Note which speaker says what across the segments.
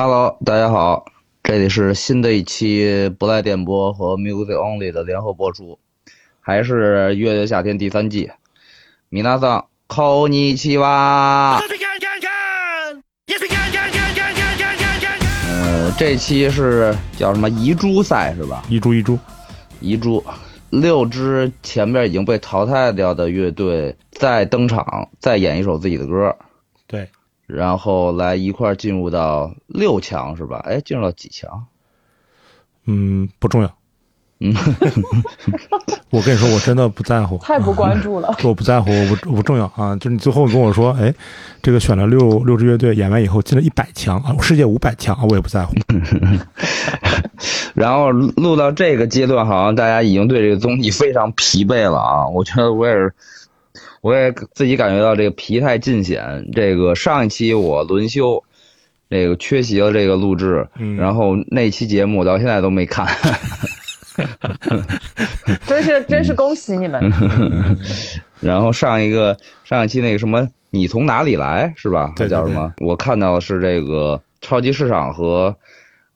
Speaker 1: Hello，大家好，这里是新的一期不赖电波和 Music Only 的联合播出，还是《乐队夏天》第三季。米娜桑，扣你七哇！呃，这期是叫什么遗珠赛是吧？
Speaker 2: 一株一株，
Speaker 1: 遗珠，六支前面已经被淘汰掉的乐队再登场，再演一首自己的歌，
Speaker 2: 对，
Speaker 1: 然后来一块儿进入到六强是吧？哎，进入到几强？
Speaker 2: 嗯，不重要。
Speaker 1: 嗯，
Speaker 2: 我跟你说，我真的不在乎，。
Speaker 3: 太不关注了
Speaker 2: 我不在乎，我不我不重要啊。就是你最后跟我说，哎，这个选了六六支乐队，演完以后进了一百强啊，世界五百强啊，我也不在乎。
Speaker 1: 然后录录到这个阶段，好像大家已经对这个综艺非常疲惫了啊！我觉得我也是，我也自己感觉到这个疲态尽显。这个上一期我轮休，这个缺席了这个录制，
Speaker 2: 嗯
Speaker 1: 然后那期节目我到现在都没看。
Speaker 3: 真是真是恭喜你们！
Speaker 1: 然后上一个上一期那个什么，你从哪里来是吧？
Speaker 2: 对对
Speaker 1: 叫什么？我看到的是这个超级市场和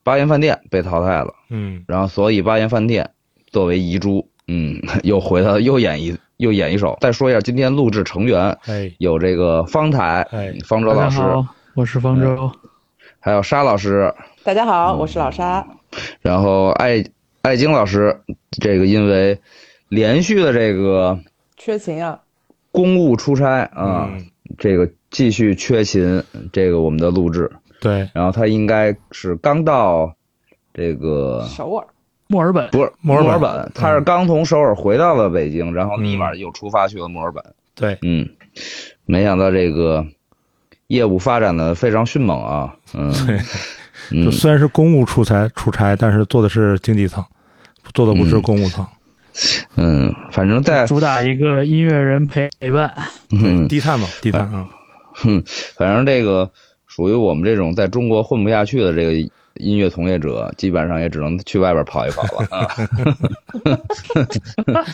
Speaker 1: 巴彦饭店被淘汰了。
Speaker 2: 嗯，
Speaker 1: 然后所以巴彦饭店作为遗珠，嗯， 又回到又演一又演一首。再说一下今天录制成员，
Speaker 2: 哎，
Speaker 1: 有这个方台、
Speaker 2: 哎
Speaker 1: 方舟
Speaker 4: 大
Speaker 1: 老
Speaker 4: 家
Speaker 1: 师，嗯
Speaker 4: 好，我是方舟。
Speaker 1: 还有沙老师，嗯
Speaker 3: 大家好，我是老沙。
Speaker 1: 然后艾艾晶老师，这个因为连续的这个
Speaker 3: 缺勤啊，
Speaker 1: 公务出差啊，
Speaker 2: 嗯
Speaker 1: 这个继续缺勤，这个我们的录制，
Speaker 2: 对，
Speaker 1: 然后他应该是刚到这个
Speaker 3: 首尔
Speaker 4: 墨尔本，
Speaker 1: 不是
Speaker 2: 墨尔本
Speaker 1: 本，他是刚从首尔回到了北京，然后立马又出发去了墨尔本。
Speaker 2: 对，
Speaker 1: 嗯，没想到这个业务发展的非常迅猛啊。嗯，嗯
Speaker 2: 就，虽然是公务出差出差，但是做的是经济舱，做的不是公务舱。
Speaker 1: 嗯，反正在
Speaker 4: 主打一个音乐人陪伴。
Speaker 1: 嗯，
Speaker 2: 低碳嘛，低碳啊，
Speaker 1: 反正这个属于我们这种在中国混不下去的这个音乐从业者，基本上也只能去外边跑一跑了啊。 嗯，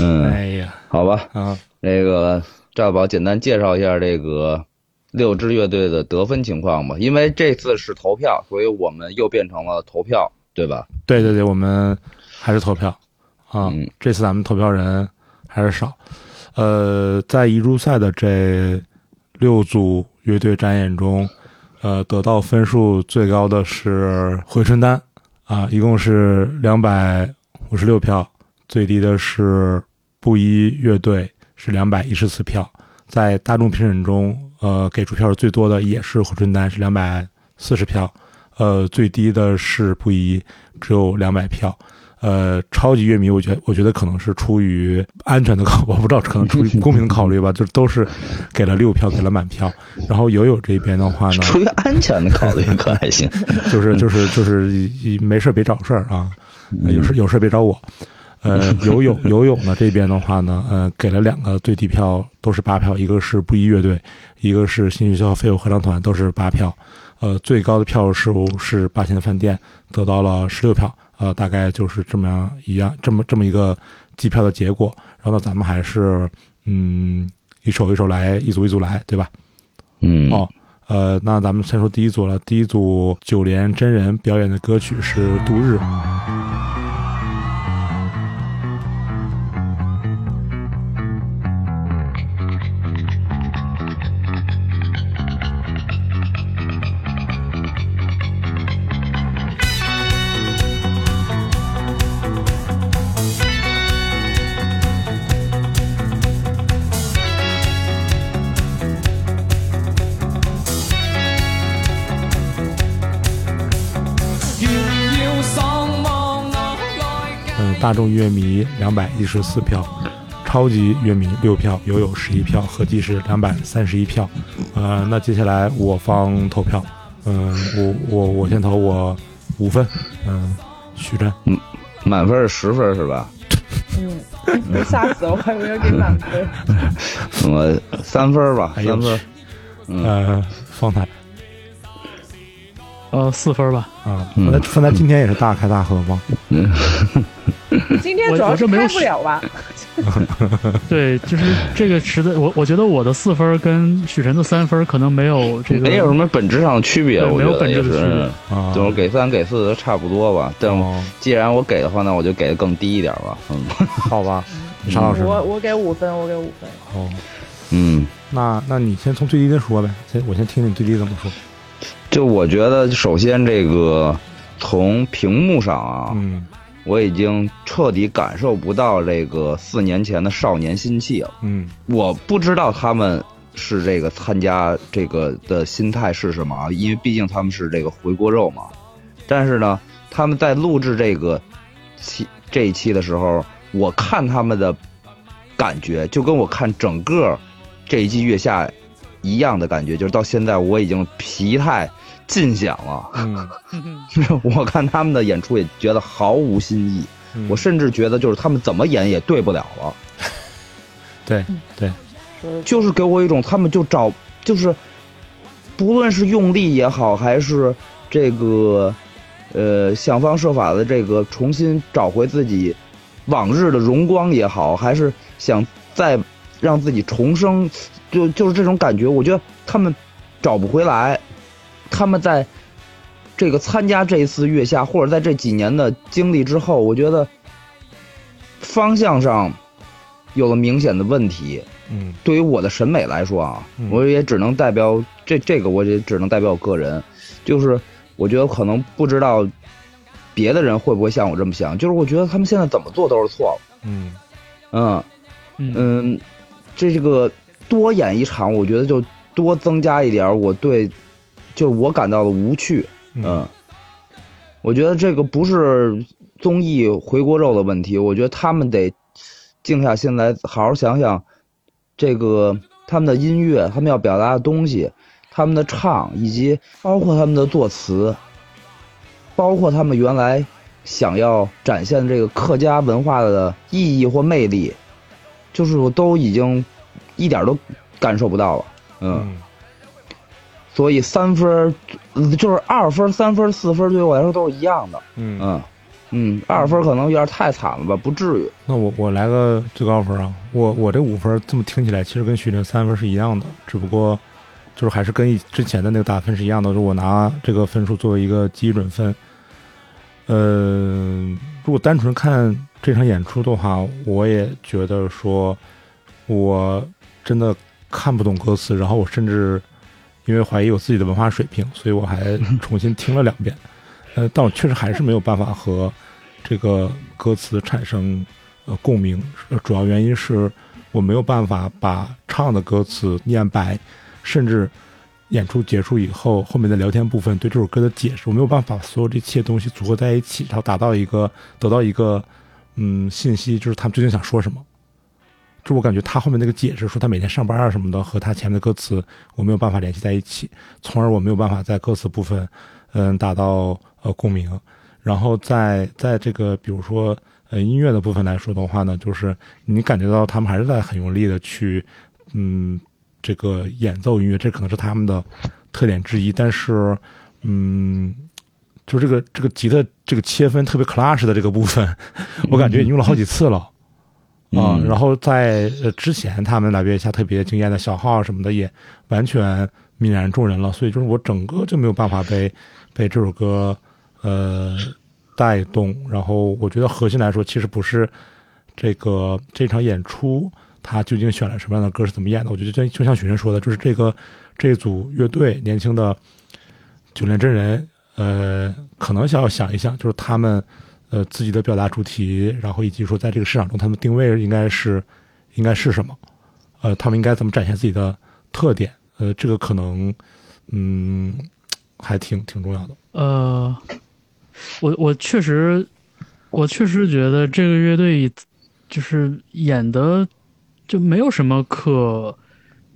Speaker 3: 嗯
Speaker 2: 哎呀
Speaker 1: 好吧，
Speaker 2: 啊，
Speaker 1: 那个赵宝简单介绍一下这个六支乐队的得分情况吧，因为这次是投票，所以我们又变成了投票，对吧？
Speaker 2: 对对对，我们还是投票啊、
Speaker 1: 嗯
Speaker 2: 这次咱们投票人还是少。呃，在遗珠赛的这六组乐队展演中，呃，得到分数最高的是回春丹啊、一共是两百五十六票，最低的是布衣乐队是两百一十四票，在大众评审中，呃，给出票最多的也是回春丹，是两百四十票，呃，最低的是布衣，只有两百票。呃，超级乐迷，我觉得我觉得可能是出于安全的考， 我不知道可能出于公平的考虑吧，就都是给了六票，给了满票。然后友友这边的话呢，
Speaker 1: 出于安全的考虑，可还 行。
Speaker 2: 就是就是就是一一没事儿别找事儿啊，呃有事有事儿别找我。呃，游泳游泳呢这边的话呢，呃，给了两个最低票，都是八票，一个是布衣乐队，一个是新学校废物合唱团，都是八票。呃，最高的票数是八千的饭店，得到了十六票，呃，大概就是这么样一样这么这么一个计票的结果。然后呢，咱们还是嗯一首一首来，一组一组来，对吧？
Speaker 1: 嗯，
Speaker 2: 哦，呃，那咱们先说第一组了。第一组九连真人表演的歌曲是《度日》。嗯，大众乐迷两百一十四票，超级乐迷六票，友友十一票，合计是两百三十一票。呃，那接下来我方投票，嗯、我我我先投我五分，嗯、徐真
Speaker 1: 满分是十分是吧？
Speaker 3: 嗯， 吓死我，还没有给满 分。
Speaker 1: 我三分吧，
Speaker 2: 哎呦
Speaker 1: 三分。嗯
Speaker 2: 呃，方太
Speaker 4: 呃，四分吧。
Speaker 2: 啊，
Speaker 1: 嗯
Speaker 2: 方太方太今天也是大开大合吗？
Speaker 3: 今天
Speaker 4: 我
Speaker 3: 主要是
Speaker 4: 我这没有
Speaker 3: 开不了吧？
Speaker 4: 对，就是这个实在，我我觉得我的四分儿跟许晨的三分儿可能没有这个
Speaker 1: 没有什么本质上的区别，
Speaker 4: 对
Speaker 1: 我
Speaker 4: 没有
Speaker 1: 觉得
Speaker 4: 本
Speaker 1: 也
Speaker 4: 质的区
Speaker 1: 是嗯
Speaker 4: 别，哦
Speaker 2: 啊，
Speaker 1: 就是给三给四都差不多吧。但
Speaker 2: 哦
Speaker 1: 既然我给的话，那我就给的更低一点吧。嗯
Speaker 2: 好吧，沙老师呢，
Speaker 3: 我我给五分，我给五分。
Speaker 2: 哦，
Speaker 1: 嗯，
Speaker 2: 那那你先从最低的说呗，先我先听你最低怎么说，
Speaker 1: 就我觉得，首先这个从屏幕上啊，
Speaker 2: 嗯
Speaker 1: 我已经彻底感受不到这个四年前的少年心气了。
Speaker 2: 嗯
Speaker 1: 我不知道他们是这个参加这个的心态是什么啊，因为毕竟他们是这个回锅肉嘛。但是呢，他们在录制这个期这一期的时候，我看他们的感觉，就跟我看整个这一季月下一样的感觉，就是到现在我已经疲态尽显了。
Speaker 2: 嗯
Speaker 1: 我看他们的演出也觉得毫无新意，
Speaker 2: 嗯，
Speaker 1: 我甚至觉得就是他们怎么演也对不了了。
Speaker 2: 对对，
Speaker 3: 说得
Speaker 1: 就是给我一种他们就找就是，不论是用力也好，还是这个呃想方设法的这个重新找回自己往日的荣光也好，还是想再让自己重生，就就是这种感觉。我觉得他们找不回来，他们在这个参加这一次月下，或者在这几年的经历之后，我觉得方向上有了明显的问题。
Speaker 2: 嗯
Speaker 1: 对于我的审美来说啊
Speaker 2: 嗯，
Speaker 1: 我也只能代表这这个，我也只能代表我个人，就是我觉得可能不知道别的人会不会像我这么想，就是我觉得他们现在怎么做都是错了，
Speaker 2: 嗯
Speaker 1: 嗯
Speaker 4: 嗯
Speaker 1: 嗯，这这个多演一场，我觉得就多增加一点儿我对，就我感到的无趣，嗯，我觉得这个不是综艺回锅肉的问题，我觉得他们得静下心来，好好想想这个他们的音乐，他们要表达的东西，他们的唱，以及包括他们的作词，包括他们原来想要展现这个客家文化的意义或魅力，就是我都已经一点儿都感受不到了，嗯
Speaker 2: 嗯
Speaker 1: 所以三分儿，呃就是二分儿、三分儿、四分儿，对我来说都是一样的。
Speaker 2: 嗯
Speaker 1: 嗯嗯，二分儿可能有点太惨了吧，不至于。
Speaker 2: 那我我来个最高分啊！我我这五分这么听起来，其实跟许晨三分是一样的，只不过就是还是跟以之前的那个打分是一样的，就是我拿这个分数作为一个基准分。呃，如果单纯看这场演出的话，我也觉得说，我真的看不懂歌词，然后我甚至因为怀疑我自己的文化水平，所以我还重新听了两遍。呃，但我确实还是没有办法和这个歌词产生呃共鸣，呃主要原因是我没有办法把唱的歌词念白，甚至演出结束以后后面的聊天部分对这首歌的解释，我没有办法把所有这些东西组合在一起，然后达到一个得到一个嗯信息，就是他们究竟想说什么。就我感觉他后面那个解释说他每天上班啊什么的，和他前面的歌词我没有办法联系在一起，从而我没有办法在歌词部分嗯达到呃共鸣。然后在在这个比如说呃音乐的部分来说的话呢，就是你感觉到他们还是在很用力的去嗯这个演奏音乐，这可能是他们的特点之一。但是嗯，就这个这个吉他这个切分特别 clash 的这个部分，我感觉已经用了好几次了。啊、
Speaker 1: 嗯
Speaker 2: 然后在呃之前他们来月下特别惊艳的小号什么的也完全泯然众人了，所以就是我整个就没有办法被被这首歌呃带动。然后我觉得核心来说，其实不是这个这场演出他究竟选了什么样的歌是怎么演的。我觉得就就像许晨说的，就是这个这组乐队年轻的九连真人，呃，可能想要想一想，就是他们呃自己的表达主题，然后以及说在这个市场中他们定位应该是应该是什么，呃，他们应该怎么展现自己的特点，呃，这个可能嗯还挺挺重要的，
Speaker 4: 呃，我我确实，我确实觉得这个乐队就是演的就没有什么可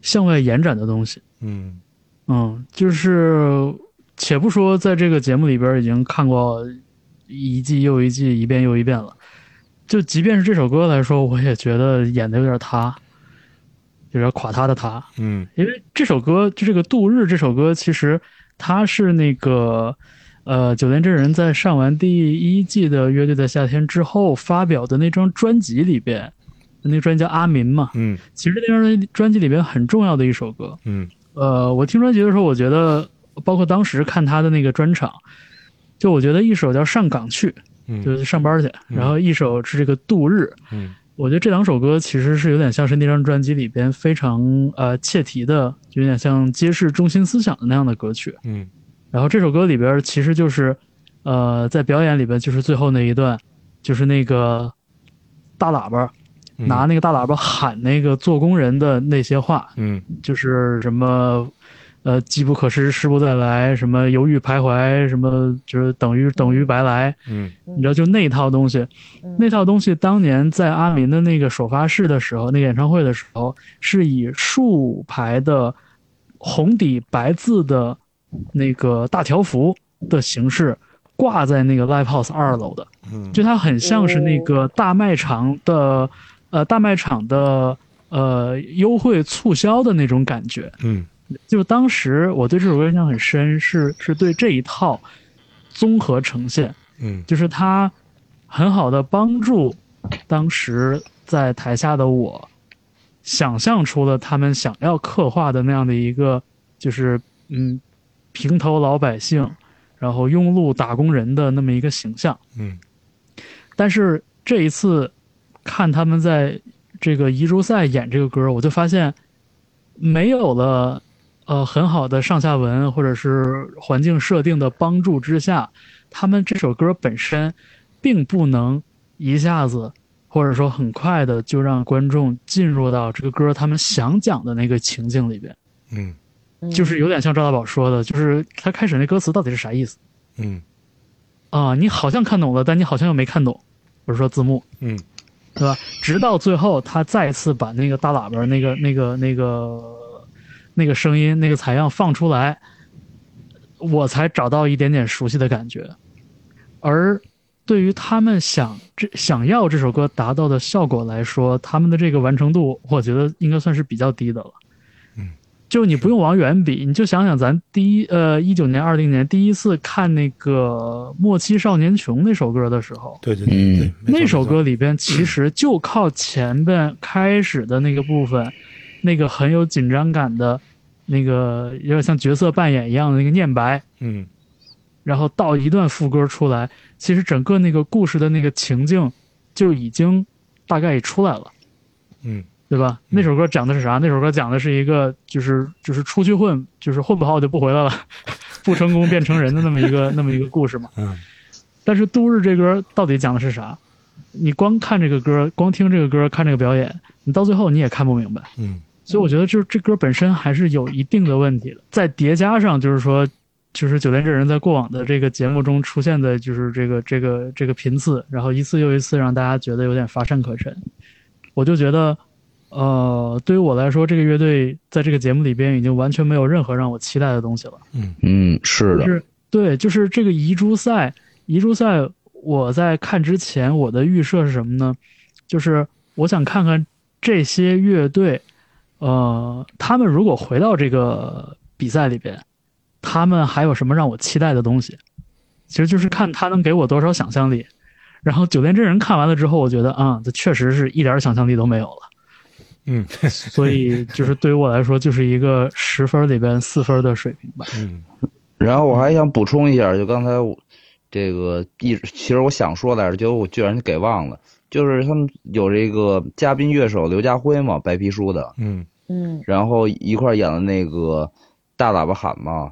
Speaker 4: 向外延展的东西。
Speaker 2: 嗯
Speaker 4: 嗯，就是且不说在这个节目里边已经看过一季又一季，一遍又一遍了，就即便是这首歌来说，我也觉得演的有点塌，有点垮塌的塌。
Speaker 2: 嗯
Speaker 4: 因为这首歌就这个《度日》这首歌，其实它是那个呃九连真人在上完第一季的《乐队的夏天》之后发表的那张专辑里边那个专辑叫阿民嘛，
Speaker 2: 嗯
Speaker 4: 其实那张专辑里边很重要的一首歌。
Speaker 2: 嗯
Speaker 4: 呃，我听专辑的时候，我觉得包括当时看他的那个专场，就我觉得一首叫《上岗去》，就
Speaker 2: 嗯
Speaker 4: 是上班去，然后一首是这个《度日》，
Speaker 2: 嗯
Speaker 4: 我觉得这两首歌其实是有点像是那张专辑里边非常呃切题的，就有点像揭示中心思想的那样的歌曲。
Speaker 2: 嗯
Speaker 4: 然后这首歌里边其实就是，呃，在表演里边就是最后那一段，就是那个大喇叭
Speaker 2: 嗯
Speaker 4: 拿那个大喇叭喊那个做工人的那些话，
Speaker 2: 嗯
Speaker 4: 就是什么，呃，机不可失，失不再来，什么犹豫徘徊，什么就是等于等于白来，
Speaker 2: 嗯
Speaker 4: 你知道，就那套东西，
Speaker 3: 嗯
Speaker 4: 那套东西当年在阿民的那个首发式的时候，那个演唱会的时候，是以竖排的红底白字的那个大条幅的形式挂在那个 Live House 二楼的，
Speaker 2: 嗯
Speaker 4: 就它很像是那个大卖场的，呃，大卖场的呃优惠促销的那种感觉。
Speaker 2: 嗯
Speaker 4: 就当时我对这首歌印象很深，是是对这一套综合呈现。
Speaker 2: 嗯
Speaker 4: 就是他很好的帮助当时在台下的我，想象出了他们想要刻画的那样的一个，就是嗯，平头老百姓，然后庸碌打工人的那么一个形象。
Speaker 2: 嗯
Speaker 4: 但是这一次看他们在这个遗珠赛演这个歌，我就发现没有了呃很好的上下文或者是环境设定的帮助之下，他们这首歌本身并不能一下子或者说很快的就让观众进入到这个歌他们想讲的那个情境里边，
Speaker 2: 嗯
Speaker 4: 就是有点像赵大宝说的，就是他开始那歌词到底是啥意思
Speaker 2: 嗯
Speaker 4: 啊、你好像看懂了，但你好像又没看懂，我是说字幕。
Speaker 2: 嗯
Speaker 4: 对吧？直到最后，他再次把那个大喇叭、那个、那个、那个、那个声音、那个采样放出来，我才找到一点点熟悉的感觉。而对于他们想这想要这首歌达到的效果来说，他们的这个完成度，我觉得应该算是比较低的了。
Speaker 2: 嗯，
Speaker 4: 就你不用往远比，你就想想咱第一呃一九年、二零年第一次看那个《莫欺少年穷》那首歌的时候，
Speaker 2: 对对对对，
Speaker 3: 嗯
Speaker 4: 那首歌里边其实就靠前边开始的那个部分，那个很有紧张感的，那个有点像角色扮演一样的那个念白，
Speaker 2: 嗯
Speaker 4: 然后到一段副歌出来，其实整个那个故事的那个情境就已经大概也出来了。
Speaker 2: 嗯
Speaker 4: 对吧？
Speaker 2: 嗯
Speaker 4: 那首歌讲的是啥？那首歌讲的是一个，就是就是出去混，就是混不好就不回来了，不成功变成人的那么一个那么一个故事嘛。
Speaker 2: 嗯
Speaker 4: 但是《都市》这歌到底讲的是啥？你光看这个歌，光听这个歌，看这个表演，你到最后你也看不明白。
Speaker 2: 嗯
Speaker 4: 所以我觉得，就是这歌本身还是有一定的问题的。再叠加上，就是说，就是九天这人在过往的这个节目中出现的，就是这个这个这个频次，然后一次又一次让大家觉得有点乏善可陈。我就觉得，呃，对于我来说，这个乐队在这个节目里边已经完全没有任何让我期待的东西了。
Speaker 2: 嗯
Speaker 1: 嗯，是
Speaker 4: 就
Speaker 1: 的，
Speaker 4: 是对，就是这个遗珠赛，遗珠赛，我在看之前我的预设是什么呢？就是我想看看这些乐队，呃，他们如果回到这个比赛里边，他们还有什么让我期待的东西？其实就是看他能给我多少想象力。然后九天真人看完了之后，我觉得啊、这确实是一点想象力都没有了。
Speaker 2: 嗯
Speaker 4: 所以就是对于我来说，就是一个十分里边四分的水平吧。
Speaker 2: 嗯
Speaker 1: 然后我还想补充一下，就刚才我这个一，其实我想说来着，结果我居然给忘了，就是他们有这个嘉宾乐手刘家辉嘛，白皮书的，
Speaker 2: 嗯
Speaker 3: 嗯
Speaker 1: 然后一块儿演了那个大喇叭喊嘛，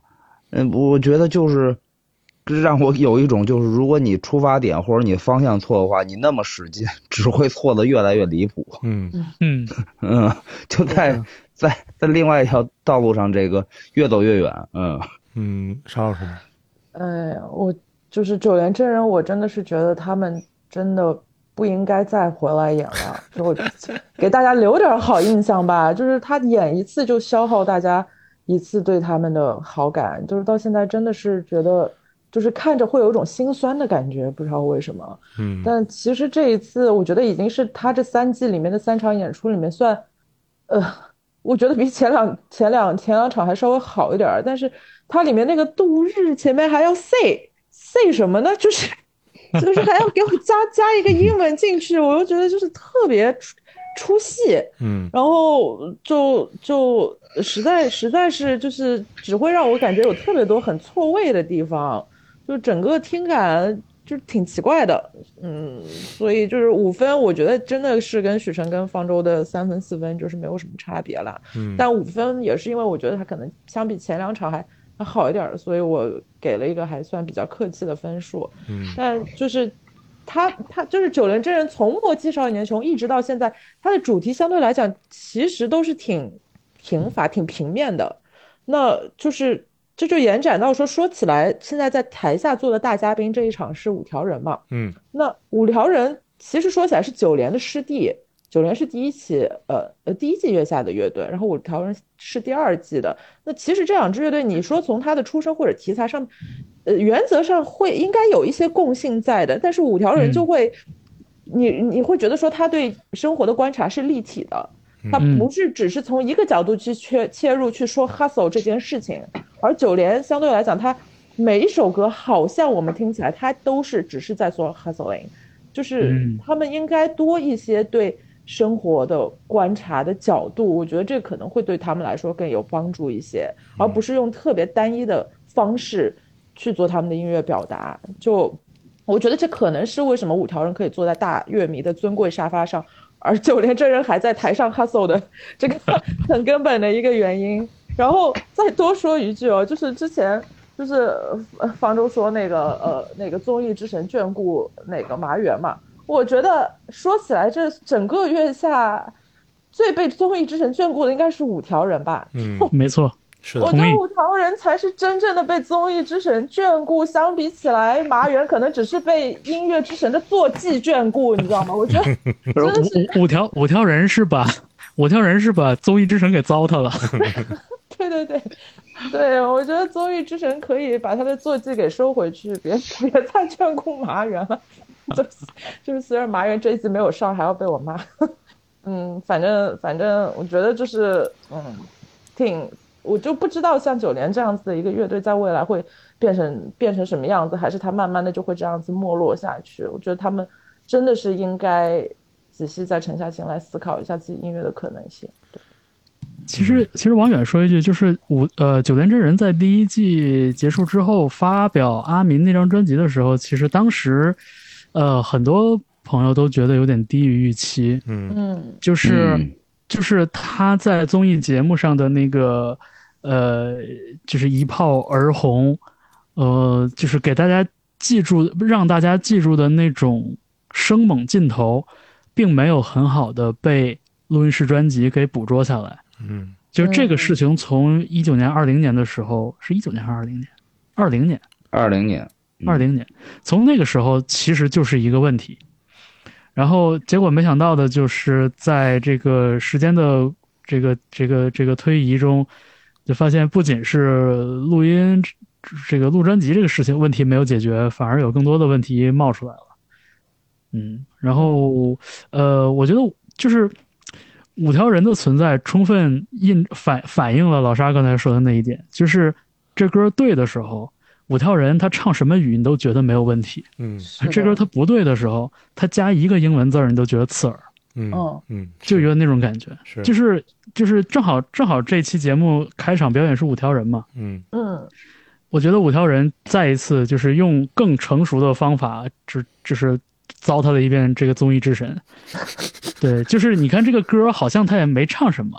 Speaker 1: 嗯，我觉得就是让我有一种就是，如果你出发点或者你方向错的话，你那么使劲，只会错的越来越离谱。
Speaker 2: 嗯
Speaker 4: 嗯
Speaker 1: 嗯，就
Speaker 4: 啊
Speaker 1: 在在在另外一条道路上，这个越走越远。嗯
Speaker 2: 嗯，沙老师呢，
Speaker 3: 呃，我就是九连真人，我真的是觉得他们真的不应该再回来演了，就我给大家留点好印象吧。就是他演一次就消耗大家一次对他们的好感，就是到现在真的是觉得，就是看着会有一种心酸的感觉，不知道为什么。
Speaker 2: 嗯
Speaker 3: 但其实这一次，我觉得已经是他这三季里面的三场演出里面算，呃，我觉得比前两前两前两场还稍微好一点儿。但是它里面那个度日前面还要 say say 什么呢？就是就是还要给我加加一个英文进去，我就觉得就是特别出出戏，
Speaker 2: 嗯
Speaker 3: 然后就就实在实在是就是只会让我感觉有特别多很错位的地方，就整个听感就挺奇怪的，嗯，所以就是五分，我觉得真的是跟许晨跟方舟的三分四分就是没有什么差别了，
Speaker 2: 嗯，
Speaker 3: 但五分也是因为我觉得他可能相比前两场还还好一点儿，所以我给了一个还算比较客气的分数，
Speaker 2: 嗯
Speaker 3: 但就是他他就是九连真人从末期少年穷一直到现在，他的主题相对来讲其实都是挺平乏、挺平面的。那就是这就延展到说，说起来现在在台下坐的大嘉宾这一场是五条人嘛？
Speaker 2: 嗯
Speaker 3: 那五条人其实说起来是九连的师弟，九连是第一期呃呃第一季月下的乐队，然后五条人是第二季的。那其实这两支乐队，你说从它的出身或者题材上，呃原则上会应该有一些共性在的，但是五条人就会，你你会觉得说他对生活的观察是立体的，他
Speaker 4: 嗯
Speaker 3: 不是只是从一个角度去切切入去说 hustle 这件事情，而九连相对来讲，它每一首歌好像我们听起来它都是只是在说 hustling，就是
Speaker 4: 嗯
Speaker 3: 他们应该多一些对生活的观察的角度，我觉得这可能会对他们来说更有帮助一些，而不是用特别单一的方式去做他们的音乐表达，就。我觉得这可能是为什么五条人可以坐在大乐迷的尊贵沙发上，而九连真人还在台上 hustle 的这个 很根本的一个原因。然后再多说一句哦，就是之前就是呃方舟说那个呃那个综艺之神眷顾那个麻原嘛，我觉得说起来这整个月下最被综艺之神眷顾的应该是五条人吧，
Speaker 2: 嗯，
Speaker 4: 没错，
Speaker 2: 是
Speaker 3: 我
Speaker 2: 的，
Speaker 3: 觉
Speaker 4: 同意
Speaker 3: 得五条人才是真正的被综艺之神眷顾，相比起来，麻原可能只是被音乐之神的坐骑眷顾，你知道吗？我觉得
Speaker 4: 不
Speaker 3: 真的是
Speaker 4: 是五五五条五条人是把五条人是把综艺之神给糟蹋了，
Speaker 3: 对 对对，对我觉得综艺之神可以把他的坐骑给收回去，别 别再眷顾麻原了。就是 就是，虽然麻原这一集没有上，还要被我骂。 嗯，反正反正，我觉得就是嗯，挺我就不知道像九连这样子的一个乐队，在未来会变成变成什么样子，还是他慢慢的就会这样子没落下去。我觉得他们真的是应该仔细再沉下心来思考一下自己音乐的可能性。
Speaker 4: 其实，其实王远说一句，就是五呃九连真人在第一季结束之后发表阿民那张专辑的时候，其实当时，呃，很多朋友都觉得有点低于预期，
Speaker 2: 嗯
Speaker 3: 嗯
Speaker 4: 就是、
Speaker 1: 嗯
Speaker 4: 就是他在综艺节目上的那个，呃，就是一炮而红，呃，就是给大家记住，让大家记住的那种生猛劲头，并没有很好的被录音室专辑给捕捉下来。
Speaker 2: 嗯
Speaker 4: 就是这个事情，从一九年、二零年的时候，是一九年还是二零年？二零年，
Speaker 1: 二零年，嗯
Speaker 4: 二零年，从那个时候其实就是一个问题。然后结果没想到的就是，在这个时间的这个这个这个推移中，就发现不仅是录音这个录专辑这个事情问题没有解决，反而有更多的问题冒出来了。嗯，然后呃，我觉得就是五条人的存在充分印反反映了老沙刚才说的那一点，就是这歌对的时候，五条人他唱什么语你都觉得没有问题；
Speaker 2: 嗯
Speaker 3: 是
Speaker 4: 哎这
Speaker 3: 的
Speaker 4: 歌他不对的时候，他加一个英文字儿你都觉得刺耳，
Speaker 3: 哦
Speaker 2: 嗯嗯，
Speaker 4: 就有那种感觉。
Speaker 2: 是
Speaker 4: 就是就是正好正好这期节目开场表演是五条人嘛，
Speaker 2: 嗯
Speaker 3: 嗯
Speaker 4: 我觉得五条人再一次就是用更成熟的方法，只就是糟蹋了一遍这个综艺之神。对，就是你看这个歌，好像他也没唱什么，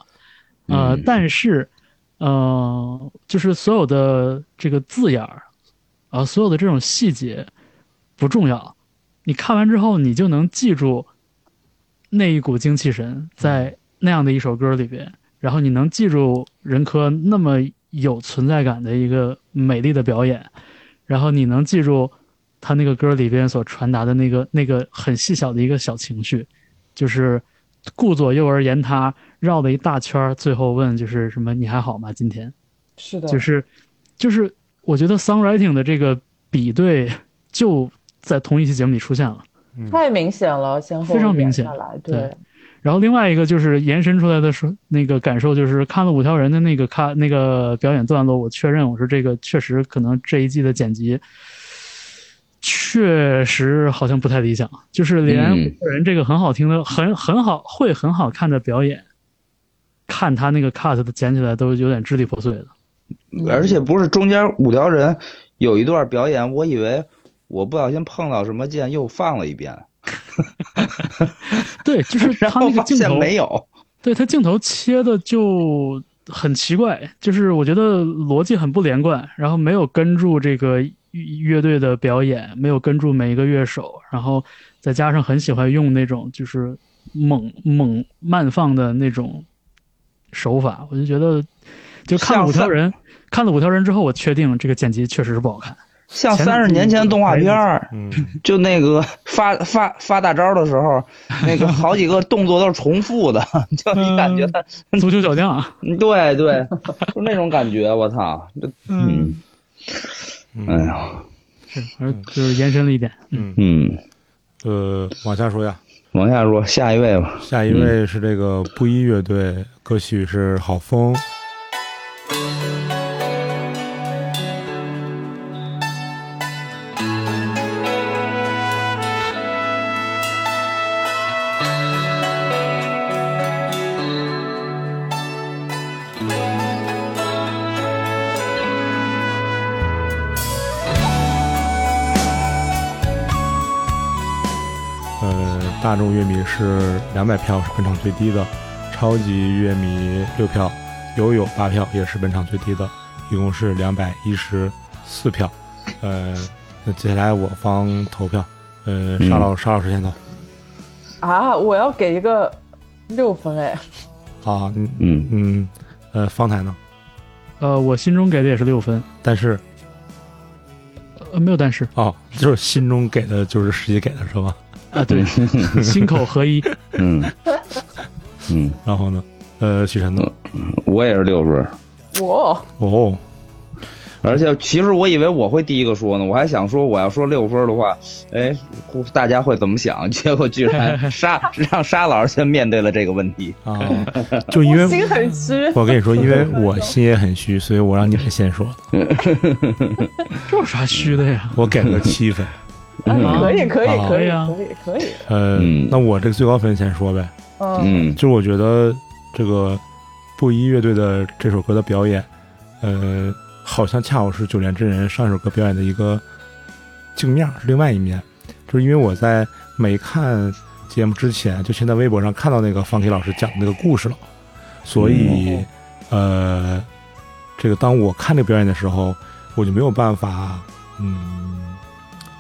Speaker 4: 呃，
Speaker 1: 嗯
Speaker 4: 但是，呃，就是所有的这个字眼儿，啊、所有的这种细节不重要，你看完之后，你就能记住那一股精气神在那样的一首歌里边，然后你能记住任科那么有存在感的一个美丽的表演，然后你能记住他那个歌里边所传达的那个那个很细小的一个小情绪，就是顾左右而言他，绕了一大圈儿，最后问就是什么你还好吗？今天
Speaker 3: 是的，
Speaker 4: 就是就是我觉得 songwriting 的这个比对就在同一期节目里出现了。
Speaker 3: 太明显了，先后
Speaker 4: 嗯非常
Speaker 3: 演
Speaker 4: 明显
Speaker 3: 下来，
Speaker 4: 对
Speaker 3: 对，
Speaker 4: 然后另外一个就是延伸出来的说，那个感受就是看了五条人的那个看那个表演段落，我确认我说这个确实可能这一季的剪辑确确实好像不太理想，就是连
Speaker 1: 嗯
Speaker 4: 人这个很好听的、很很好会很好看的表演，看他那个 cut 的剪起来都有点支离破碎的。嗯
Speaker 1: 而且不是中间五条人有一段表演，我以为我不小心碰到什么键，又放了一遍，
Speaker 4: 对，就是
Speaker 1: 然
Speaker 4: 他那
Speaker 1: 后
Speaker 4: 个
Speaker 1: 发
Speaker 4: 镜
Speaker 1: 现
Speaker 4: 头，
Speaker 1: 没有。
Speaker 4: 对他镜头切的就很奇怪，就是我觉得逻辑很不连贯，然后没有跟住这个乐队的表演，没有跟住每一个乐手，然后再加上很喜欢用那种就是猛猛慢放的那种手法，我就觉得就看了
Speaker 1: 像
Speaker 4: 五条
Speaker 1: 三
Speaker 4: 人，看了五条人之后，我确定这个剪辑确实是不好 看。
Speaker 1: 像
Speaker 4: 前
Speaker 1: 三十年前动画片儿，
Speaker 2: 嗯，
Speaker 1: 就那个 发发发大招的时候，那个好几个动作都是重复的， 就你感觉他，
Speaker 4: 足球小将，
Speaker 1: 对对，就那种感觉，我操，这嗯，哎
Speaker 2: 嗯，
Speaker 1: 呀，
Speaker 4: 是，反正就是延伸了一点。
Speaker 2: 嗯，
Speaker 1: 嗯，
Speaker 2: 呃，往下说呀，
Speaker 1: 往下说下一位吧，
Speaker 2: 下一
Speaker 3: 嗯
Speaker 2: 位是这个布衣乐队，歌曲是《好风》。呃，大众乐迷是两百票，是本场最低的；超级乐迷六票，友友八票，也是本场最低的，一共是两百一十四票。呃，那接下来我方投票，呃，沙老沙老师先投
Speaker 3: 啊，我要给一个六分哎，
Speaker 2: 啊，嗯
Speaker 1: 嗯，
Speaker 2: 嗯，呃，方台呢？
Speaker 4: 呃，我心中给的也是六分，
Speaker 2: 但是
Speaker 4: 呃，没有但是
Speaker 2: 哦，就是心中给的，就是实际给的是吧？
Speaker 4: 啊，对，心口合一。
Speaker 1: 嗯嗯，
Speaker 2: 然后呢，呃，许晨呢？
Speaker 1: 我也是六分，
Speaker 3: 我
Speaker 2: 哦，
Speaker 1: 而且其实我以为我会第一个说呢，我还想说我要说六分的话，哎，大家会怎么想？ 结果居然沙让沙老师先面对了这个问题。
Speaker 2: 啊，就因为
Speaker 4: 嗯
Speaker 3: 我心很虚，
Speaker 2: 我跟你说，因为我心也很虚，所以我让你们先说的。
Speaker 4: 这有啥虚的呀？
Speaker 2: 我给了七分。
Speaker 3: 啊
Speaker 4: 嗯
Speaker 3: 可以可以
Speaker 2: 啊
Speaker 3: 可
Speaker 4: 对
Speaker 3: 以
Speaker 4: 呀
Speaker 3: 可以可以，
Speaker 2: 呃，
Speaker 1: 嗯
Speaker 2: 那我这个最高分先说呗，
Speaker 3: 嗯
Speaker 1: 嗯
Speaker 2: 就是我觉得这个布衣乐队的这首歌的表演，呃，好像恰好是九连真人上一首歌表演的一个镜面，是另外一面。就是因为我在没看节目之前，就先在微博上看到那个方 K 老师讲的那个故事了，所以、呃，这个当我看这个表演的时候，我就没有办法，嗯，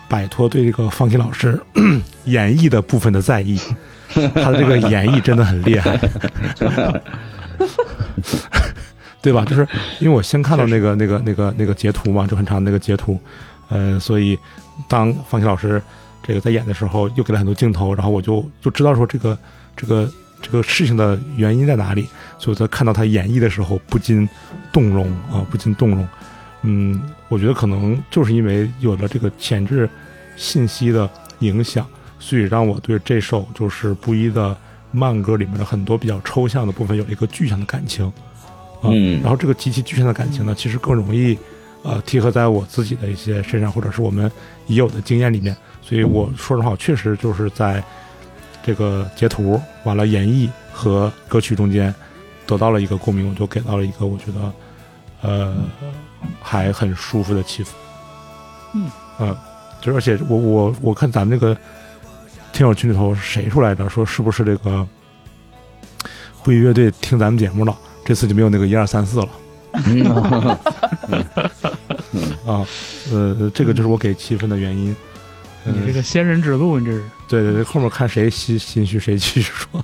Speaker 2: 摆脱对这个方 K 老师 演绎的部分的在意，他的这个演绎真的很厉害，对吧？就是因为我先看到那个那个那个那个截图嘛，就很长的那个截图，呃，所以当方 K 老师这个在演的时候，又给了很多镜头，然后我就就知道说这个这个这个事情的原因在哪里，所以我在看到他演绎的时候不禁动容啊、不禁动容。嗯，我觉得可能就是因为有了这个前置信息的影响，所以让我对这首就是布衣的慢歌里面的很多比较抽象的部分有一个具象的感情。啊、
Speaker 1: 嗯
Speaker 2: 然后这个极其具象的感情呢，其实更容易呃贴合在我自己的一些身上，或者是我们已有的经验里面。所以我说实话，确实就是在这个截图完了演绎和歌曲中间得到了一个共鸣，我就给到了一个我觉得呃还很舒服的气氛。
Speaker 4: 嗯
Speaker 2: 呃，就是而且我我我看咱们这个听友群里头谁出来着，说是不是这个会乐队听咱们节目了？这次就没有那个一二三四了
Speaker 1: 嗯
Speaker 2: 啊。呃，这个就是我给七分的原因。嗯、
Speaker 4: 你这个仙人指路，你这是
Speaker 2: 对对对，后面看谁心心虚谁继续说。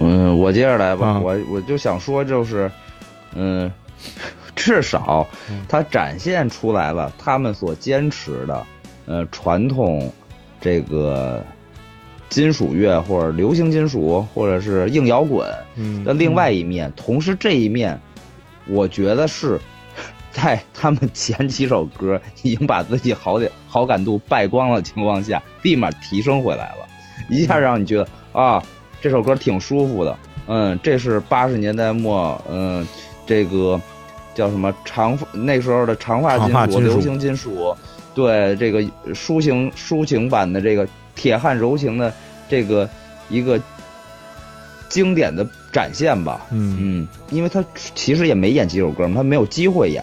Speaker 1: 嗯，我接着来吧，
Speaker 2: 啊
Speaker 1: 我我就想说，就是，嗯，至少
Speaker 2: 嗯
Speaker 1: 它展现出来了他们所坚持的，呃，传统这个金属乐或者流行金属或者是硬摇滚
Speaker 2: 嗯
Speaker 1: 的另外一面，同时这一面，我觉得是。 在他们前几首歌已经把自己好点好感度败光了的情况下，立马提升回来了，一下让你觉得啊，这首歌挺舒服的，嗯，这是八十年代末，嗯，这个叫什么长发那时候的长发
Speaker 2: 长
Speaker 1: 金
Speaker 2: 发
Speaker 1: 属、
Speaker 2: 金属
Speaker 1: 流行金属，对这个抒情抒情版的这个铁汉柔情的这个一个经典的展现吧。
Speaker 2: 嗯
Speaker 1: 嗯，因为他其实也没演几首歌嘛，他没有机会演。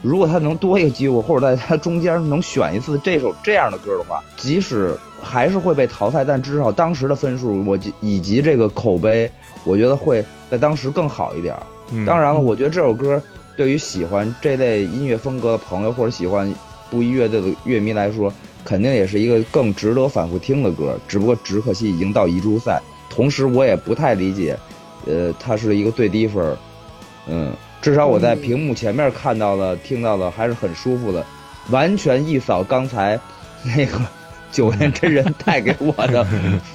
Speaker 1: 如果他能多一个机会，或者在他中间能选一次这首这样的歌的话，即使还是会被淘汰，但至少当时的分数，我及以及这个口碑，我觉得会在当时更好一点儿。
Speaker 2: 嗯，
Speaker 1: 当然了，我觉得这首歌对于喜欢这类音乐风格的朋友，或者喜欢不一乐队的乐迷来说，肯定也是一个更值得反复听的歌。只不过只可惜已经到遗珠赛，同时我也不太理解，呃，它是一个最低分儿，嗯，至少我在
Speaker 3: 嗯
Speaker 1: 屏幕前面看到了、听到了，还是很舒服的，完全一扫刚才那个 九连真人带给我的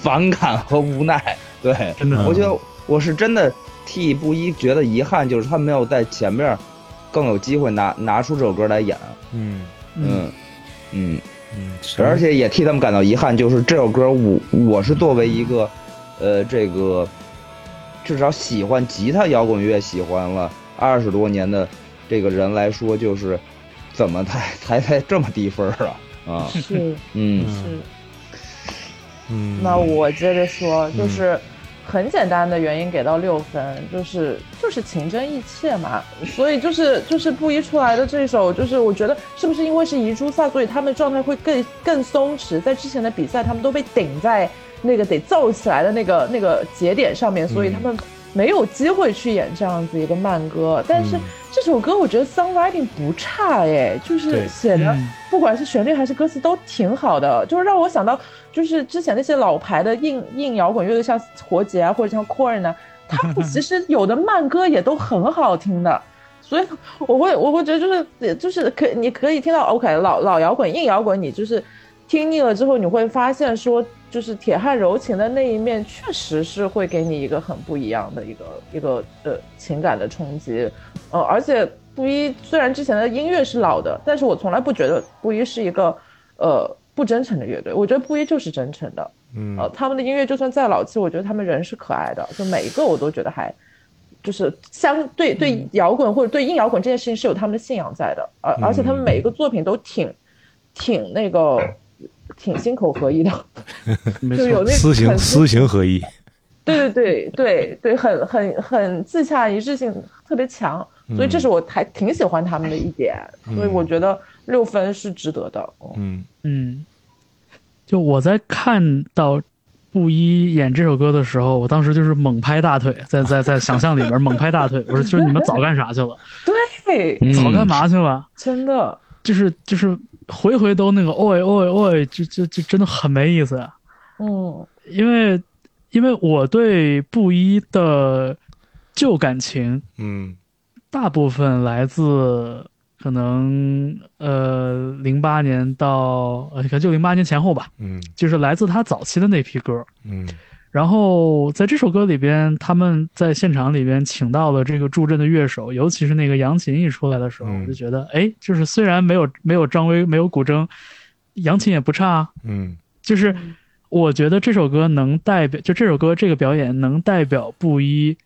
Speaker 1: 反感和无奈。对，
Speaker 4: 真的啊
Speaker 2: 嗯
Speaker 1: 我觉得我是真的替布衣觉得遗憾，就是他没有在前面更有机会拿拿出这首歌来演。
Speaker 2: 嗯
Speaker 1: 嗯嗯，
Speaker 2: 嗯，
Speaker 1: 而且也替他们感到遗憾，就是这首歌我我是作为一个呃这个至少喜欢吉他摇滚乐喜欢了二十多年的这个人来说，就是怎么才 才才这么低分儿啊啊
Speaker 3: 是
Speaker 1: 嗯
Speaker 3: 是。
Speaker 2: 嗯，
Speaker 3: 那我接着说，就
Speaker 2: 嗯
Speaker 3: 是很简单的原因给到六分，就是就是情真意切嘛。所以就是就是布衣出来的这首，就是我觉得是不是因为是遗珠赛，所以他们状态会更更松弛？在之前的比赛，他们都被顶在那个得奏起来的那个那个节点上面，
Speaker 2: 嗯
Speaker 3: 所以他们没有机会去演这样子一个慢歌。但是
Speaker 2: 嗯
Speaker 3: 这首歌我觉得 songwriting 不差哎，就是
Speaker 2: 对
Speaker 3: 写的
Speaker 4: 嗯
Speaker 3: 不管是旋律还是歌词都挺好的，就是让我想到就是之前那些老牌的硬硬摇滚乐队，像活结啊或者像 Korn 啊，他们其实有的慢歌也都很好听的。所以我会我会觉得就是就是可你可以听到 OK 老老摇滚硬摇滚，你就是听腻了之后，你会发现说就是铁汉柔情的那一面，确实是会给你一个很不一样的一个一个呃情感的冲击。呃，而且布衣虽然之前的音乐是老的，但是我从来不觉得布衣是一个呃不真诚的乐队，我觉得布衣就是真诚的。
Speaker 2: 嗯
Speaker 3: 呃，他们的音乐就算再老气，我觉得他们人是可爱的，就每一个我都觉得还，就是相对
Speaker 2: 嗯
Speaker 3: 对摇滚或者对硬摇滚这件事情是有他们的信仰在的，而、而且他们每
Speaker 2: 嗯
Speaker 3: 一个作品都挺，挺那个，挺心口合一的，
Speaker 4: 没
Speaker 3: 就
Speaker 4: 错，
Speaker 3: 有那
Speaker 2: 私行
Speaker 3: 很
Speaker 2: 私行合一，
Speaker 3: 对对对对对，很很很自洽，一致性特别强，所以
Speaker 1: 嗯
Speaker 3: 这是我还挺喜欢他们的一点，所以我觉得六分是值得的。嗯
Speaker 2: 嗯
Speaker 4: 嗯，就我在看到布衣演这首歌的时候，我当时就是猛拍大腿，在在在想象里面猛拍大腿，我说就是你们早干啥去了？
Speaker 3: 对，
Speaker 4: 早干
Speaker 1: 嗯
Speaker 4: 嘛去了？
Speaker 3: 真的，
Speaker 4: 就是就是回回都那个哦哎哦哎哦哎，这这这真的很没意思。啊
Speaker 3: 嗯
Speaker 4: 因为因为我对布衣的旧感情
Speaker 2: 嗯
Speaker 4: 大部分来自可能呃零八年到呃可能就零八年前后吧，
Speaker 2: 嗯
Speaker 4: 就是来自他早期的那批歌。
Speaker 2: 嗯
Speaker 4: 然后在这首歌里边，他们在现场里边请到了这个助阵的乐手，尤其是那个扬琴一出来的时候，
Speaker 2: 嗯
Speaker 4: 我就觉得，哎，就是虽然没有没有张威，没有古筝，扬琴也不差啊，
Speaker 2: 嗯
Speaker 4: 就是我觉得这首歌能代表，就这首歌这个表演能代表布衣，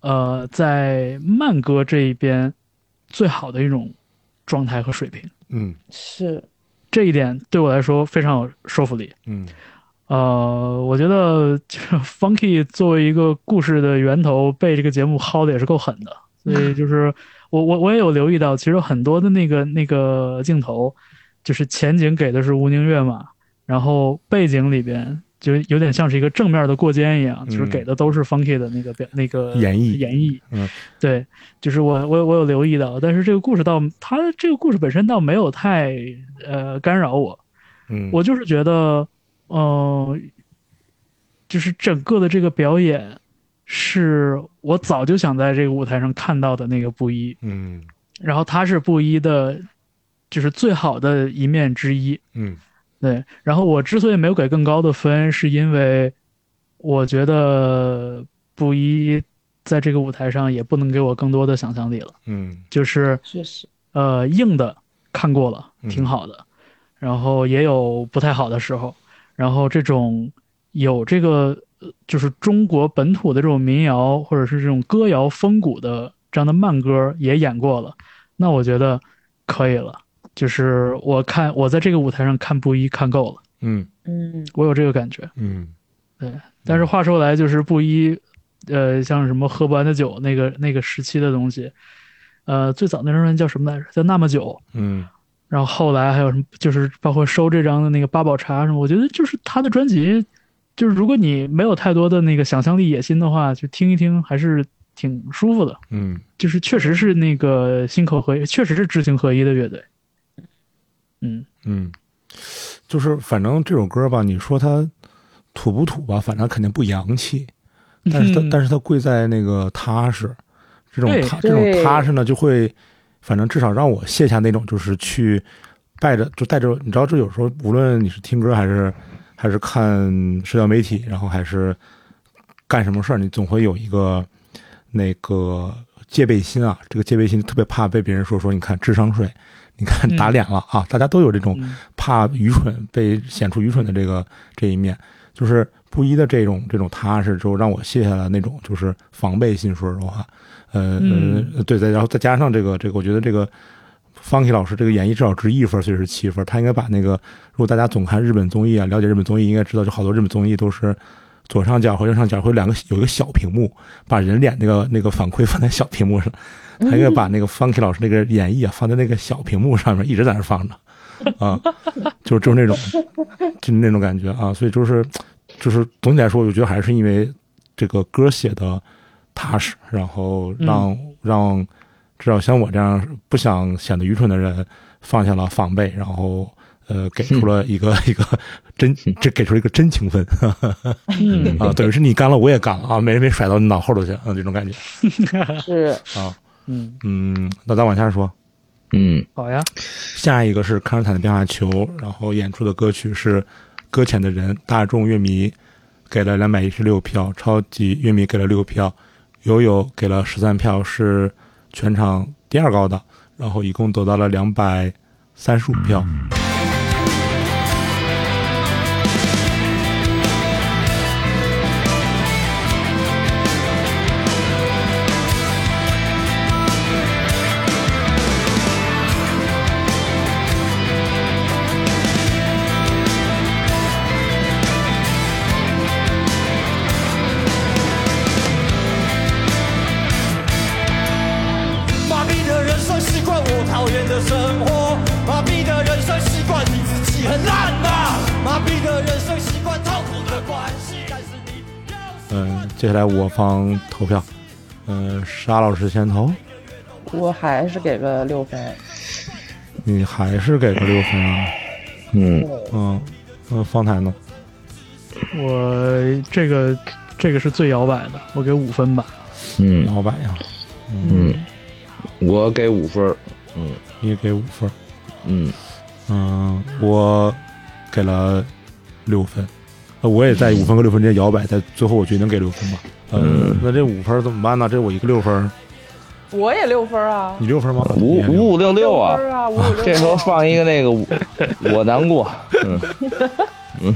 Speaker 4: 呃，在慢歌这一边最好的一种状态和水平，
Speaker 2: 嗯
Speaker 3: 是，
Speaker 4: 这一点对我来说非常有说服力。
Speaker 2: 嗯
Speaker 4: 呃，我觉得 就是 Funky 作为一个故事的源头，被这个节目薅的也是够狠的。所 以就是我我我也有留意到，其实很多的那个那个镜头，就是前景给的是吴宁月嘛，然后背景里边就有点像是一个正面的过肩一样，就是
Speaker 2: 嗯
Speaker 4: 给的都是 Funky 的那个表那个
Speaker 2: 演绎
Speaker 4: 演绎。
Speaker 2: 嗯，
Speaker 4: 对，就是我我我有留意到，但是这个故事倒它这个故事本身倒没有太呃干扰我，
Speaker 2: 嗯，
Speaker 4: 我就是觉得，呃，就是整个的这个表演，是我早就想在这个舞台上看到的那个布衣，
Speaker 2: 嗯
Speaker 4: 然后他是布衣的，就是最好的一面之一。
Speaker 2: 嗯
Speaker 4: 对，然后我之所以没有给更高的分，是因为我觉得布衣在这个舞台上也不能给我更多的想象力了，
Speaker 2: 嗯
Speaker 4: 就是
Speaker 3: 确实，
Speaker 4: 呃，硬的看过了，挺
Speaker 2: 嗯
Speaker 4: 好的，然后也有不太好的时候，然后这种有这个呃就是中国本土的这种民谣或者是这种歌谣风骨的这样的慢歌也演过了，那我觉得可以了。就是我看我在这个舞台上看布衣看够了，
Speaker 2: 嗯
Speaker 3: 嗯，
Speaker 4: 我有这个感觉。
Speaker 2: 嗯
Speaker 4: 但是话说来，就是布衣，呃，像什么喝不完的酒那个那个时期的东西，呃，最早那张专辑叫什么来着？叫那么久。
Speaker 2: 嗯
Speaker 4: 然后后来还有什么，就是包括收这张的那个八宝茶什么，我觉得就是他的专辑，就是如果你没有太多的那个想象力、野心的话，就听一听还是挺舒服的。
Speaker 2: 嗯
Speaker 4: 就是确实是那个心口合一，确实是知行合一的乐队。嗯，
Speaker 2: 嗯，就是反正这首歌吧，你说它土不土吧，反正肯定不洋气，但是它、
Speaker 4: 嗯
Speaker 2: 但是它贵在那个踏实，这种
Speaker 4: 对
Speaker 2: 踏这
Speaker 3: 对
Speaker 2: 种踏实呢，就会反正至少让我卸下那种就是去带着就带着，你知道，这有时候无论你是听歌还是还是看社交媒体，然后还是干什么事儿，你总会有一个那个戒备心啊，这个戒备心特别怕被别人说说，你看智商税，你看
Speaker 4: 嗯
Speaker 2: 打脸了啊，大家都有这种
Speaker 4: 嗯
Speaker 2: 怕愚蠢被显出愚蠢的这个这一面，就是布衣的这种这种踏实，就让我卸下了那种就是防备心。说实话，呃，
Speaker 4: 嗯
Speaker 2: 呃对，再然后再加上这个这个，我觉得这个 Funky 老师这个演绎至少值一分，所以是七分。他应该把那个，如果大家总看日本综艺啊，了解日本综艺，应该知道，就好多日本综艺都是左上角和右上角会有两个有一个小屏幕，把人脸那个那个反馈放在小屏幕上。他应该把那个 Funky 老师那个演绎啊放在那个小屏幕上面，一直在那放着，啊， 就是就是那种，就是那种感觉啊。所以就是就是总体来说，我觉得还是因为这个歌写的踏实，然后让、让至少像我这样不想显得愚蠢的人放下了防备，然后呃给出了一个、一个真这给出了一个真情分
Speaker 4: 嗯
Speaker 2: 啊，等于是你干了我也干了啊，没人没甩到你脑后头去啊，这种感觉
Speaker 3: 是
Speaker 2: 啊。
Speaker 4: 嗯，
Speaker 2: 嗯，那咱往下说。
Speaker 1: 嗯，
Speaker 4: 好呀，
Speaker 2: 下一个是康斯坦的变化球，然后演出的歌曲是《搁浅的人》，大众乐迷给了两百一十六票，超级乐迷给了六票，友友给了十三票，是全场第二高的，然后一共得到了两百三十五票。
Speaker 5: 麻痹的人生习惯我讨厌的生活，麻痹的人生习惯你自己很烂呐、麻痹的人生习惯痛苦的关系，但是你要是
Speaker 2: 嗯，接下来我方投票，嗯，沙老师先投，
Speaker 3: 我还是给个六分，
Speaker 2: 你还是给个六分啊？
Speaker 1: 嗯
Speaker 2: 嗯，嗯，方台呢？
Speaker 4: 我这个这个是最摇摆的，我给五分吧。
Speaker 1: 嗯
Speaker 2: 老板呀，
Speaker 1: 嗯，我给五分儿，
Speaker 2: 你给五分。
Speaker 1: 嗯
Speaker 2: 嗯，我给了六分，呃我也在五分和六分之间摇摆，在最后我决定给六分吧。嗯，那这五分怎么办呢？这我一个六分，
Speaker 3: 我也六分啊，
Speaker 2: 你六分吗？
Speaker 1: 五五五六六啊，
Speaker 3: 分啊，五五 六。
Speaker 1: 这时候放一个那个我我难过，嗯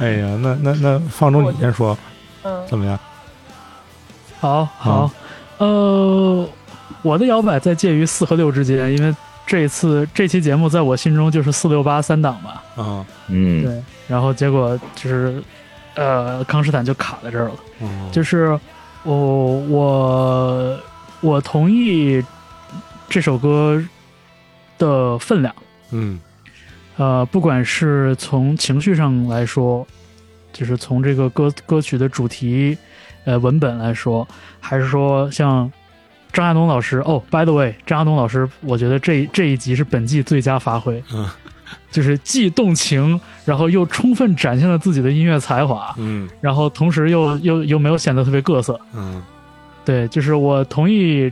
Speaker 2: 哎呀，那那那放纵你先说
Speaker 3: 嗯，
Speaker 2: 怎么样？
Speaker 4: 好好，呃，我的摇摆在介于四和六之间，因为这一次这期节目在我心中就是四六八三档吧。
Speaker 2: 啊，
Speaker 1: 嗯
Speaker 4: 对，然后结果就是，呃，康斯坦就卡在这儿了。
Speaker 2: 嗯
Speaker 4: 就是我我我同意这首歌的分量。
Speaker 2: 嗯
Speaker 4: 呃，不管是从情绪上来说，就是从这个歌歌曲的主题，呃，文本来说，还是说像张亚东老师，哦，by the way，张亚东老师，我觉得这这一集是本季最佳发挥，
Speaker 2: 嗯
Speaker 4: 就是既动情，然后又充分展现了自己的音乐才华，
Speaker 2: 嗯
Speaker 4: 然后同时又又又没有显得特别各色，
Speaker 2: 嗯
Speaker 4: 对，就是我同意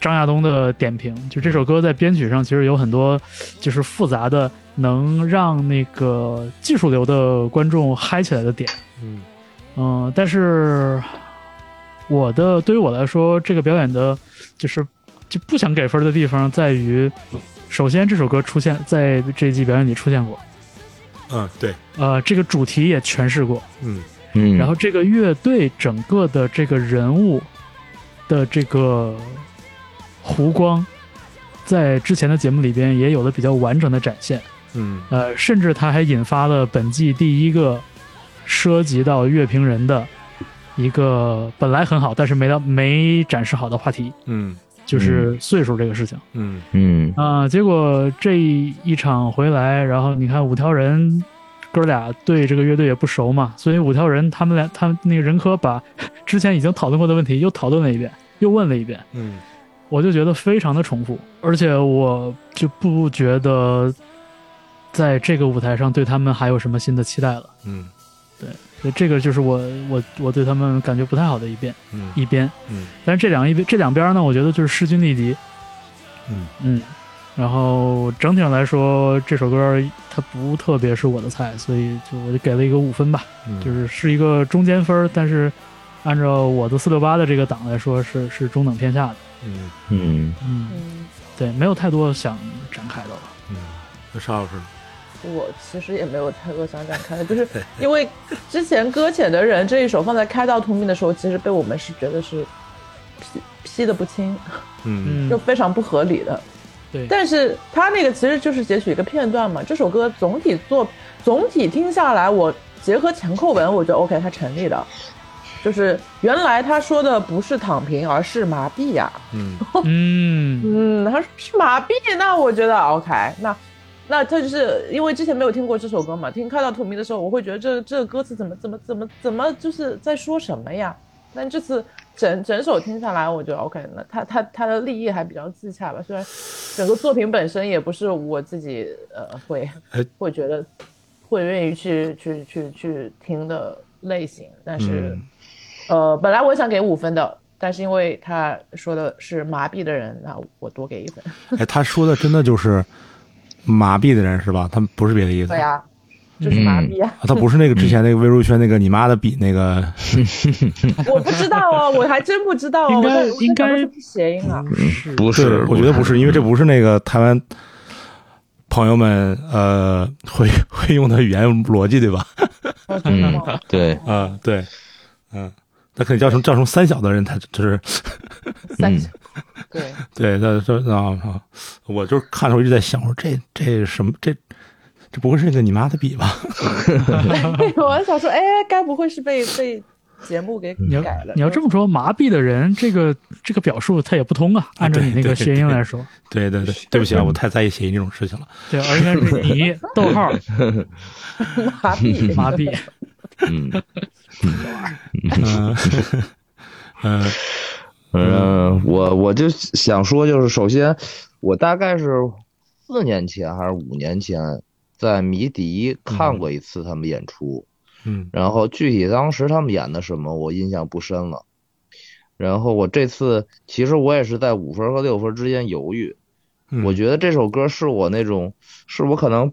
Speaker 4: 张亚东的点评，就这首歌在编曲上其实有很多就是复杂的，能让那个技术流的观众嗨起来的点。
Speaker 2: 嗯
Speaker 4: 嗯，但是我的对于我来说，这个表演的就是就不想给分的地方在于，首先这首歌出现在这一季表演里出现过，
Speaker 2: 嗯，对，
Speaker 4: 呃，这个主题也诠释过，
Speaker 2: 嗯
Speaker 1: 嗯，
Speaker 4: 然后这个乐队整个的这个人物的这个湖光，在之前的节目里边也有了比较完整的展现。
Speaker 2: 嗯
Speaker 4: 呃，甚至它还引发了本季第一个涉及到乐评人的一个本来很好，但是没到没展示好的话题，
Speaker 2: 嗯
Speaker 4: 就是岁数这个事情。
Speaker 2: 嗯
Speaker 1: 嗯
Speaker 4: 啊、结果这一场回来，然后你看五条人哥俩对这个乐队也不熟嘛，所以五条人他们俩他们那个人科把 之前已经讨论过的问题又讨论了一遍，又问了一遍，
Speaker 2: 嗯
Speaker 4: 我就觉得非常的重复，而且我就不觉得在这个舞台上对他们还有什么新的期待了。
Speaker 2: 嗯
Speaker 4: 所以这个就是我我我对他们感觉不太好的一边
Speaker 2: 嗯
Speaker 4: 一边，
Speaker 2: 嗯
Speaker 4: 但是这两一边这两边呢，我觉得就是势均力敌，
Speaker 2: 嗯
Speaker 4: 嗯，然后整体上来说，这首歌它不特别是我的菜，所以就我就给了一个五分吧，
Speaker 2: 嗯，
Speaker 4: 就是是一个中间分儿，但是按照我的四六八的这个档来说是，是中等偏下的。
Speaker 2: 嗯
Speaker 1: 嗯，
Speaker 4: 嗯，
Speaker 3: 嗯，
Speaker 4: 对，没有太多想展开的了。
Speaker 2: 嗯，那邵老师
Speaker 3: 我其实也没有太多想展开的，就是因为之前《搁浅的人》这一首放在开到荼蘼的时候，其实被我们是觉得是批批的不轻，
Speaker 2: 嗯
Speaker 4: 嗯
Speaker 3: 就，非常不合理的。
Speaker 4: 对，
Speaker 3: 但是他那个其实就是截取一个片段嘛。这首歌总体做总体听下来，我结合前扣文，我觉得 OK，它成立的。就是原来他说的不是躺平，而是麻痹呀、
Speaker 2: 嗯
Speaker 4: 嗯
Speaker 3: 嗯，他说是麻痹，那我觉得 OK，那那他就是因为之前没有听过这首歌嘛，听看到图迷的时候，我会觉得这这个歌词怎么怎么怎么怎么就是在说什么呀？但这次整整首听下来，我觉得 OK，那他他他的立意还比较自洽吧，虽然整个作品本身也不是我自己呃会
Speaker 2: 哎
Speaker 3: 会觉得会愿意去去去去听的类型，但是。
Speaker 2: 嗯
Speaker 3: 呃，本来我想给五分的，但是因为他说的是麻痹的人，那我多给一分。
Speaker 2: 哎，他说的真的就是麻痹的人是吧？他们不是别的意思。
Speaker 3: 对呀、就是麻 痹啊！
Speaker 2: 啊他不是那个之前那个魏如萱那个你妈的比那个，
Speaker 3: 我不知道啊，我还真不知道啊。
Speaker 4: 应
Speaker 3: 我
Speaker 4: 该
Speaker 3: 在我在
Speaker 4: 应该
Speaker 3: 想说是不是谐音啊？
Speaker 4: 是
Speaker 1: 不
Speaker 2: 对
Speaker 1: 是，，
Speaker 2: 我觉得不是，因为这不是那个台湾朋友们呃 会会用的语言逻辑对吧？
Speaker 3: 哦真的吗？
Speaker 1: 对，
Speaker 2: 啊、对，嗯、那肯定叫什么叫什么三小的人，他就是
Speaker 3: 三
Speaker 1: 嗯
Speaker 3: 十对，
Speaker 2: 对，那说啊啊，我就是看的时候一直在想，我说这这什么这这不会是那个你妈的比吧？
Speaker 3: 我还想说，哎，该不会是被被节目给
Speaker 4: 你要
Speaker 3: 改了？
Speaker 4: 你要这么说，麻痹的人这个这个表述它也不通啊。按照你那
Speaker 2: 对对
Speaker 4: 个谐音来说，
Speaker 2: 对对对，对不起啊，我太在意谐音这种事 情了。
Speaker 4: 对，而应该是 你逗号
Speaker 3: 麻 痹
Speaker 4: 麻痹，
Speaker 1: 嗯，
Speaker 2: 嗯嗯
Speaker 1: 反正呃我我就想说，就是首先，我大概是四年前还是五年前，在迷笛看过一次他们演出，
Speaker 2: 嗯
Speaker 1: 然后具体当时他们演的什么我印象不深了。然后我这次其实我也是在五分和六分之间犹豫，
Speaker 2: 嗯，
Speaker 1: 我觉得这首歌是我那种，是我可能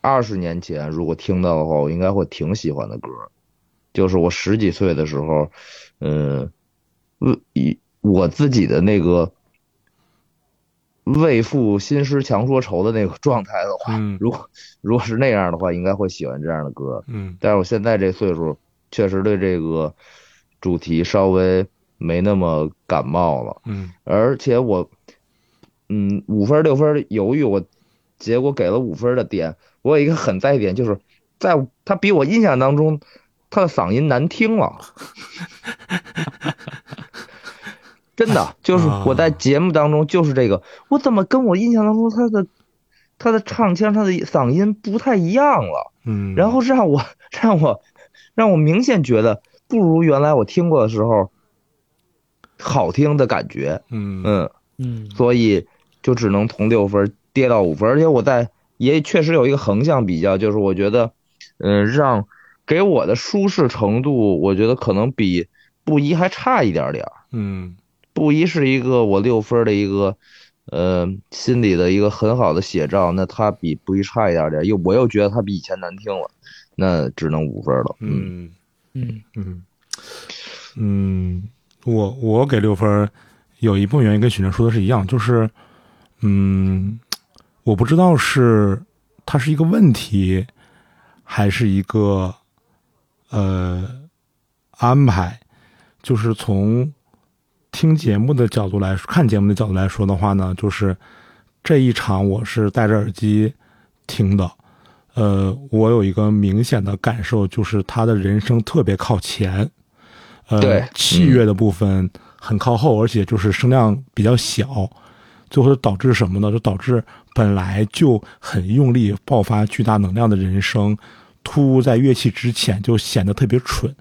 Speaker 1: 二十年前如果听到的话，我应该会挺喜欢的歌，就是我十几岁的时候，嗯，为以我自己的那个为赋新诗强说愁的那个状态的话，
Speaker 2: 嗯
Speaker 1: 如果如果是那样的话，应该会喜欢这样的歌，
Speaker 2: 嗯
Speaker 1: 但是我现在这岁数，确实对这个主题稍微没那么感冒了。
Speaker 2: 嗯
Speaker 1: 而且我，嗯，五分儿六分儿犹豫，我结果给了五分儿的点，我有一个很在意点，就是在他比我印象当中，他的嗓音难听了。真的，就是
Speaker 2: 啊
Speaker 1: 我在节目当中就是这个，我怎么跟我印象当中他的他的唱腔、他的嗓音不太一样了？
Speaker 2: 嗯，
Speaker 1: 然后让我让我让我明显觉得不如原来我听过的时候好听的感觉，
Speaker 2: 嗯
Speaker 1: 嗯，
Speaker 4: 嗯
Speaker 1: 所以就只能从六分跌到五分，而且我在也确实有一个横向比较，就是我觉得，嗯、让给我的舒适程度，我觉得可能比布衣还差一点点儿。
Speaker 2: 嗯
Speaker 1: 布衣是一个我六分的一个，呃，心里的一个很好的写照。那他比布衣差一点点，又我又觉得他比以前难听了，那只能五分了。嗯
Speaker 2: 嗯
Speaker 4: 嗯
Speaker 2: 嗯嗯，我我给六分儿有一部分原因跟许晨说的是一样，就是嗯，我不知道是它是一个问题，还是一个呃安排，就是从听节目的角度来说，看节目的角度来说的话呢，就是这一场我是戴着耳机听的，呃，我有一个明显的感受，就是他的人声特别靠前，
Speaker 1: 对
Speaker 2: 呃，器乐的部分很靠后，而且就是声量比较小，最后就导致什么呢？就导致本来就很用力爆发巨大能量的人声，突兀在乐器之前就显得特别蠢。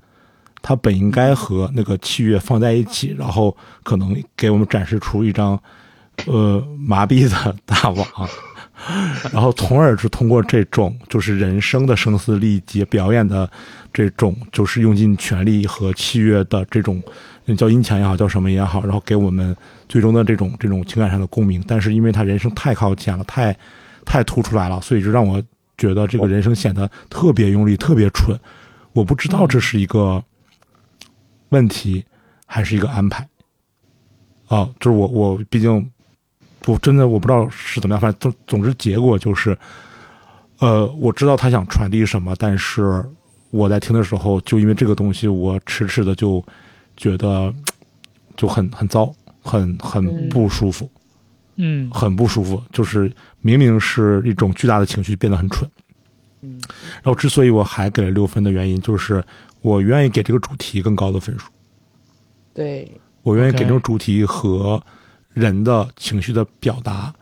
Speaker 2: 它本应该和那个器乐放在一起，然后可能给我们展示出一张呃麻痹的大网，然后从而是通过这种就是人声的声嘶力竭表演的这种就是用尽全力和器乐的这种嗯叫音墙也好叫什么也好，然后给我们最终的这种这种情感上的共鸣。但是因为他人声太靠前了，太太突出来了，所以就让我觉得这个人声显得特别用力，特别蠢。我不知道这是一个问题还是一个安排。啊，就是我我毕竟我真的我不知道是怎么样，反正总总之结果就是，呃，我知道他想传递什么，但是我在听的时候，就因为这个东西，我迟迟的就觉得就很很糟，很很不舒服，
Speaker 4: 嗯，
Speaker 2: 很不舒服，就是明明是一种巨大的情绪变得很蠢。然后之所以我还给了六分的原因，就是我愿意给这个主题更高的分数。
Speaker 3: 对，
Speaker 2: 我愿意给
Speaker 4: OK
Speaker 2: 这种主题和人的情绪的表达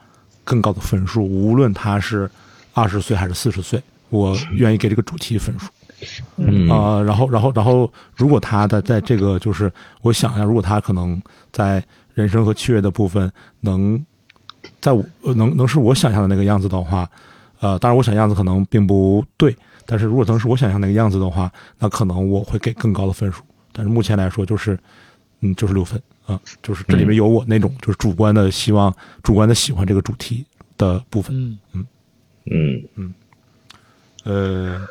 Speaker 2: 更高的分数，无论他是二十岁还是四十岁，我愿意给这个主题分数
Speaker 1: 嗯
Speaker 2: 啊、然后，然后，然后，如果他的在这个就是，我想一下，如果他可能在人生和器乐的部分能在我呃能能是我想象的那个样子的话，呃，当然我想样子可能并不对，但是如果能是我想象那个样子的话，那可能我会给更高的分数。但是目前来说，就是嗯，就是六分啊、就是这里面有我那种就是主观的希望、主观的喜欢这个主题的部分。
Speaker 4: 嗯，
Speaker 1: 嗯，
Speaker 2: 呃，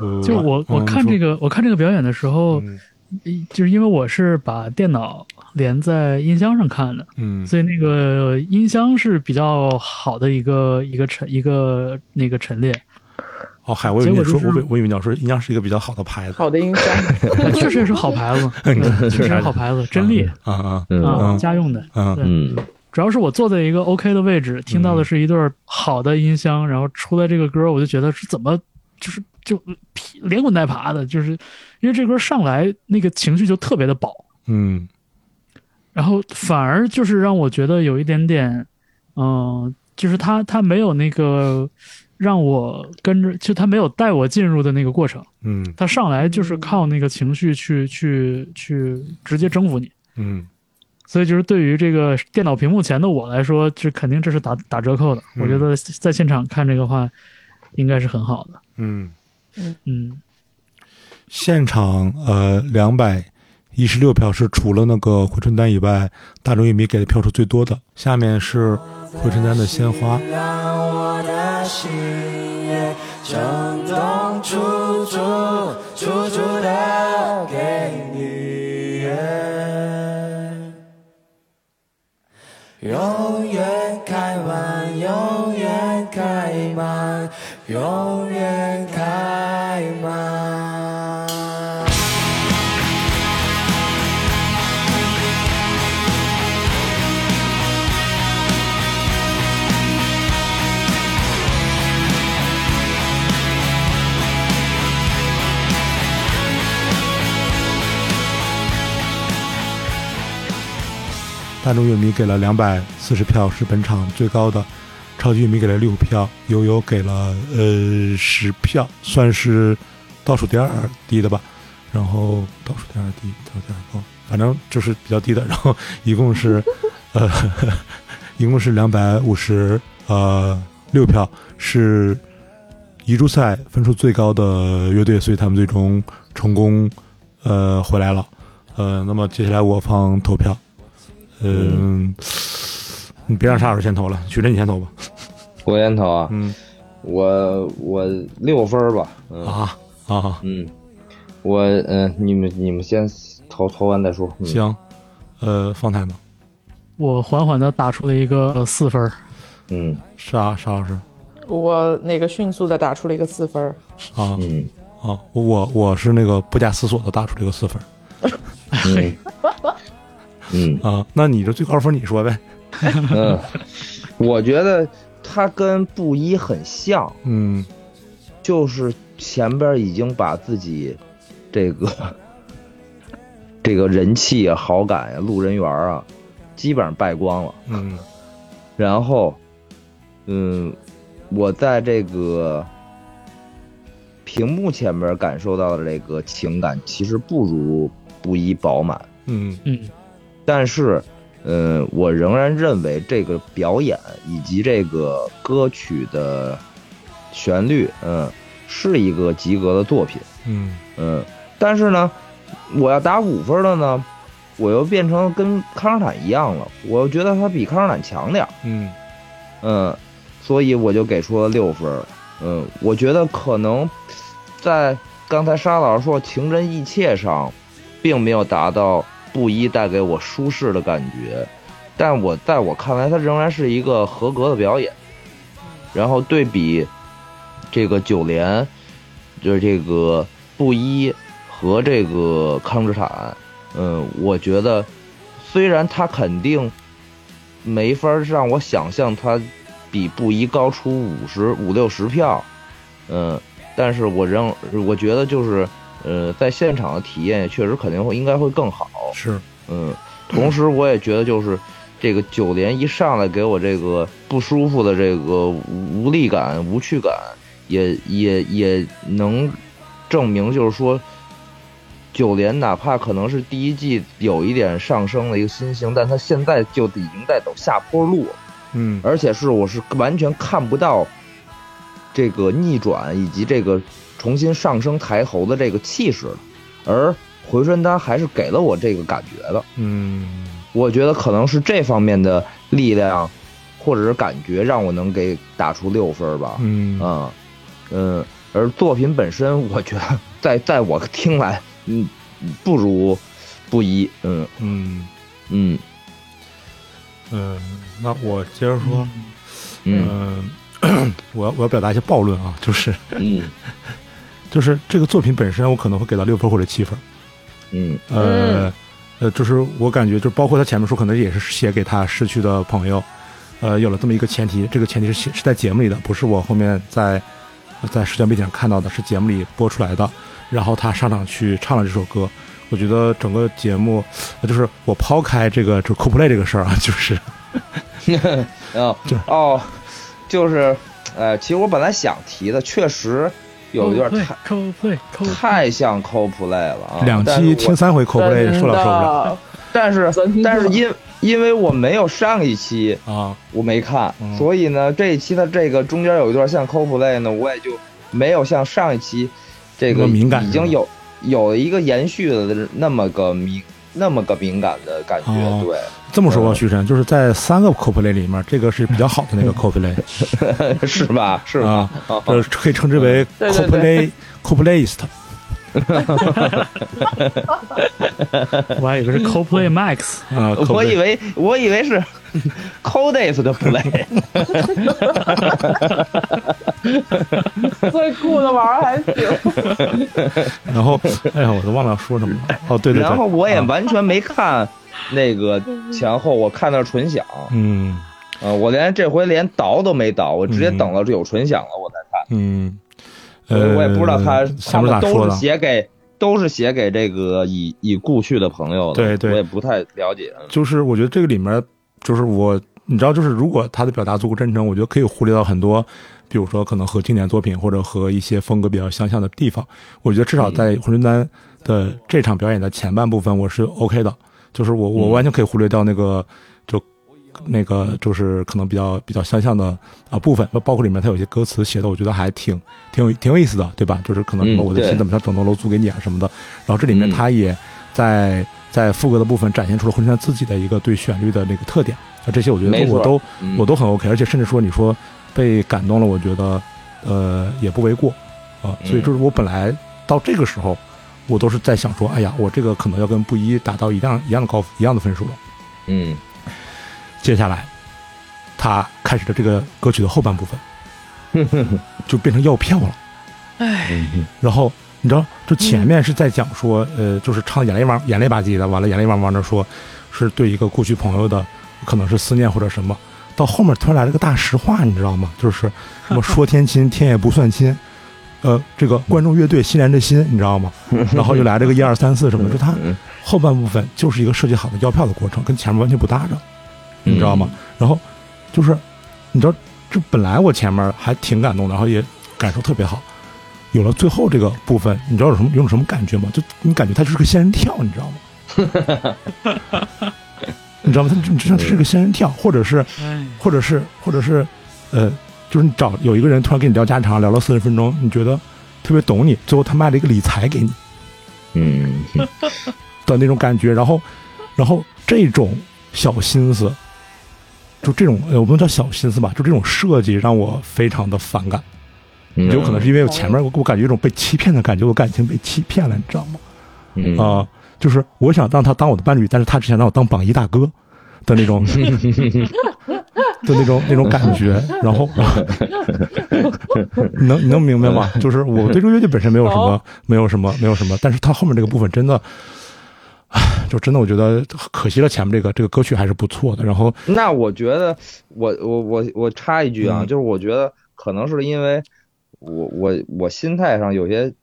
Speaker 2: 呃
Speaker 4: 就我我看这，个我看这个表演的时候，
Speaker 2: 嗯
Speaker 4: 一就是因为我是把电脑连在音箱上看的，
Speaker 2: 嗯
Speaker 4: 所以那个音箱是比较好的一个一个陈一个那个陈列，
Speaker 2: 哦，嗨，我以为你
Speaker 4: 结
Speaker 2: 说，
Speaker 4: 果就
Speaker 2: 我
Speaker 4: 是
Speaker 2: 以我以为你要说音箱是一个比较好的牌子，
Speaker 3: 好的音箱，
Speaker 4: 啊确实也是好牌子嘛，对确实是好牌子，真力
Speaker 2: 啊啊
Speaker 1: 嗯
Speaker 4: 啊，家用的。
Speaker 2: 啊
Speaker 4: 对
Speaker 1: 嗯，
Speaker 4: 主要是我坐在一个 OK 的位置，听到的是一段好的音箱，然后出来这个歌，我就觉得是怎么就是就劈连滚带爬的，就是因为这歌上来那个情绪就特别的饱，
Speaker 2: 嗯
Speaker 4: 然后反而就是让我觉得有一点点，嗯、就是他他没有那个让我跟着，就他没有带我进入的那个过程，
Speaker 2: 嗯
Speaker 4: 他上来就是靠那个情绪去去去直接征服你。
Speaker 2: 嗯
Speaker 4: 所以就是对于这个电脑屏幕前的我来说，这肯定这是打打折扣的。
Speaker 2: 嗯
Speaker 4: 我觉得在现场看这个话，应该是很好的。
Speaker 2: 嗯，
Speaker 4: 嗯，
Speaker 2: 现场呃两百一十六票是除了那个回春丹以外，大众乐迷给的票数最多的，下面是回春丹的《鲜花》。
Speaker 6: 让我的心也震动，处处处处的给你，永远开满，永远开满，永远开满。
Speaker 2: 大众乐迷给了两百四十票，是本场最高的。超级乐迷给了六票，悠悠给了呃十票，算是倒数第二低的吧。然后倒数第二低，倒数第二高，反正就是比较低的。然后一共是 呃，一共是两百五十呃六票，是遗珠赛分数最高的乐队，所以他们最终成功呃回来了。呃，那么接下来我方投票。嗯，你别让沙老师先投了，许晨你先投吧。
Speaker 1: 我先投啊，
Speaker 2: 嗯
Speaker 1: 我我六分儿吧，嗯
Speaker 2: 啊啊，
Speaker 1: 嗯，我嗯，你们你们先投投完再说，嗯，
Speaker 2: 行，呃，方太呢？
Speaker 4: 我缓缓的打出了一个呃四分儿，
Speaker 1: 嗯
Speaker 2: 沙沙老师
Speaker 3: 我那个迅速的打出了一个四分儿，
Speaker 2: 啊
Speaker 1: 嗯
Speaker 2: 啊，我我是那个不假思索的打出这个四分，
Speaker 1: 嗯，嗯
Speaker 2: 啊。那你这最高分你说呗，
Speaker 1: 嗯，我觉得他跟布衣很像，
Speaker 2: 嗯
Speaker 1: 就是前边已经把自己这个 这个人气啊、好感呀、路人缘啊，基本上败光了。
Speaker 2: 嗯
Speaker 1: 然后，嗯，我在这个屏幕前面感受到的这个情感，其实不如布衣饱满，
Speaker 2: 嗯
Speaker 4: 嗯
Speaker 1: 但是。嗯，我仍然认为这个表演以及这个歌曲的旋律，嗯，是一个及格的作品。
Speaker 2: 嗯
Speaker 1: 嗯，但是呢，我要打五分的呢，我又变成跟康斯坦一样了，我又觉得他比康斯坦强点儿，
Speaker 2: 嗯
Speaker 1: 嗯，所以我就给出了六分儿。嗯，我觉得可能在刚才沙老师说情真意切上，并没有达到布衣带给我舒适的感觉，但我在我看来，它仍然是一个合格的表演。然后对比这个九连，就是这个布衣和这个康之坦，嗯，我觉得虽然他肯定没法让我想象他比布衣高出五十五六十票，嗯，但是我仍我觉得就是呃，在现场的体验确实肯定会应该会更好，
Speaker 2: 是
Speaker 1: 嗯，同时我也觉得就是这个九连一上来给我这个不舒服的这个无无力感、无趣感，也也也能证明，就是说九连哪怕可能是第一季有一点上升的一个新星，但他现在就已经在走下坡路，
Speaker 2: 嗯
Speaker 1: 而且是我是完全看不到这个逆转以及这个重新上升抬头的这个气势的，而回春丹还是给了我这个感觉的。
Speaker 2: 嗯
Speaker 1: 我觉得可能是这方面的力量，或者是感觉，让我能给打出六分吧。
Speaker 2: 嗯
Speaker 1: 嗯嗯，而作品本身，我觉得在在我听来，嗯，不如不一。嗯
Speaker 2: 嗯
Speaker 1: 嗯
Speaker 2: 嗯，那我接着说，
Speaker 1: 嗯
Speaker 2: 嗯， 我要我要表达一些暴论啊，就是
Speaker 1: 嗯
Speaker 2: 就是这个作品本身，我可能会给到六分或者七分。
Speaker 1: 嗯
Speaker 2: 呃，呃，就是我感觉，就包括他前面说，可能也是写给他逝去的朋友，呃，有了这么一个前提，这个前提是写是在节目里的，不是我后面在在社交媒体上看到的，是节目里播出来的。然后他上场去唱了这首歌，我觉得整个节目，呃就是我抛开这个就 CoPlay 这个事儿啊，就是
Speaker 1: 啊哦，就是，呃，其实我本来想提的，确实有一
Speaker 3: 嗯
Speaker 1: 段太
Speaker 4: Coldplay Coldplay
Speaker 1: 太像 CoPlay 了啊。
Speaker 2: 两
Speaker 1: 但是
Speaker 2: 期
Speaker 1: 我
Speaker 2: 听三回 CoPlay 受不了受不了
Speaker 3: 真的
Speaker 1: 但是
Speaker 3: 咱听
Speaker 1: 但是
Speaker 3: 听
Speaker 1: 因因为我没有上一期。
Speaker 2: 啊，
Speaker 1: 我没看，
Speaker 2: 嗯
Speaker 1: 所以呢，这一期的这个中间有一段像 cosplay 呢，我也就没有像上一期这
Speaker 2: 那
Speaker 1: 个
Speaker 2: 么敏感
Speaker 1: 已经有有了一个延续的那么个敏那么个敏感的感觉，
Speaker 2: 哦
Speaker 1: 对，
Speaker 2: 这么说吧，
Speaker 1: 嗯
Speaker 2: 徐晨，就是在三个 CoPlay 里面，这个是比较好的那个 CoPlay。
Speaker 1: 是吧？是吧哦嗯
Speaker 2: 啊？，呃，可以称之为
Speaker 3: 对对
Speaker 2: cosplay cosplayist，
Speaker 4: 我还以 为是 Coldplay Max，
Speaker 2: 啊，
Speaker 1: 我以
Speaker 2: cosplay
Speaker 1: 为我以为是 codes 的 play，
Speaker 3: 最酷的玩儿还行，
Speaker 2: 然后，哎呀，我都忘了说什么了。哦，对对对，
Speaker 1: 然后我也
Speaker 2: 啊
Speaker 1: 完全没看那个前后，我看到纯享，
Speaker 2: 嗯
Speaker 1: 啊，我连这回连倒都没倒，我直接等到有纯享了我才看。
Speaker 2: 嗯，
Speaker 1: 呃，
Speaker 2: 呃，
Speaker 1: 我也不知道他
Speaker 2: 前
Speaker 1: 他
Speaker 2: 面咋
Speaker 1: 们
Speaker 2: 说
Speaker 1: 都
Speaker 2: 的
Speaker 1: 是，写给都是写给这个已已故去的朋友的，
Speaker 2: 对对
Speaker 1: 我也不太了解。
Speaker 2: 就是我觉得这个里面，就是我，你知道，就是如果他的表达足够真诚，我觉得可以忽略到很多，比如说可能和经典作品或者和一些风格比较相像的地方。我觉得至少
Speaker 1: 嗯
Speaker 2: 在混沌丹的这场表演的前半部分，我是 OK 的，就是我我
Speaker 1: 嗯
Speaker 2: 完全可以忽略掉那个就。那个就是可能比较比较相像的啊、部分，包括里面它有些歌词写的，我觉得还挺挺有挺有意思的，对吧？就是可能什么
Speaker 1: 嗯
Speaker 2: 我的心
Speaker 1: 对
Speaker 2: 怎么像整栋楼租给你啊什么的，然后这里面
Speaker 1: 嗯
Speaker 2: 他也在在副歌的部分展现出了婚山自己的一个对旋律的那个特点啊，这些我觉得
Speaker 1: 没
Speaker 2: 都
Speaker 1: 错
Speaker 2: 我都
Speaker 1: 嗯
Speaker 2: 我都很 OK，而且甚至说你说被感动了，我觉得呃也不为过啊，所以
Speaker 1: 嗯
Speaker 2: 就是我本来到这个时候，我都是在想说，哎呀，我这个可能要跟布衣达到一样一样的高一样的分数了。
Speaker 1: 嗯
Speaker 2: 接下来，他开始的这个歌曲的后半部分，就变成要票了。然后你知道，就前面是在讲说，呃，就是唱眼泪汪眼泪吧唧的，完了眼泪汪汪的说，是对一个过去朋友的可能是思念或者什么。到后面突然来了个大实话，你知道吗？就是什么说天亲，天也不算亲。 呃，这个观众乐队欣然的心，你知道吗？然后又来了个一二三四什么的，就他后半部分就是一个设计好的要票的过程，跟前面完全不搭着，你知道吗？然后就是你知道，这本来我前面还挺感动的，然后也感受特别好。有了最后这个部分，你知道有什么有种什么感觉吗？就你感觉它就是个仙人跳，你知道吗？ 你知道吗？它就就像是个仙人跳，或者是
Speaker 4: 哎，
Speaker 2: 或者是或者是，呃，就是你找有一个人突然跟你聊家常，聊了四十分钟，你觉得特别懂你，最后他卖了一个理财给你
Speaker 1: 嗯，
Speaker 2: 的那种感觉，然后，然后这种小心思，就这种呃，我不能叫小心思吧，就这种设计让我非常的反感，
Speaker 1: 嗯
Speaker 2: 有可能是因为我前面我我感觉有种被欺骗的感觉，我感情被欺骗了，你知道吗？
Speaker 1: 嗯
Speaker 2: 啊、就是我想让他当我的伴侣，但是他只想让我当榜一大哥的那 种，的那种那种感觉。然后， 能你能明白吗？就是我对这个乐队本身没有什么
Speaker 3: 懂，
Speaker 2: 没有什么，没有什么，但是他后面这个部分真的。唉就真的，我觉得可惜了。前面这个这个歌曲还是不错的，然后
Speaker 1: 那我觉得，我我我我插一句啊，
Speaker 2: 嗯
Speaker 1: 就是我觉得可能是因为我我我心态上有些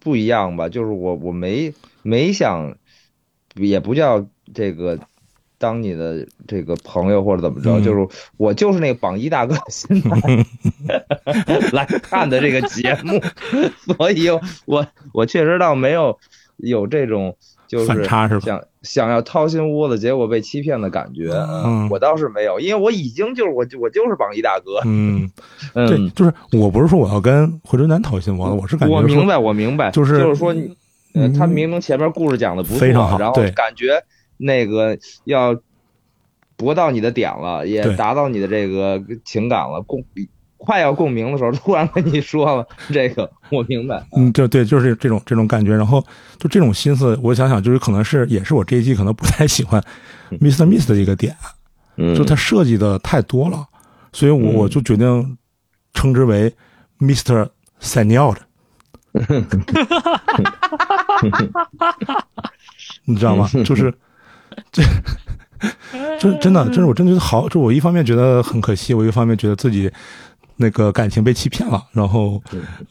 Speaker 1: 不一样吧，就是我我没没想，也不叫这个当你的这个朋友或者怎么着，
Speaker 2: 嗯
Speaker 1: 就是我就是那个榜一大哥的心 态来看的这个节目， 所以我我确实倒没有有这种就是
Speaker 2: 反差是吧
Speaker 1: 想想要掏心窝子，结果被欺骗的感觉。
Speaker 2: 嗯
Speaker 1: 我倒是没有，因为我已经就是我我就是榜一大哥。
Speaker 2: 嗯，对，
Speaker 1: 嗯，
Speaker 2: 就是我不是说我要跟回春丹讨薪我我是感觉
Speaker 1: 我
Speaker 2: 说
Speaker 1: 明白，我明白，
Speaker 2: 就是
Speaker 1: 就是说你，呃
Speaker 2: 嗯
Speaker 1: 他明明前面故事讲的不错，
Speaker 2: 非常好
Speaker 1: 然后
Speaker 2: 对
Speaker 1: 感觉那个要博到你的点了，也
Speaker 2: 对
Speaker 1: 达到你的这个情感了，共快要共鸣的时候，突然跟你说了这个，我明白。
Speaker 2: 嗯，对对，就是这种这种感觉。然后就这种心思，我想想，就是可能是也是我这一季可能不太喜欢 Mr. Miss 的一个点，
Speaker 1: 嗯
Speaker 2: 就它设计的太多了，所以我
Speaker 1: 嗯
Speaker 2: 我就决定称之为 Mr. 撒尿的，你知道 吗？就是这这真的， 就是我真的觉得好，就我一方面觉得很可惜，我一方面觉得自己那个感情被欺骗了，然后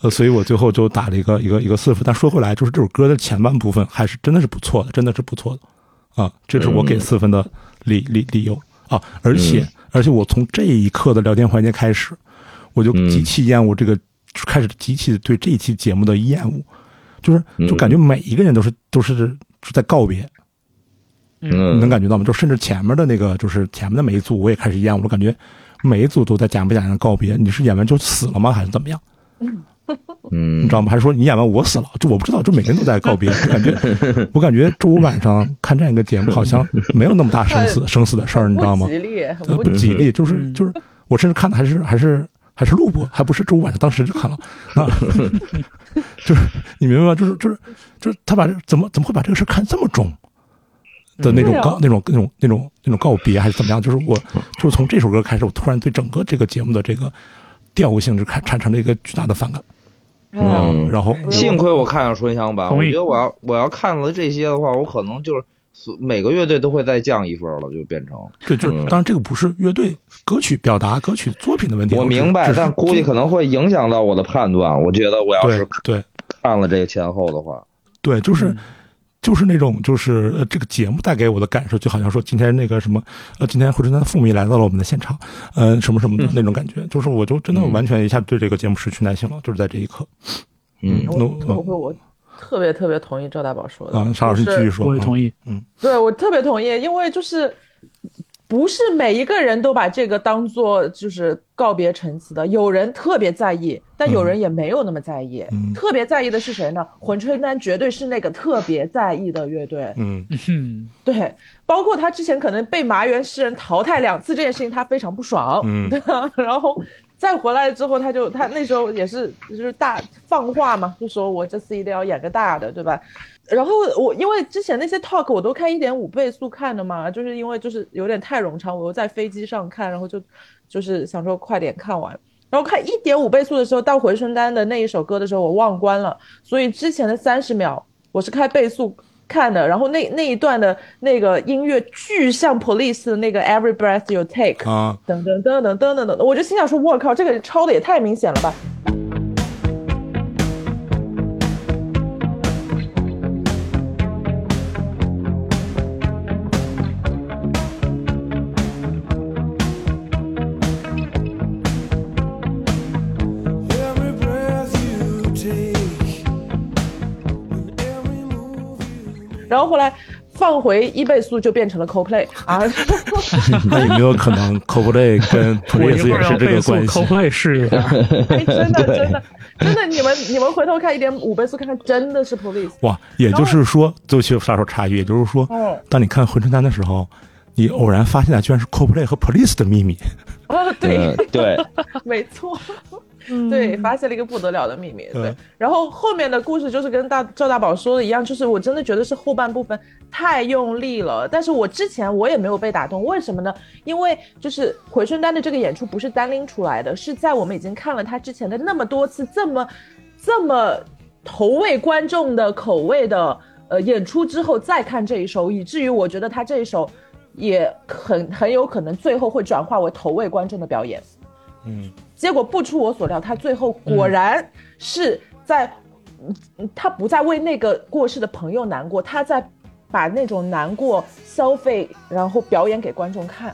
Speaker 2: 呃，所以我最后就打了一个一个一个四分。但说回来，就是这首歌的前半部分还是真的是不错的，真的是不错的啊，这是我给四分的理理理由啊。而且、而且我从这一刻的聊天环节开始，我就极其厌恶这个，开始极其地对这一期节目的厌恶，就是就感觉每一个人都是都是是在告别，你能
Speaker 1: 嗯
Speaker 2: 感觉到吗？就甚至前面的那个，就是前面的每一组，我也开始厌恶，我感觉每一组都在讲不讲上告别。你是演完就死了吗？还是怎么样？
Speaker 1: 嗯，
Speaker 2: 你知道吗？还是说你演完我死了？就我不知道，就每个人都在告别。我 感觉，我感觉周五晚上看这样一个节目，好像没有那么大生死生死的事儿，你知道吗
Speaker 3: 不？吉利，很
Speaker 2: 呃
Speaker 3: 不
Speaker 2: 不吉利，就是
Speaker 4: 嗯
Speaker 2: 就是，我甚至看的还是还是还是录播，还不是周五晚上，当时就看了。那 就是你明白吗？就是就是就是他把这怎么怎么会把这个事儿看这么重
Speaker 1: 嗯
Speaker 2: 的那种
Speaker 3: 对啊
Speaker 2: 告、那种那种那种那种告别还是怎么样？就是我
Speaker 1: 嗯
Speaker 2: 就是从这首歌开始，我突然对整个这个节目的这个调性就开产生了一个巨大的反感。
Speaker 3: 嗯
Speaker 1: 嗯
Speaker 2: 然后
Speaker 1: 幸亏我看了纯享版，我
Speaker 4: 同意
Speaker 1: 觉得我要我要看了这些的话，我可能就是每个乐队都会再降一分了，就变成
Speaker 2: 对，就是
Speaker 1: 嗯
Speaker 2: 当然这个不是乐队歌曲表达歌曲作品的问题，
Speaker 1: 我
Speaker 2: 只
Speaker 1: 明白
Speaker 2: 只，是
Speaker 1: 但估计可能会影响到我的判断。我觉得我要
Speaker 2: 对
Speaker 1: 是
Speaker 2: 对
Speaker 1: 看了这个前后的话，
Speaker 2: 对，就是
Speaker 4: 嗯
Speaker 2: 就是那种就是呃这个节目带给我的感受，就好像说今天那个什么呃，今天惠春丹父母也来到了我们的现场，呃，什么什么
Speaker 4: 嗯
Speaker 2: 的那种感觉，就是我就真的完全一下对这个节目失去耐性了，就是在这一刻。
Speaker 1: 嗯
Speaker 2: 那
Speaker 3: 我我
Speaker 2: 我
Speaker 3: 我我特别特别同意赵大宝说的
Speaker 2: 啊，沙老师你
Speaker 3: 就
Speaker 2: 继
Speaker 3: 是
Speaker 2: 续说，
Speaker 4: 呃我也同
Speaker 2: 意。
Speaker 4: 意。
Speaker 3: 对我特别同意，因为就是不是每一个人都把这个当做就是告别陈词的，有人特别在意，但有人也没有那么在意。
Speaker 2: 嗯
Speaker 3: 特别在意的是谁呢？混春丹绝对是那个特别在意的乐队，
Speaker 2: 嗯
Speaker 4: 嗯，
Speaker 3: 对，包括他之前可能被麻原诗人淘汰两次这件事情，他非常不爽。
Speaker 2: 嗯
Speaker 3: 啊 然后再回来之后，他就他那时候也是就是大放话嘛，就说我这次一定要演个大的，对吧？然后我因为之前那些 talk 我都看一点五倍速看的嘛，就是因为就是有点太冗长，我又在飞机上看，然后就就是想说快点看完。然后看一点五倍速的时候，到回春丹的那一首歌的时候，我忘关了，所以之前的三十秒我是开倍速看的。然后那那一段的那个音乐巨像 Police 的那个 Every Breath You Take，
Speaker 2: 啊，
Speaker 3: 噔噔噔噔噔噔噔，我就心想说，我靠，这个抄的也太明显了吧！
Speaker 6: Every breath you take, every move you
Speaker 3: 然后后来放回一倍速就变成了 CoPlay 啊，
Speaker 2: 那有没有可能 Coldplay 跟
Speaker 4: 我一
Speaker 2: Police
Speaker 4: 会
Speaker 2: 也
Speaker 4: 儿要
Speaker 2: 是这
Speaker 4: 倍
Speaker 2: 个
Speaker 4: 速
Speaker 2: 关系？
Speaker 4: CoPlay 试一下。
Speaker 3: 哎真的真的真的，你们你们回头看一点五倍速看看，真的是 Police。
Speaker 2: 哇，也就是说，就去杀手插一句，也就是说，
Speaker 4: 哦
Speaker 3: 嗯
Speaker 2: 当你看《回春丹》的时候，你偶然发现了居然是 Coldplay 和 Police 的秘密。
Speaker 3: 啊，对
Speaker 1: 嗯，对，
Speaker 3: 没错，对，发现了一个不得了的秘密。对
Speaker 2: 嗯，
Speaker 3: 然后后面的故事就是跟大赵大宝说的一样，就是我真的觉得是后半部分太用力了，但是我之前我也没有被打动，为什么呢？因为就是回春丹的这个演出不是单拎出来的，是在我们已经看了他之前的那么多次这么这么投喂观众的口味的呃演出之后再看这一首，以至于我觉得他这一首也很很有可能最后会转化为投喂观众的表演。
Speaker 2: 嗯，
Speaker 3: 结果不出我所料，他最后果然是在，嗯他不再为那个过世的朋友难过，他在把那种难过消费，然后表演给观众看，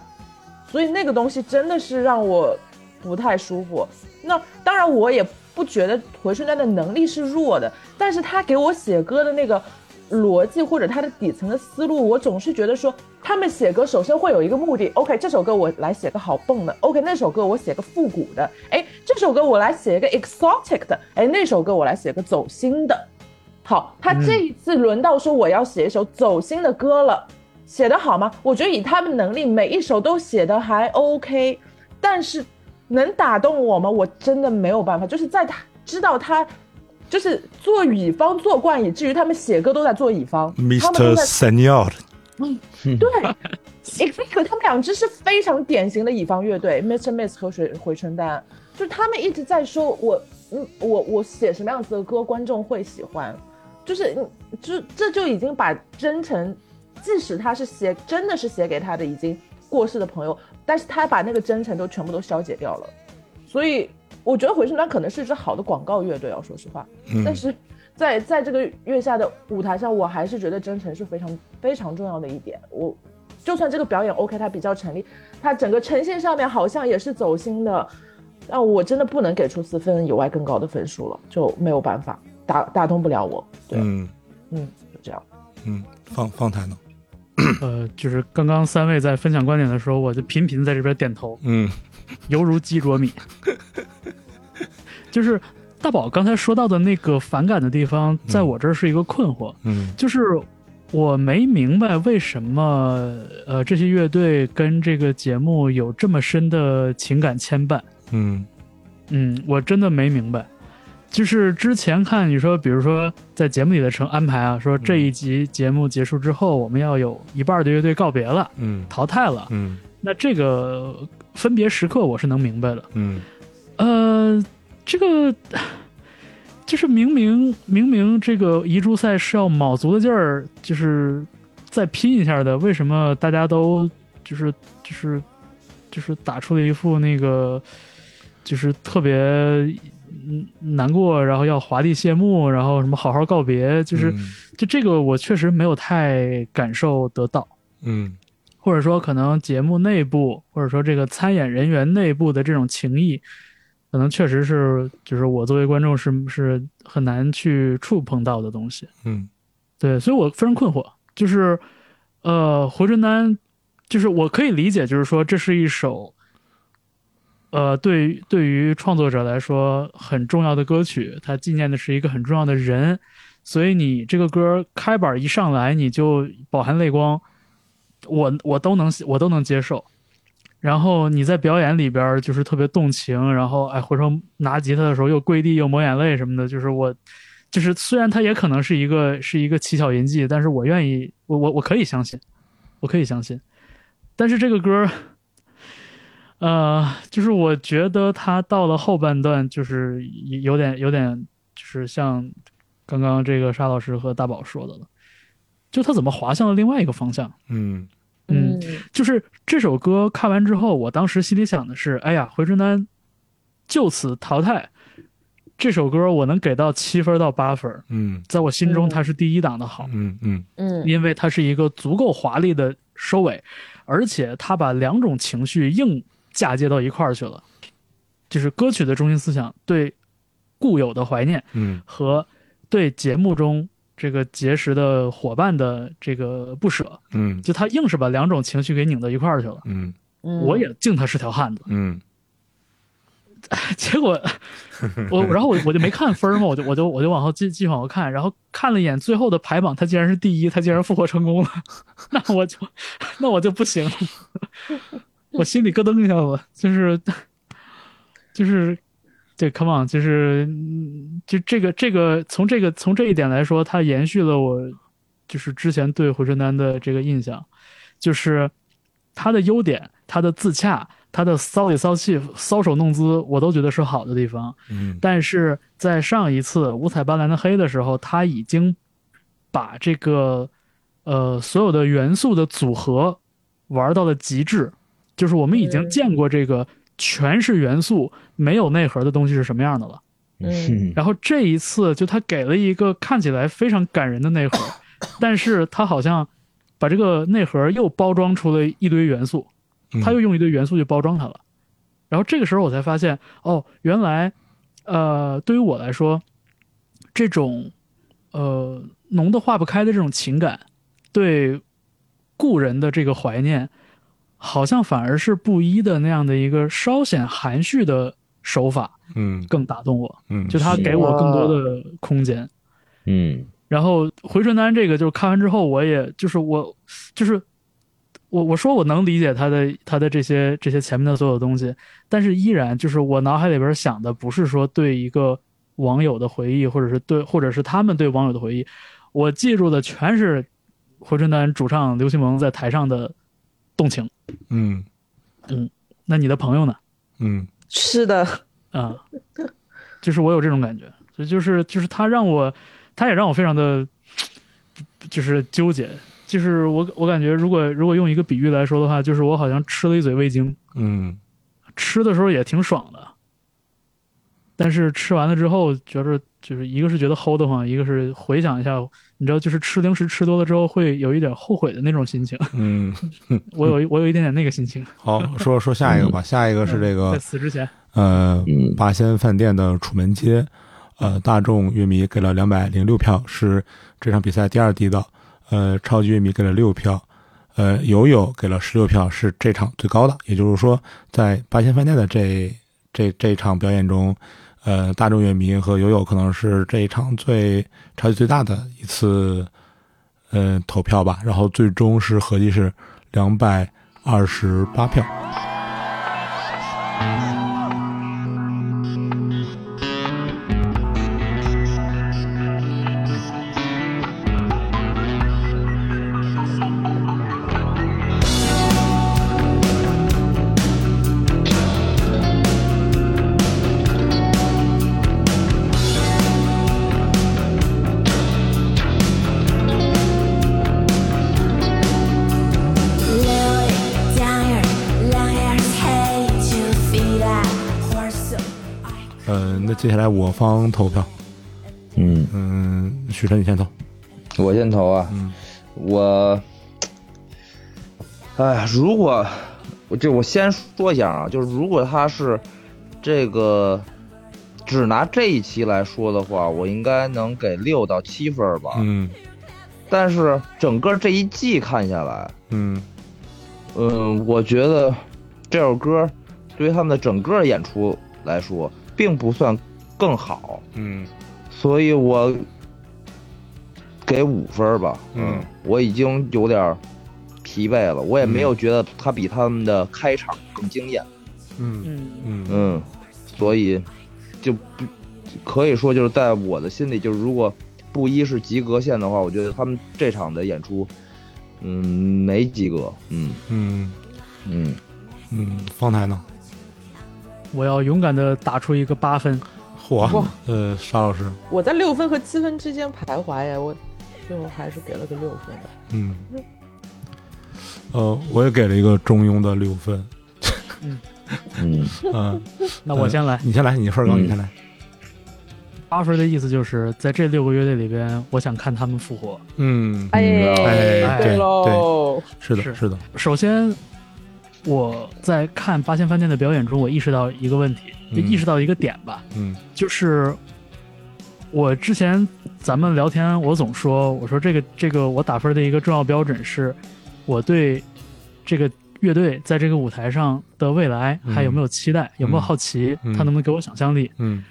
Speaker 3: 所以那个东西真的是让我不太舒服。那当然，我也不觉得回春丹的能力是弱的，但是他给我写歌的那个逻辑或者他的底层的思路，我总是觉得说，他们写歌首先会有一个目的，OK，这首歌我来写个好蹦的，OK，那首歌我写个复古的，哎，这首歌我来写一个 exotic 的，哎，那首歌我来写个走心的。好，他这一次轮到说我要写一首走心的歌了，写得好吗？我觉得以他们能力，每一首都写得还 OK，但是能打动我吗？我真的没有办法，就是在他知道他。就是做乙方做惯，以至于他们写歌都在做乙方他们都
Speaker 2: ，Mr.
Speaker 3: 在
Speaker 2: Senior，
Speaker 3: 对，exactly，他们两支是非常典型的乙方乐队，Mr. Miss 和水回春丹，就是他们一直在说我，嗯，我我写什么样子的歌观众会喜欢，就是嗯就这就已经把真诚，即使他是写真的是写给他的已经过世的朋友，但是他把那个真诚都全部都消解掉了，所以我觉得回春丹可能是一支好的广告乐队，要说实话，但
Speaker 2: 嗯，
Speaker 3: 是在在这个月下的舞台上，我还是觉得真诚是非常非常重要的一点。我就算这个表演 OK，它比较成立，它整个呈现上面好像也是走心的，但我真的不能给出四分以外更高的分数了，就没有办法打打动不了我。对，嗯
Speaker 2: 嗯
Speaker 3: 就这样。
Speaker 2: 嗯，方方台呢？
Speaker 4: 呃，就是刚刚三位在分享观点的时候，我就频频在这边点头，
Speaker 2: 嗯
Speaker 4: 犹如鸡啄米。就是大宝刚才说到的那个反感的地方，在我这儿是一个困惑。
Speaker 2: 嗯
Speaker 4: 就是我没明白为什么呃这些乐队跟这个节目有这么深的情感牵绊。
Speaker 2: 嗯
Speaker 4: 嗯，我真的没明白。就是之前看你说，比如说在节目里的成安排啊，说这一集节目结束之后，我们要有一半的乐队告别了，
Speaker 2: 嗯
Speaker 4: 淘汰了。
Speaker 2: 嗯
Speaker 4: 那这个分别时刻我是能明白的。
Speaker 2: 嗯
Speaker 4: 呃，这个就是明明明明这个遗珠赛是要卯足了劲儿，就是再拼一下的，为什么大家都就是就是就是打出了一副那个就是特别嗯难过，然后要华丽谢幕，然后什么好好告别，就是、
Speaker 6: 嗯
Speaker 2: 嗯
Speaker 4: 就这个我确实没有太感受得到。
Speaker 2: 嗯
Speaker 4: 或者说可能节目内部，或者说这个参演人员内部的这种情谊，可能确实是就是我作为观众是是很难去触碰到的东西。
Speaker 2: 嗯
Speaker 4: 对，所以我非常困惑，就是呃，回春丹，就是我可以理解，就是说这是一首。呃，对于对于创作者来说很重要的歌曲，它纪念的是一个很重要的人，所以你这个歌开板一上来你就饱含泪光，我我都能我都能接受。然后你在表演里边儿就是特别动情，然后哎回头拿吉他的时候又跪地又抹眼泪什么的，就是我就是虽然它也可能是一个是一个奇巧淫技，但是我愿意我我我可以相信，我可以相信。但是这个歌儿，呃，就是我觉得他到了后半段，就是有点有点，就是像刚刚这个沙老师和大宝说的了，就他怎么滑向了另外一个方向。
Speaker 2: 嗯
Speaker 4: 嗯，就是这首歌看完之后，我当时心里想的是，哎呀，回春丹就此淘汰。这首歌我能给到七分到八分，
Speaker 2: 嗯
Speaker 4: 在我心中它是第一档的好，
Speaker 2: 嗯嗯
Speaker 3: 嗯
Speaker 4: 因为它是一个足够华丽的收尾，而且它把两种情绪硬嫁接到一块儿去了，就是歌曲的中心思想对固有的怀念，
Speaker 2: 嗯
Speaker 4: 和对节目中这个结识的伙伴的这个不舍，
Speaker 2: 嗯
Speaker 4: 就他硬是把两种情绪给拧到一块儿去了。
Speaker 2: 嗯
Speaker 3: 嗯，
Speaker 4: 我也敬他是条汉子，
Speaker 2: 嗯
Speaker 4: 结果我然后我我就没看分儿嘛，我就我就我就往后继继续往后看，然后看了一眼最后的排榜，他竟然是第一，他竟然复活成功了， 那我就那我就不行了， 我心里咯噔一下子，就是就是对，come on，就是嗯就这个这个从这个从这一点来说，它延续了我就是之前对回春丹的这个印象，就是他的优点，他的自洽，他的骚里骚气、搔首弄姿，我都觉得是好的地方。
Speaker 2: 嗯
Speaker 4: 但是在上一次五彩斑斓的黑的时候，他已经把这个呃所有的元素的组合玩到了极致，就是我们已经见过这个全是元素没有内核的东西是什么样的了。
Speaker 3: 嗯
Speaker 4: 然后这一次就他给了一个看起来非常感人的内核，但是他好像把这个内核又包装出了一堆元素，
Speaker 2: 嗯
Speaker 4: 他又用一堆元素去包装它了。然后这个时候我才发现，哦，原来，呃，对于我来说，这种呃浓得化不开的这种情感，对故人的这个怀念，好像反而是布衣的那样的一个稍显含蓄的手法
Speaker 2: 嗯
Speaker 4: 更打动我。
Speaker 2: 嗯，
Speaker 4: 就他给我更多的空间。
Speaker 1: 嗯
Speaker 4: 然后回春丹这个，就是看完之后，我也就是我就是我我说我能理解他的他的这些这些前面的所有东西，但是依然就是我脑海里边想的不是说对一个网友的回忆，或者是对或者是他们对网友的回忆，我记住的全是回春丹主唱刘新萌在台上的动情。
Speaker 2: 嗯
Speaker 4: 那你的朋友呢？
Speaker 2: 嗯
Speaker 3: 是的，
Speaker 4: 啊，就是我有这种感觉，所以就是就是他让我，他也让我非常的，就是纠结，就是我我感觉如果如果用一个比喻来说的话，就是我好像吃了一嘴味精，
Speaker 2: 嗯
Speaker 4: 吃的时候也挺爽的，但是吃完了之后觉着就是一个是觉得齁得慌，一个是回想一下，你知道就是吃零食吃多了之后会有一点后悔的那种心情，
Speaker 2: 嗯，
Speaker 4: 我有一我有一点点那个心情，嗯
Speaker 2: 好，说说下一个吧，下一个是这
Speaker 4: 在
Speaker 2: 个
Speaker 4: 死之前，
Speaker 2: 呃
Speaker 1: 嗯
Speaker 2: 八仙饭店的楚门街，呃，大众乐迷给了两百零六票，是这场比赛第二低的，呃，超级乐迷给了六票。呃，友友给了十六票，是这场最高的。也就是说，在八仙饭店的这这这一场表演中，呃，大众乐迷和友友可能是这一场最差距最大的一次，呃，投票吧。然后最终是合计是两百二十八票。呃，那接下来我方投票，
Speaker 1: 嗯，
Speaker 2: 嗯，许晨你先投，
Speaker 1: 我先投啊，我，哎呀，如果我就我先说一下啊，就是如果他是这个只拿这一期来说的话，我应该能给六到七分儿吧。
Speaker 2: 嗯
Speaker 1: 但是整个这一季看下来，
Speaker 2: 嗯
Speaker 1: 嗯，我觉得这首歌对于他们的整个演出来说，并不算更好，
Speaker 2: 嗯
Speaker 1: 所以我给五分儿吧。
Speaker 2: 嗯，
Speaker 1: 我已经有点儿疲惫了，我也没有觉得它比他们的开场更惊艳。
Speaker 2: 嗯
Speaker 4: 嗯
Speaker 2: 嗯
Speaker 1: 嗯，所以就不可以说就是在我的心里，就是如果布衣是及格线的话，我觉得他们这场的演出，嗯，没及格。嗯
Speaker 2: 嗯
Speaker 1: 嗯，
Speaker 2: 嗯，方台呢？
Speaker 4: 我要勇敢的打出一个八分。
Speaker 2: 嚯
Speaker 3: 哇，
Speaker 2: 呃，沙老师，
Speaker 3: 我在六分和七分之间徘徊呀，我最后还是给了个六分的。
Speaker 2: 嗯，呃，我也给了一个中庸的六分。
Speaker 1: 嗯，
Speaker 2: 嗯，
Speaker 4: 那我先来，
Speaker 2: 你先来，你份儿高，你先来。
Speaker 4: 八分的意思就是在这六个乐队里边，我想看他们复活。
Speaker 2: 嗯，哎
Speaker 3: 哎，
Speaker 2: 对
Speaker 3: 对喽，
Speaker 2: 是的，
Speaker 4: 是
Speaker 2: 是的，
Speaker 4: 首先，我在看八仙饭店的表演中，我意识到一个问题，就
Speaker 2: 嗯
Speaker 4: 意识到一个点吧，
Speaker 2: 嗯
Speaker 4: 就是我之前咱们聊天，我总说，我说这个这个我打分的一个重要标准是，我对这个乐队在这个舞台上的未来
Speaker 2: 嗯
Speaker 4: 还有没有期待，有没有好奇，
Speaker 2: 嗯
Speaker 4: 他能不能给我想象力？
Speaker 2: 嗯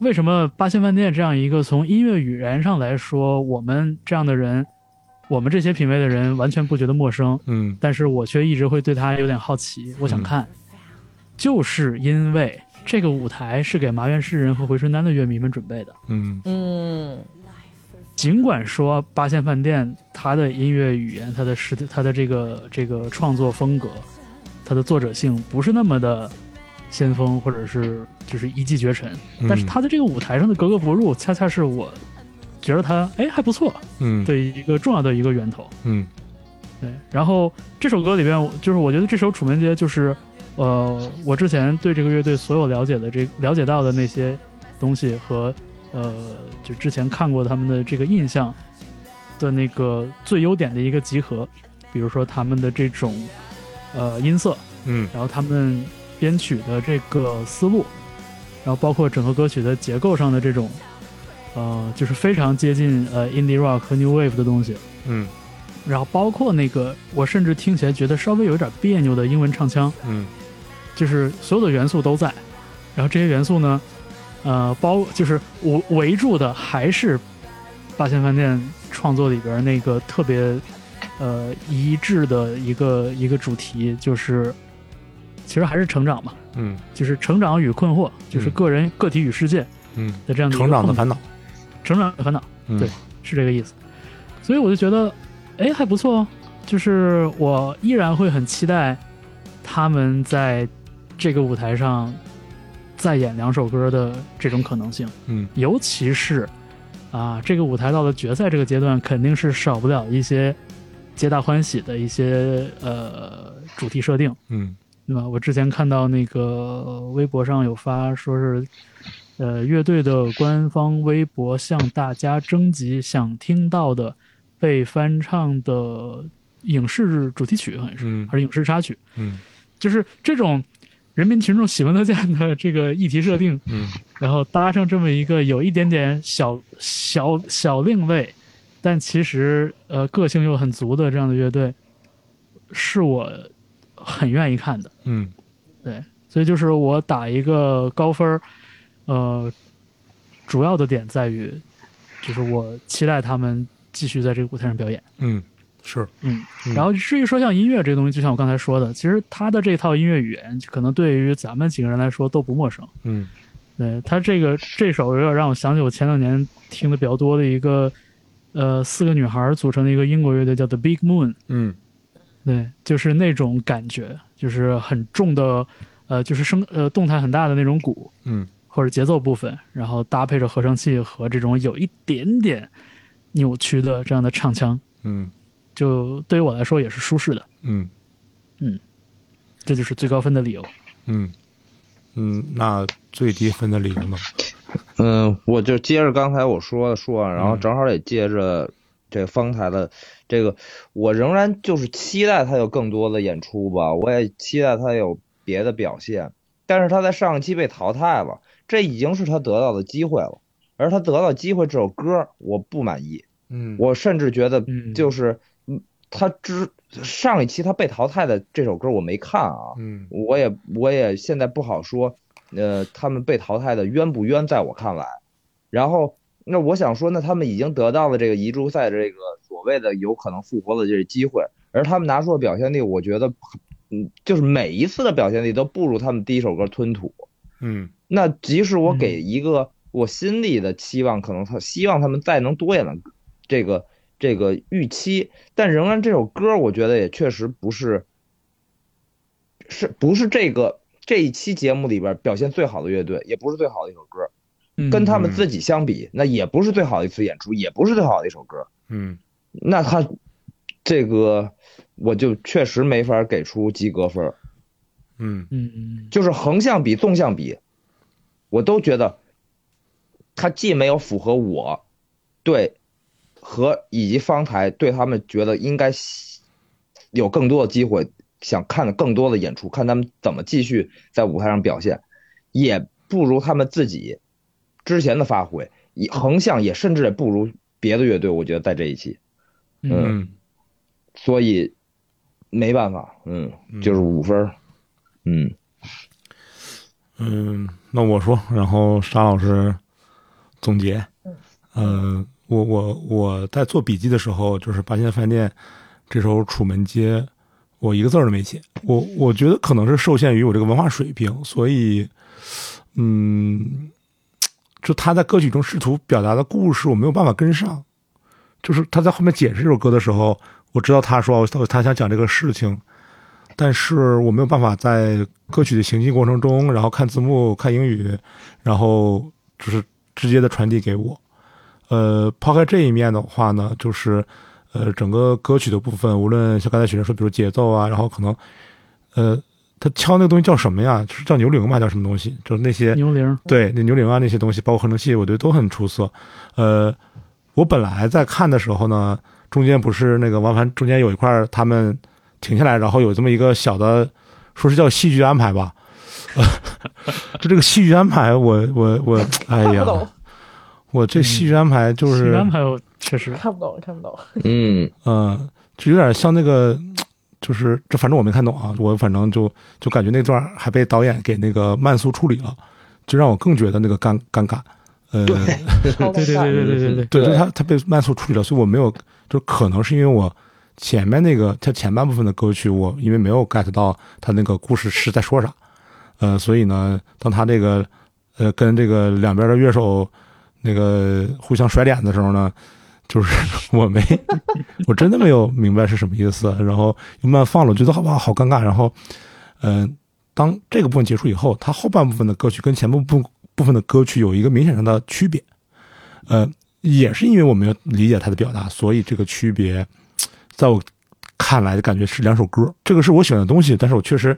Speaker 4: 为什么八仙饭店这样一个从音乐语言上来说，我们这样的人，我们这些品味的人完全不觉得陌生，
Speaker 2: 嗯
Speaker 4: 但是我却一直会对他有点好奇，我想看，就是因为这个舞台是给麻原诗人和回春丹的乐迷们准备的。
Speaker 2: 嗯
Speaker 3: 嗯，
Speaker 4: 尽管说八仙饭店它的音乐语言、它的实、它的这个这个创作风格、它的作者性不是那么的先锋，或者是就是一骑绝尘，
Speaker 2: 嗯，
Speaker 4: 但是他在这个舞台上的格格不入，恰恰是我觉得他哎还不错
Speaker 2: 嗯
Speaker 4: 的一个重要的一个源头。
Speaker 2: 嗯
Speaker 4: 对，然后这首歌里边，就是我觉得这首《楚门街》就是，呃，我之前对这个乐队所有了解的这了解到的那些东西和呃，就之前看过他们的这个印象的那个最优点的一个集合，比如说他们的这种呃音色，
Speaker 2: 嗯
Speaker 4: 然后他们编曲的这个思路，然后包括整个歌曲的结构上的这种，呃，就是非常接近呃 indie rock 和 new wave 的东西。
Speaker 2: 嗯
Speaker 4: 然后包括那个，我甚至听起来觉得稍微有一点别扭的英文唱腔，
Speaker 2: 嗯
Speaker 4: 就是所有的元素都在。然后这些元素呢，呃，包就是我围住的还是八仙饭店创作里边那个特别呃一致的一个一个主题，就是其实还是成长嘛，
Speaker 2: 嗯
Speaker 4: 就是成长与困惑，就是
Speaker 2: 嗯
Speaker 4: 个人、个体与世界
Speaker 2: 嗯，
Speaker 4: 的这样的一个
Speaker 2: 成长的
Speaker 4: 碰撞
Speaker 2: 烦恼。
Speaker 4: 成长的烦恼。
Speaker 2: 嗯
Speaker 4: 对是这个意思。所以我就觉得，哎，还不错哦。就是我依然会很期待他们在这个舞台上再演两首歌的这种可能性，
Speaker 2: 嗯
Speaker 4: 尤其是啊，这个舞台到了决赛这个阶段，肯定是少不了一些皆大欢喜的一些呃主题设定。
Speaker 2: 嗯
Speaker 4: 对吧？我之前看到那个微博上有发，说是，呃，乐队的官方微博向大家征集想听到的被翻唱的影视主题曲，好像是，
Speaker 2: 嗯
Speaker 4: 还是影视插曲，
Speaker 2: 嗯
Speaker 4: 就是这种人民群众喜闻乐见的这个议题设定，
Speaker 2: 嗯
Speaker 4: 然后搭上这么一个有一点点小小小另类，但其实呃个性又很足的这样的乐队，是我很愿意看的。
Speaker 2: 嗯
Speaker 4: 对，所以就是我打一个高分儿，呃，主要的点在于，就是我期待他们继续在这个舞台上表演。
Speaker 2: 嗯，是
Speaker 4: 嗯
Speaker 2: 嗯，
Speaker 4: 然后至于说像音乐这个东西，就像我刚才说的，其实他的这套音乐语言，可能对于咱们几个人来说都不陌生。
Speaker 2: 嗯
Speaker 4: 对他这个这首有点让我想起我前两年听的比较多的一个，呃，四个女孩组成的一个英国乐队叫 The Big Moon，
Speaker 2: 嗯
Speaker 4: 对，就是那种感觉，就是很重的，呃，就是声呃动态很大的那种鼓
Speaker 2: 嗯
Speaker 4: 或者节奏部分，然后搭配着合成器和这种有一点点扭曲的这样的唱腔，
Speaker 2: 嗯
Speaker 4: 就对于我来说也是舒适的，
Speaker 2: 嗯
Speaker 4: 这就是最高分的理由。
Speaker 2: 嗯嗯，那最低分的理由呢？
Speaker 1: 嗯，我就接着刚才我说的说啊，然后正好也接着这方才的这个，我仍然就是期待他有更多的演出吧，我也期待他有别的表现。但是他在上一期被淘汰了，这已经是他得到的机会了，而他得到的机会这首歌我不满意，
Speaker 2: 嗯
Speaker 1: 我甚至觉得
Speaker 4: 嗯
Speaker 1: 就是，嗯，他之上一期他被淘汰的这首歌我没看啊，
Speaker 2: 嗯
Speaker 1: 我也我也现在不好说，呃，他们被淘汰的冤不冤，在我看来。然后，那我想说，那他们已经得到了这个遗珠赛这个所谓的有可能复活的这个机会，而他们拿出的表现力，我觉得，嗯，就是每一次的表现力都不如他们第一首歌《吞吐》。
Speaker 2: 嗯
Speaker 1: 那即使我给
Speaker 4: 嗯
Speaker 1: 一个我心里的期望，可能他希望他们再能多演点这个这个预期，但仍然这首歌我觉得也确实不是，是不是这个这一期节目里边表现最好的乐队，也不是最好的一首歌，
Speaker 4: 嗯
Speaker 1: 跟他们自己相比，那也不是最好的一次演出，也不是最好的一首歌。
Speaker 2: 嗯
Speaker 1: 那他这个我就确实没法给出及格分儿，
Speaker 2: 嗯
Speaker 4: 嗯嗯
Speaker 1: 就是横向比、纵向比，我都觉得他既没有符合我对和以及方台对他们觉得应该有更多的机会，想看的更多的演出，看他们怎么继续在舞台上表现，也不如他们自己之前的发挥，以横向也甚至也不如别的乐队，我觉得在这一期。
Speaker 4: 嗯
Speaker 2: 嗯，
Speaker 1: 所以没办法，嗯，就是五分儿，嗯，
Speaker 2: 嗯，那我说，然后沙老师总结。嗯，我我我在做笔记的时候，就是《八仙饭店》这首《楚门街》，我一个字儿都没写。我我觉得可能是受限于我这个文化水平，所以，嗯，就他在歌曲中试图表达的故事，我没有办法跟上。就是他在后面解释这首歌的时候，我知道他说他他想讲这个事情，但是我没有办法在歌曲的行进过程中，然后看字幕、看英语，然后就是直接的传递给我。呃，抛开这一面的话呢，就是呃，整个歌曲的部分，无论像刚才雪人说，比如节奏啊，然后可能呃，他敲那个东西叫什么呀？是叫牛铃吗？叫什么东西？就是那些
Speaker 4: 嗯牛铃，
Speaker 2: 对，那牛铃啊那些东西，包括合成器，我觉得都很出色。呃，我本来在看的时候呢，中间不是那个王凡中间有一块儿他们停下来，然后有这么一个小的，说是叫戏剧安排吧。 呃、就这个戏剧安排我，我我哎
Speaker 3: 看不
Speaker 2: 呀，
Speaker 3: 懂，
Speaker 2: 我这嗯戏剧安排就是、
Speaker 4: 西安还有确实，
Speaker 3: 看不懂，看不懂。
Speaker 1: 嗯，
Speaker 2: 嗯，就有点像那个，就是这反正我没看懂啊，我反正就就感觉那段还被导演给那个慢速处理了，就让我更觉得那个尴尴尬。呃，
Speaker 3: 超
Speaker 4: 对对
Speaker 3: 尴尬
Speaker 4: 对对对对对，
Speaker 2: 对，
Speaker 1: 对
Speaker 2: 就是他他被慢速处理了，所以我没有，就可能是因为我前面那个他前半部分的歌曲，我因为没有 get 到他那个故事是在说啥，呃，所以呢，当他这个呃跟这个两边的乐手那个互相甩脸的时候呢，就是 我没，我真的没有明白是什么意思，然后又慢慢放了，我觉得好吧，好尴尬，然后，嗯、当这个部分结束以后，它后半部分的歌曲跟前半部部分的歌曲有一个明显上的区别，呃，也是因为我没有理解他的表达，所以这个区别，在我看来感觉是两首歌，这个是我喜欢的东西，但是我确实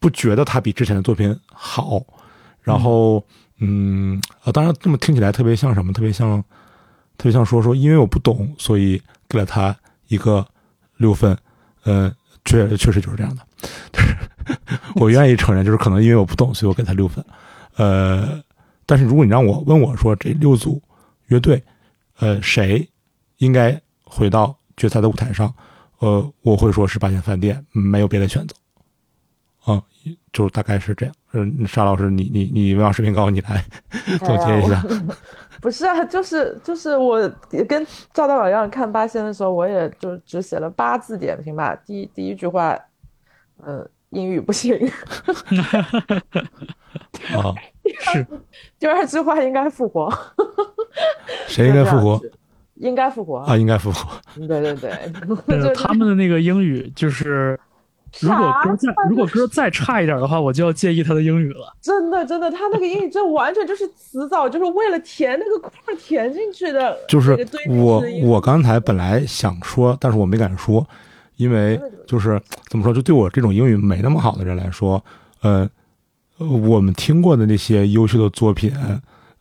Speaker 2: 不觉得它比之前的作品好。然后，嗯，呃，当然这么听起来特别像什么，特别像，特别像说说，因为我不懂，所以给了他一个六分，呃，确确实就是这样的， 我愿意承认，就是可能因为我不懂，所以我给他六分，呃，但是如果你让我问我说这六组乐队，呃，谁应该回到决赛的舞台上？呃，我会说是八仙饭店，没有别的选择。啊、就是大概是这样。嗯，沙老师，你你你文化水平高，你来 总结一下。
Speaker 3: 不是啊，就是就是我也跟赵大宝一样看八仙的时候，我也就只写了八字点评吧。第一第一句话，呃，英语不行；
Speaker 2: 啊，
Speaker 4: 是
Speaker 3: 第二句话应该复活，
Speaker 2: 谁应该复活
Speaker 3: 就这样子？应该复活
Speaker 4: 哎
Speaker 2: 啊？。应该复活。
Speaker 3: 对对 对，
Speaker 4: 呃
Speaker 3: 就
Speaker 4: 他们的那个英语就是。如果歌再如果歌再差一点的话，我就要介意他的英语了。
Speaker 3: 真的真的，他那个英语真完全就是词藻，就是为了填那个空儿填进去的。
Speaker 2: 就是
Speaker 3: 那个对应
Speaker 2: 我
Speaker 3: 的英语
Speaker 2: 我刚才本来想说，但是我没敢说，因为就是怎么说，就对我这种英语没那么好的人来说，呃，呃我们听过的那些优秀的作品，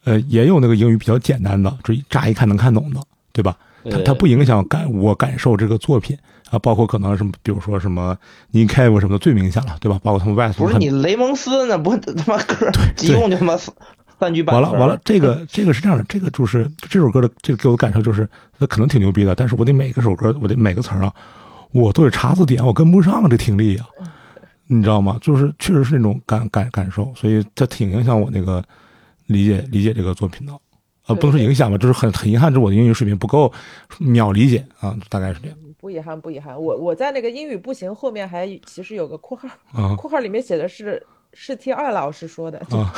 Speaker 2: 呃，也有那个英语比较简单的，就乍一看能看懂的，对吧？它它不影响感我感受这个作品啊，包括可能什么，比如说什么 n i k a v 什么的最明显了，对吧？包括他们 West
Speaker 1: 不是
Speaker 2: 很
Speaker 1: 你雷蒙斯那不他妈歌一共就他妈三三句半
Speaker 2: 完
Speaker 1: 分
Speaker 2: 了
Speaker 1: 儿，
Speaker 2: 完了，这 个这个是这样的，这个就是这首歌的这个给我的感受就是，它可能挺牛逼的，但是我得每个首歌，我得每个词儿啊，我都得查字典，我跟不上这听力啊，
Speaker 1: 嗯
Speaker 2: 你知道吗？就是确实是那种感感感受，所以它挺影响我那个理解理解这个作品的，呃，不能说影响吧，就是很很遗憾，就是我的英语水平不够秒理解啊，大概是这样
Speaker 3: 不遗憾，不遗憾。我我在那个英语不行后面还其实有个括号，
Speaker 2: 啊
Speaker 1: 嗯
Speaker 4: 嗯
Speaker 3: 括号里面写的是是听二老师说的。
Speaker 2: 啊，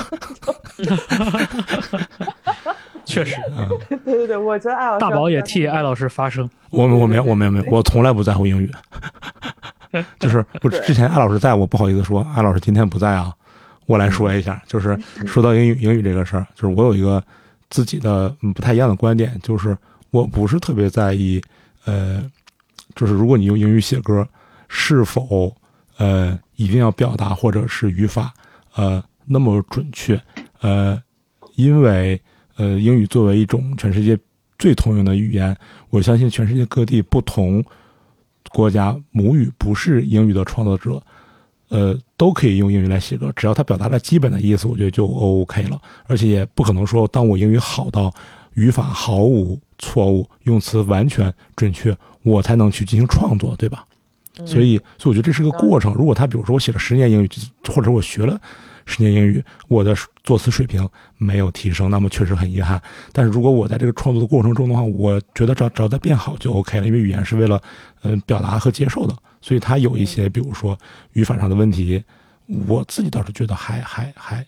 Speaker 4: 确实，
Speaker 3: 对 对对，我觉得艾老师
Speaker 4: 大宝也替艾老师发声。
Speaker 2: 我我没有我没有没有，我从来不在乎英语，就是我之前艾老师在我不好意思说，艾老师今天不在啊，我来说一下，就是说到英语英语这个事儿，就是我有一个自己的嗯不太一样的观点，就是我不是特别在意，呃，就是如果你用英语写歌，是否呃一定要表达或者是语法呃那么准确，呃，因为呃英语作为一种全世界最通用的语言，我相信全世界各地不同国家母语不是英语的创作者，呃，都可以用英语来写歌，只要他表达了基本的意思，我觉得就 OK 了。而且也不可能说，当我英语好到语法毫无错误、用词完全准确，我才能去进行创作，对吧？所以，所以我觉得这是个过程。如果他比如说我写了十年英语，或者我学了十年英语，我的作词水平没有提升，那么确实很遗憾。但是如果我在这个创作的过程中的话，我觉得只要只要它变好就 OK 了，因为语言是为了嗯、呃表达和接受的，所以它有一些比如说语法上的问题，我自己倒是觉得还还还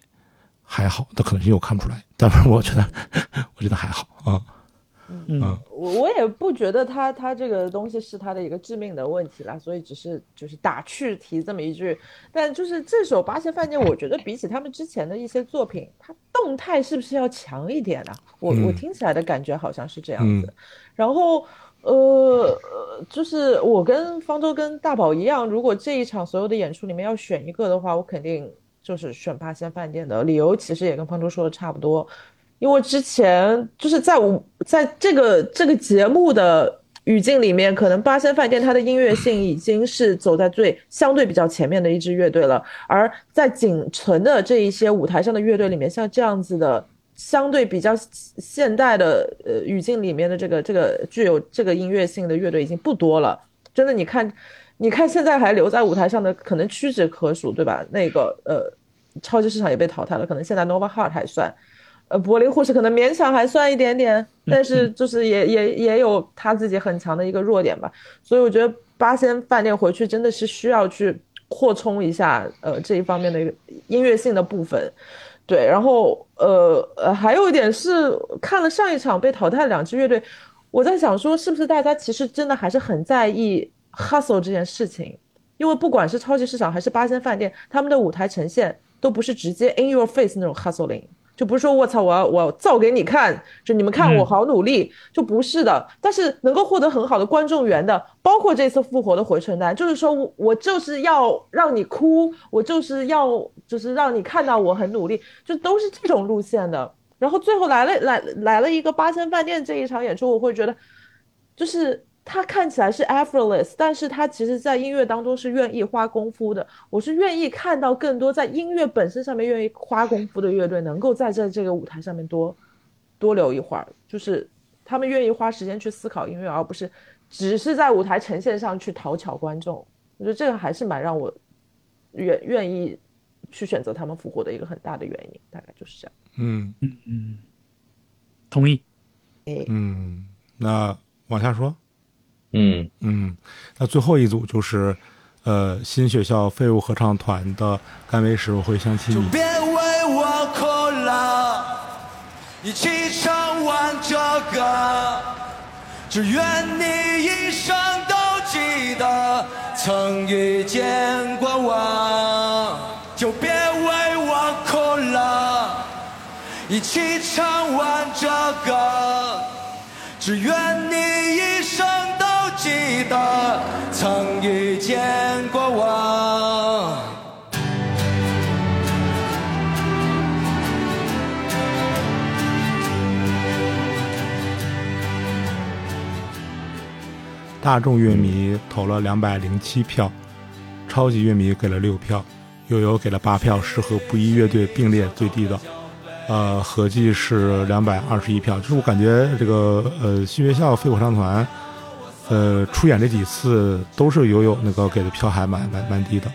Speaker 2: 还好，但可能是因为我看不出来，但是我觉得 我觉得还好啊、
Speaker 4: 嗯，
Speaker 3: 我我也不觉得他他这个东西是他的一个致命的问题啦，所以只是就是打趣提这么一句。但就是这首《八仙饭店》，我觉得比起他们之前的一些作品，它动态是不是要强一点啊？我我
Speaker 2: 嗯
Speaker 3: 听起来的感觉好像是这样
Speaker 2: 嗯
Speaker 3: 子。然后呃，就是我跟方舟跟大宝一样，如果这一场所有的演出里面要选一个的话，我肯定就是选八仙饭店的。理由其实也跟方舟说的差不多，因为之前就是在我在这个这个节目的语境里面，可能八仙饭店它的音乐性已经是走在最相对比较前面的一支乐队了，而在仅存的这一些舞台上的乐队里面，像这样子的相对比较现代的呃语境里面的这个这个具有这个音乐性的乐队已经不多了。真的，你看，你看现在还留在舞台上的可能屈指可数，对吧？那个呃，超级市场也被淘汰了，可能现在 Nova Heart 还算，呃，柏林护士可能勉强还算一点点，但是就是也也也有他自己很强的一个弱点吧。所以我觉得八仙饭店回去真的是需要去扩充一下，呃，这一方面的一个音乐性的部分。对，然后呃呃，还有一点是看了上一场被淘汰的两支乐队，我在想说，是不是大家其实真的还是很在意 hustle 这件事情？因为不管是超级市场还是八仙饭店，他们的舞台呈现都不是直接 in your face 那种 hustling，就不是说我操，我要我要造给你看，就你们看
Speaker 4: 嗯
Speaker 3: 我好努力，就不是的。但是能够获得很好的观众缘的，包括这次复活的回春丹，就是说我我就是要让你哭，我就是要就是让你看到我很努力，就都是这种路线的。然后最后来了来来了一个八仙饭店这一场演出，我会觉得，就是他看起来是 effortless，但是他其实在音乐当中是愿意花功夫的。我是愿意看到更多在音乐本身上面愿意花功夫的乐队，能够在这这个舞台上面多多留一会儿，就是他们愿意花时间去思考音乐，而不是只是在舞台呈现上去讨巧观众。我觉得这个还是蛮让我愿愿意去选择他们复活的一个很大的原因，大概就是这样。
Speaker 2: 嗯
Speaker 4: 同意。
Speaker 2: 嗯，那往下说。
Speaker 1: 嗯，
Speaker 2: 嗯，那最后一组就是，呃，新学校废物合唱团的《甘为食我会想起你》。
Speaker 6: 别为我哭了，一起唱完这歌，只愿你一生都记得曾遇见过我。就别为我哭了，一起唱完这歌，只愿你一生都记得曾遇见过我。
Speaker 2: 大众乐迷投了两百零七票，超级乐迷给了六票，悠悠给了八票，是和不一乐队并列最低的，呃，合计是两百二十一票。就是我感觉这个呃新学校废火唱团，呃出演这几次都是悠悠那个给的票还蛮蛮蛮低的，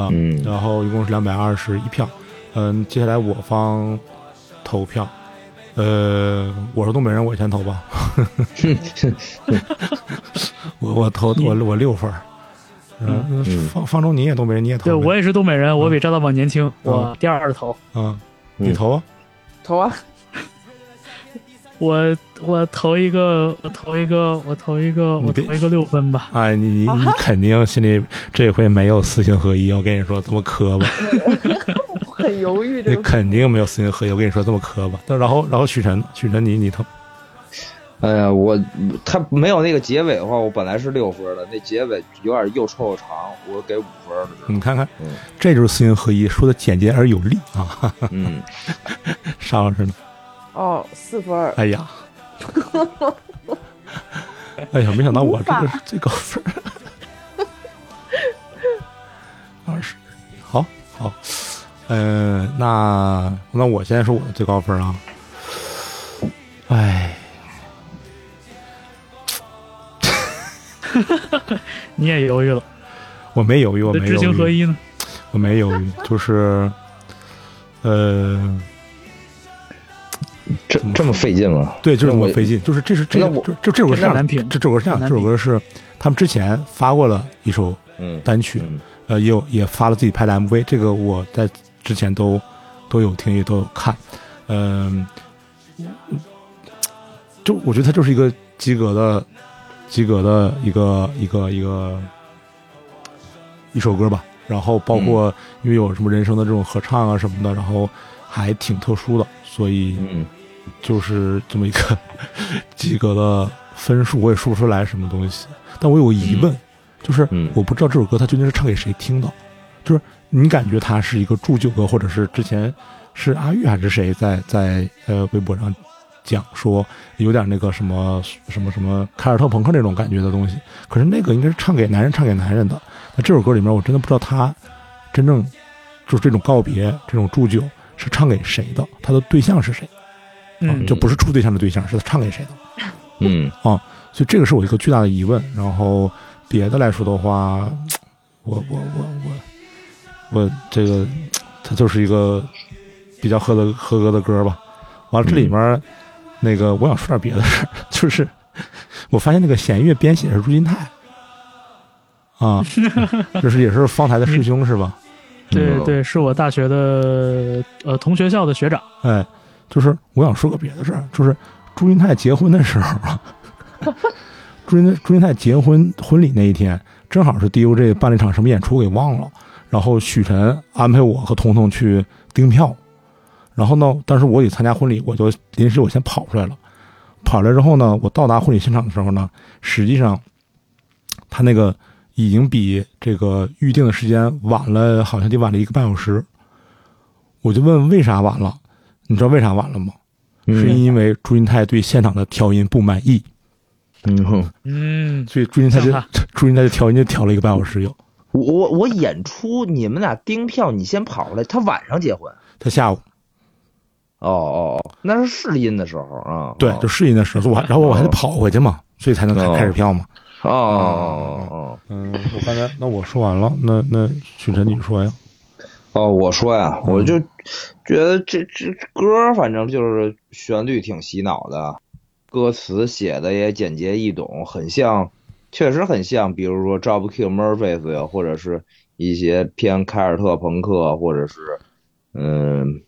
Speaker 2: 啊、
Speaker 1: 嗯
Speaker 2: 然后一共是两百二十一票，嗯、接下来我方投票。呃，我是东北人，我先投吧。我我投我我六分儿。嗯，方方舟你也东北人，你也投呗。
Speaker 4: 对我也是东北人，我
Speaker 2: 嗯
Speaker 4: 比赵大宝年轻，我第二头。
Speaker 2: 啊嗯，你投啊。
Speaker 3: 投啊！
Speaker 4: 我我投一个，我投一个，我投一个，
Speaker 2: 你
Speaker 4: 我
Speaker 2: 别
Speaker 4: 投一个六分吧。
Speaker 2: 哎，你你你肯定心里这回没有四心合一，我跟你说这么磕巴，
Speaker 3: 我很犹豫
Speaker 2: 你
Speaker 3: 这个。
Speaker 2: 肯定没有四心合一，我跟你说这么磕巴。但然后然后许晨，许晨你你投
Speaker 1: 哎呀，我他没有那个结尾的话，我本来是六分的，那结尾有点又臭又长，我给五分了。
Speaker 2: 你看看
Speaker 1: 嗯，
Speaker 2: 这就是四心合一，说的简洁而有力啊！ 哈哈
Speaker 1: 嗯，
Speaker 2: 沙老师呢？
Speaker 3: 哦，四分儿，
Speaker 2: 哎呀， 哎呀，没想到我这个是最高分儿，二十，好好，呃，那那我先说我的最高分啊，哎，
Speaker 4: 你也犹豫了，
Speaker 2: 我没犹豫，我
Speaker 4: 那
Speaker 2: 没
Speaker 4: 知行
Speaker 2: 犹
Speaker 4: 合
Speaker 2: 豫，
Speaker 4: 一呢？
Speaker 2: 我没犹豫，就是，呃，
Speaker 1: 这这么费劲吗？
Speaker 2: 对，就是这
Speaker 1: 那
Speaker 2: 么
Speaker 1: 我
Speaker 2: 费劲，就是这是这
Speaker 1: 那
Speaker 2: 就
Speaker 1: 我
Speaker 2: 就这首歌是这样
Speaker 4: 很难评
Speaker 2: 这这首歌是这样，
Speaker 4: 很
Speaker 2: 这
Speaker 4: 难
Speaker 2: 首歌是他们之前发过了一首
Speaker 1: 嗯，
Speaker 2: 单曲，
Speaker 1: 嗯
Speaker 2: 呃，也有也发了自己拍的 MV，这个我在之前都都有听也都有看，嗯、就我觉得他就是一个及格的及格的一个一个一个一首歌吧，然后包
Speaker 1: 嗯
Speaker 2: 括因为有什么人声的这种合唱啊什么的，然后还挺特殊的，所以
Speaker 1: 嗯，
Speaker 2: 就是这么一个及格的分数，我也说不出来什么东西。但我有个疑问，就是
Speaker 1: 嗯
Speaker 2: 我不知道这首歌它究竟是唱给谁听的，就是你感觉它是一个祝酒歌，或者是之前是阿玉还是谁在在呃微博上讲说有点那个什么什么什么凯尔特朋克那种感觉的东西，可是那个应该是唱给男人唱给男人的。那这首歌里面，我真的不知道他真正就是这种告别、这种祝酒是唱给谁的，他的对象是谁。啊
Speaker 4: 嗯，
Speaker 2: 就不是处对象的对象，是他唱给谁的。
Speaker 1: 嗯
Speaker 2: 所以这个是我一个巨大的疑问。然后别的来说的话，我我我我我这个，它就是一个比较合的合格的歌吧。完了，这里面、那个我想说点别的事儿， 就是我发现那个弦乐编写是朱金泰啊， 就是也是方台的师兄是吧？
Speaker 4: 对
Speaker 1: 嗯
Speaker 4: 对，是我大学的呃同学校的学长，
Speaker 2: 哎，就是我想说个别的事儿，就是朱云泰结婚的时候啊，朱云朱云泰结婚婚礼那一天，正好是 DOJ 办了一场什么演出给忘了，然后许晨安排我和彤彤去订票，然后呢，当时我得参加婚礼，我就临时我先跑出来了，跑出来之后呢，我到达婚礼现场的时候呢，实际上他那个已经比这个预定的时间晚了，好像得晚了一个半小时。我就问为啥晚了，你知道为啥晚了吗？是因为朱云泰对现场的调音不满意，
Speaker 1: 嗯哼，
Speaker 4: 嗯，
Speaker 2: 所以朱云泰就
Speaker 4: 像
Speaker 2: 朱云泰就调音就调了一个半小时有。
Speaker 1: 我我我演出，你们俩订票，你先跑出来，他晚上结婚。
Speaker 2: 他下午
Speaker 1: 哦哦哦，那是试音的时候啊。
Speaker 2: 对
Speaker 1: 哦
Speaker 2: 就试音的时候，我还然后我还得跑回去嘛，所以才能开
Speaker 1: 哦
Speaker 2: 开始票嘛。
Speaker 1: 哦哦哦哦
Speaker 2: 嗯，我刚才那我说完了，那那许晨你说呀？
Speaker 1: 哦，我说呀，我就觉得这这歌儿反正就是旋律挺洗脑的，歌词写的也简洁易懂，很像，确实很像，比如说 Job Q Murphys 呀，或者是一些偏凯尔特朋克，或者是嗯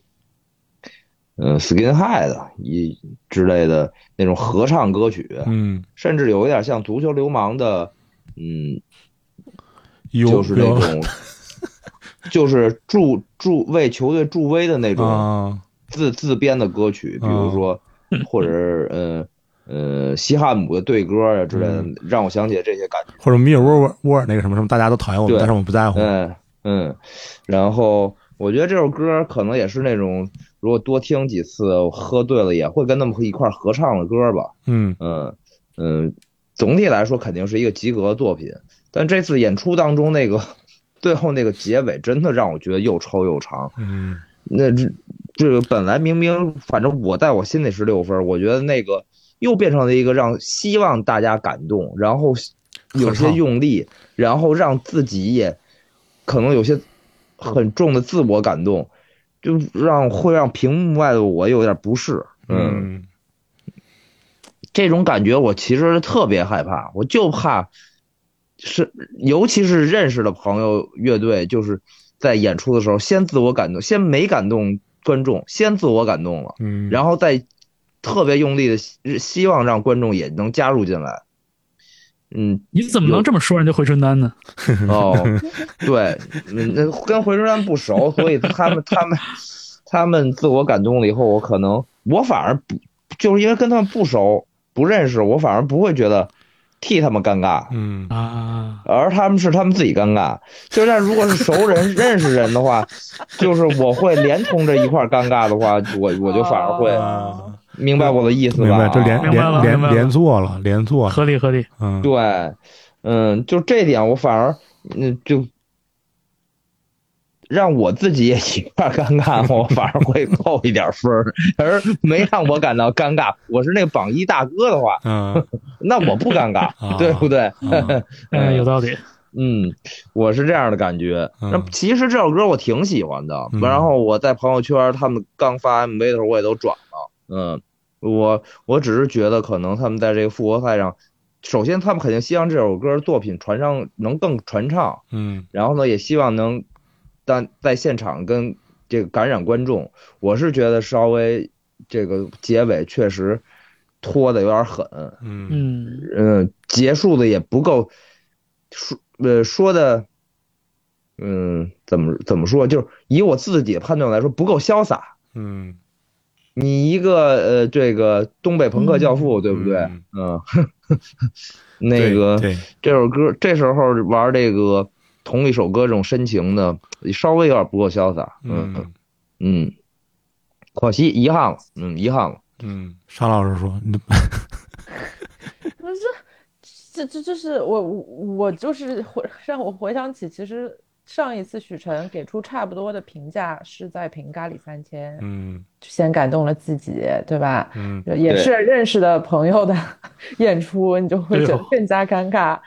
Speaker 1: 嗯 Skinhead 一之类的那种合唱歌曲，
Speaker 2: 嗯，
Speaker 1: 甚至有一点像足球流氓的，嗯，
Speaker 2: 有
Speaker 1: 就是那
Speaker 2: 有啊
Speaker 1: 种，就是助助为球队助威的那种
Speaker 2: 啊
Speaker 1: 自、自编的歌曲，比如说，或者是呃呃西汉姆的队歌啊之类的，
Speaker 2: 嗯
Speaker 1: 让我想起这些感觉。
Speaker 2: 或者米尔沃沃沃尔那个什么什么，大家都讨厌我们，
Speaker 1: 对
Speaker 2: 但是我们不在乎。
Speaker 1: 嗯嗯，然后我觉得这首歌可能也是那种，如果多听几次，喝醉了也会跟他们一块儿合唱的歌吧。
Speaker 2: 嗯
Speaker 1: 嗯，嗯，总体来说肯定是一个及格的作品，但这次演出当中那个 最后那个结尾真的让我觉得又超又长。
Speaker 2: 嗯
Speaker 1: 那这这个本来明明反正我在我心里是六分，我觉得那个又变成了一个让希望大家感动，然后有些用力，然后让自己也可能有些很重的自我感动，就让会让屏幕外的我有点不适。嗯
Speaker 2: 嗯
Speaker 1: 这种感觉我其实特别害怕，我就怕是，尤其是认识的朋友乐队，就是在演出的时候先自我感动，先没感动观众，先自我感动了，
Speaker 2: 嗯，
Speaker 1: 然后再特别用力的希希望让观众也能加入进来。嗯，
Speaker 4: 你怎么能这么说人家回春丹呢？
Speaker 1: 哦，对，嗯那跟回春丹不熟，所以他们他们他们自我感动了以后，我可能我反而不就是因为跟他们不熟不认识，我反而不会觉得替他们尴尬，
Speaker 2: 嗯，
Speaker 4: 啊，
Speaker 1: 而他们是他们自己尴尬。就是但如果是熟人认识人的话，就是我会连同着一块儿尴尬的话，我我就反而会
Speaker 2: 啊
Speaker 1: 明白我的意思吧？
Speaker 2: 明白，这连
Speaker 1: 啊
Speaker 4: 明白了
Speaker 2: 连
Speaker 4: 明白
Speaker 2: 连
Speaker 4: 了
Speaker 2: 连做了，连做了，
Speaker 4: 合理合理，
Speaker 2: 嗯，
Speaker 1: 对，嗯，就这点我反而嗯就让我自己也一块儿尴尬，我反而会扣一点分儿，而没让我感到尴尬。我是那个榜一大哥的话，
Speaker 2: 嗯
Speaker 1: 那我不尴尬，
Speaker 2: 啊
Speaker 1: 对不对？
Speaker 2: 嗯
Speaker 4: 嗯，有道理。
Speaker 1: 嗯，我是这样的感觉。
Speaker 2: 嗯
Speaker 1: 那其实这首歌我挺喜欢的，
Speaker 2: 嗯
Speaker 1: 然后我在朋友圈他们刚发 MV 的时候我也都转了。嗯，我我只是觉得可能他们在这个复活赛上，首先他们肯定希望这首歌作品传唱能更传唱，
Speaker 2: 嗯
Speaker 1: 然后呢也希望能但在现场跟这个感染观众。我是觉得稍微这个结尾确实拖的有点狠，
Speaker 2: 嗯
Speaker 4: 嗯，
Speaker 1: 嗯，结束的也不够说呃说的，嗯，怎么怎么说？就是以我自己的判断来说，不够潇洒。
Speaker 2: 嗯，
Speaker 1: 你一个呃，这个东北朋克教父，对不对？
Speaker 2: 嗯
Speaker 1: 嗯， 那
Speaker 2: 对
Speaker 1: 个
Speaker 2: 对，
Speaker 1: 这首歌这时候玩这个同一首歌这种深情的，稍微有点不够潇洒。嗯
Speaker 2: 嗯
Speaker 1: 嗯，可惜遗憾了，嗯，遗憾了。
Speaker 2: 嗯，沙老师说，你
Speaker 3: 不是，这这这是我我我就是回让我回想起，其实上一次许晨给出差不多的评价是在评《咖喱三千》，
Speaker 2: 嗯
Speaker 3: 先感动了自己，对吧？
Speaker 2: 嗯
Speaker 3: 也是认识的朋友的 演出，你就会
Speaker 4: 对
Speaker 3: 觉得
Speaker 4: 哦
Speaker 3: 更加尴尬。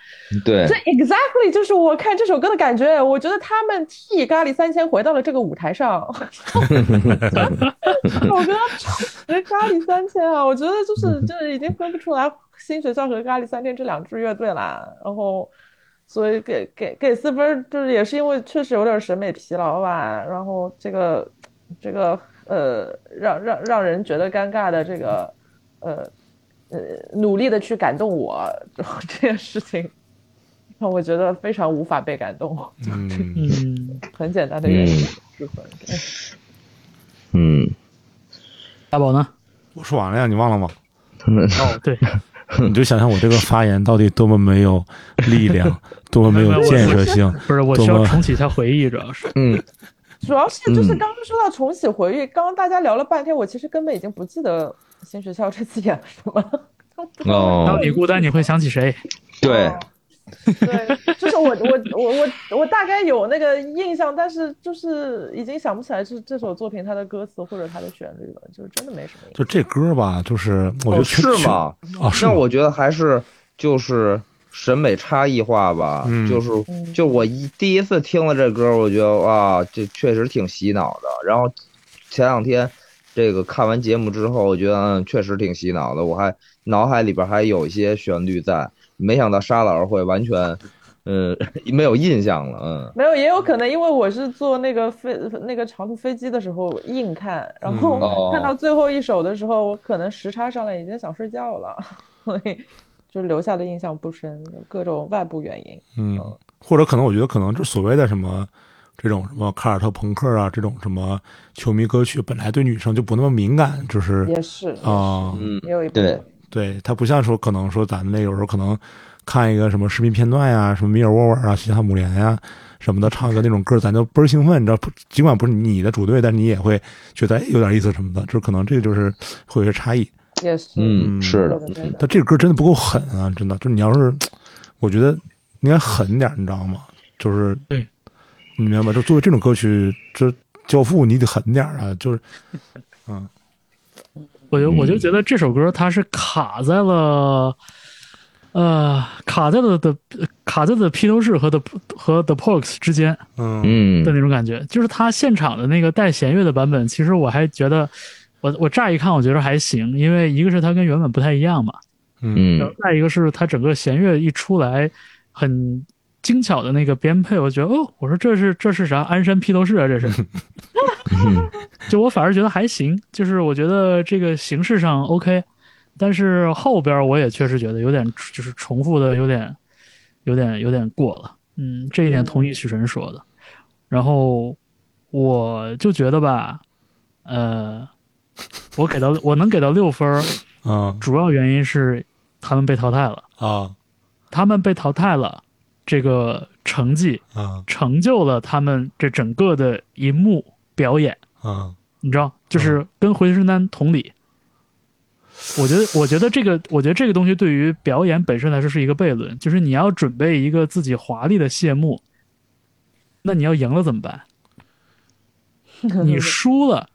Speaker 1: 对
Speaker 3: 这 exactly 就是我看这首歌的感觉。我觉得他们替《咖喱三千》回到了这个舞台上。 我觉得《咖喱三千》啊，我觉得就是就是已经分不出来新学校和《咖喱三千》这两支乐队啦。然后，所以给给给四分儿，就是也是因为确实有点审美疲劳吧。然后这个这个呃，让让让人觉得尴尬的这个呃。呃，努力的去感动我， 然后这件事情让我觉得非常无法被感动，
Speaker 2: 嗯
Speaker 4: 嗯，
Speaker 3: 很简单的原因
Speaker 1: 嗯
Speaker 3: 是分对
Speaker 1: 嗯，
Speaker 4: 大宝呢？
Speaker 2: 我说完了呀，你忘了吗？
Speaker 4: 哦， 对，
Speaker 2: 你就想想我这个发言到底多么没有 力量，多么没有建设性。
Speaker 4: 不是，我需要重启一下回忆，主要是。
Speaker 3: 主要是就是
Speaker 1: 嗯
Speaker 3: 刚刚说到重启回忆，刚刚大家聊了半天，我其实根本已经不记得新学校这次演了什么了。
Speaker 4: 当
Speaker 1: 哦，
Speaker 4: 你孤单，你会想起谁？
Speaker 1: 对，
Speaker 3: 对，就是我我我我我大概有那个印象，但是就是已经想不起来是这首作品它的歌词或者它的旋律了，就是真的没什么印象。
Speaker 2: 就这歌吧，就是我觉
Speaker 1: 哦
Speaker 2: 得
Speaker 1: 是
Speaker 2: 确
Speaker 1: 吗？？
Speaker 2: 确啊，是
Speaker 1: 那
Speaker 2: 吗
Speaker 1: 我觉得还是就是审美差异化吧，
Speaker 2: 嗯
Speaker 1: 就是就我一第一次听了这歌，我觉得啊，这确实挺洗脑的。然后前两天这个看完节目之后，我觉得嗯，确实挺洗脑的。我还脑海里边还有一些旋律在，没想到沙老师会完全嗯 没有印象了，嗯。
Speaker 3: 没有，也有可能因为我是坐那个飞那个长途飞机的时候硬看，然
Speaker 2: 嗯
Speaker 3: 后
Speaker 1: 哦
Speaker 3: 看到最后一首的时候，我可能时差上来已经想睡觉了， 所以就留下的印象不深，有各种外部原因。
Speaker 2: 嗯，或者可能我觉得可能这所谓的什么这种什么卡尔特朋克啊，这种什么球迷歌曲，本来对女生就不那么敏感，就是
Speaker 3: 也是
Speaker 2: 啊、
Speaker 1: 嗯
Speaker 3: 也有一部
Speaker 1: 对
Speaker 3: 分
Speaker 2: 对，它不像说可能说咱们那有时候可能看一个什么视频片段呀、什么米尔沃尔啊、西汉姆联呀、什么的，唱个那种歌，咱就倍儿兴奋，你知道不？尽管不是你的主队，但是你也会觉得哎有点意思什么的，就是可能这就是会有些差异。
Speaker 3: 也是，
Speaker 1: 嗯，是
Speaker 3: 有
Speaker 1: 的，
Speaker 3: 的真的
Speaker 2: 但这个歌真的不够狠啊，真的，就你要是，我觉得应该狠点儿，你知道吗？就是嗯
Speaker 4: 对，
Speaker 2: 你明白吗？就作为这种歌曲，这教父你得狠点儿啊，就是
Speaker 4: 我就我就觉得这首歌它是卡在了，呃，卡在了的卡在了披头士和的和 The Pox 之间
Speaker 2: 嗯
Speaker 1: 嗯
Speaker 4: 的那种感觉，就是他现场的那个带弦乐的版本，其实我还觉得。我我乍一看，我觉得还行，因为一个是它跟原本不太一样嘛，然后
Speaker 1: 嗯
Speaker 4: 再一个是它整个弦乐一出来，很精巧的那个编配，我觉得哦，我说这是这是啥鞍山披头士啊，这是，就我反而觉得还行，就是我觉得这个形式上 OK，但是后边我也确实觉得有点就是重复的有点有点有点过了，嗯，这一点同意许晨说的。然后我就觉得吧，呃，我给到我能给到六分儿，
Speaker 2: 嗯
Speaker 4: 主要原因是他们被淘汰了，
Speaker 2: 啊
Speaker 4: 他们被淘汰了，这个成绩
Speaker 2: 啊
Speaker 4: 成就了他们这整个的一幕表演。
Speaker 2: 啊
Speaker 4: 你知道，就是跟回春丹同理。我觉得，我觉得这个，我觉得这个东西对于表演本身来说是一个悖论，就是你要准备一个自己华丽的谢幕，那你要赢了怎么办？你输了，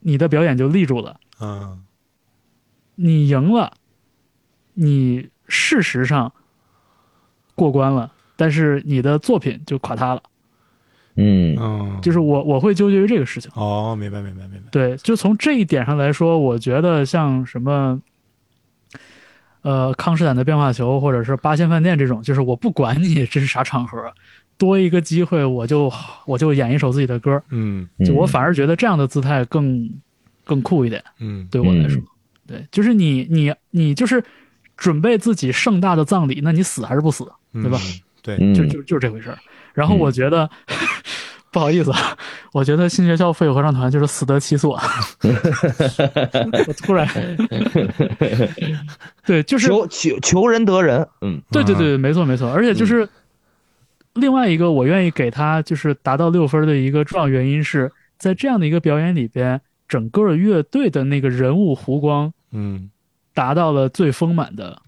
Speaker 4: 你的表演就立住了；
Speaker 2: 啊
Speaker 4: 你赢了，你事实上过关了，但是你的作品就垮塌了。
Speaker 1: 嗯，
Speaker 2: 嗯，
Speaker 4: 就是我，我会纠结于这个事情。
Speaker 2: 哦，明白明白明白，
Speaker 4: 对，就从这一点上来说，我觉得像什么，呃，康斯坦的变化球，或者是八仙饭店这种，就是我不管你这是啥场合，多一个机会我就我就演一首自己的歌，
Speaker 2: 嗯
Speaker 4: 就我
Speaker 1: 嗯
Speaker 4: 反而觉得这样的姿态更更酷一点，
Speaker 2: 嗯
Speaker 4: 对我来说，对，就是你你你就是准备自己盛大的葬礼，那你死还是不死，
Speaker 2: 嗯
Speaker 4: 对吧？
Speaker 2: 对，
Speaker 1: 嗯
Speaker 4: 就就就是这回事儿。然后
Speaker 1: 嗯
Speaker 4: 我觉得。 不好意思啊，我觉得新学校富有合唱团就是死得其所。 我 突然，对，就是
Speaker 1: 求求求人得人，嗯
Speaker 4: 对对对，没错没错。而且就是另外一个，我愿意给他就是达到六分的一个重要原因是在这样的一个表演里边，整个乐队的那个人物弧光
Speaker 2: 嗯
Speaker 4: 达到了最丰满的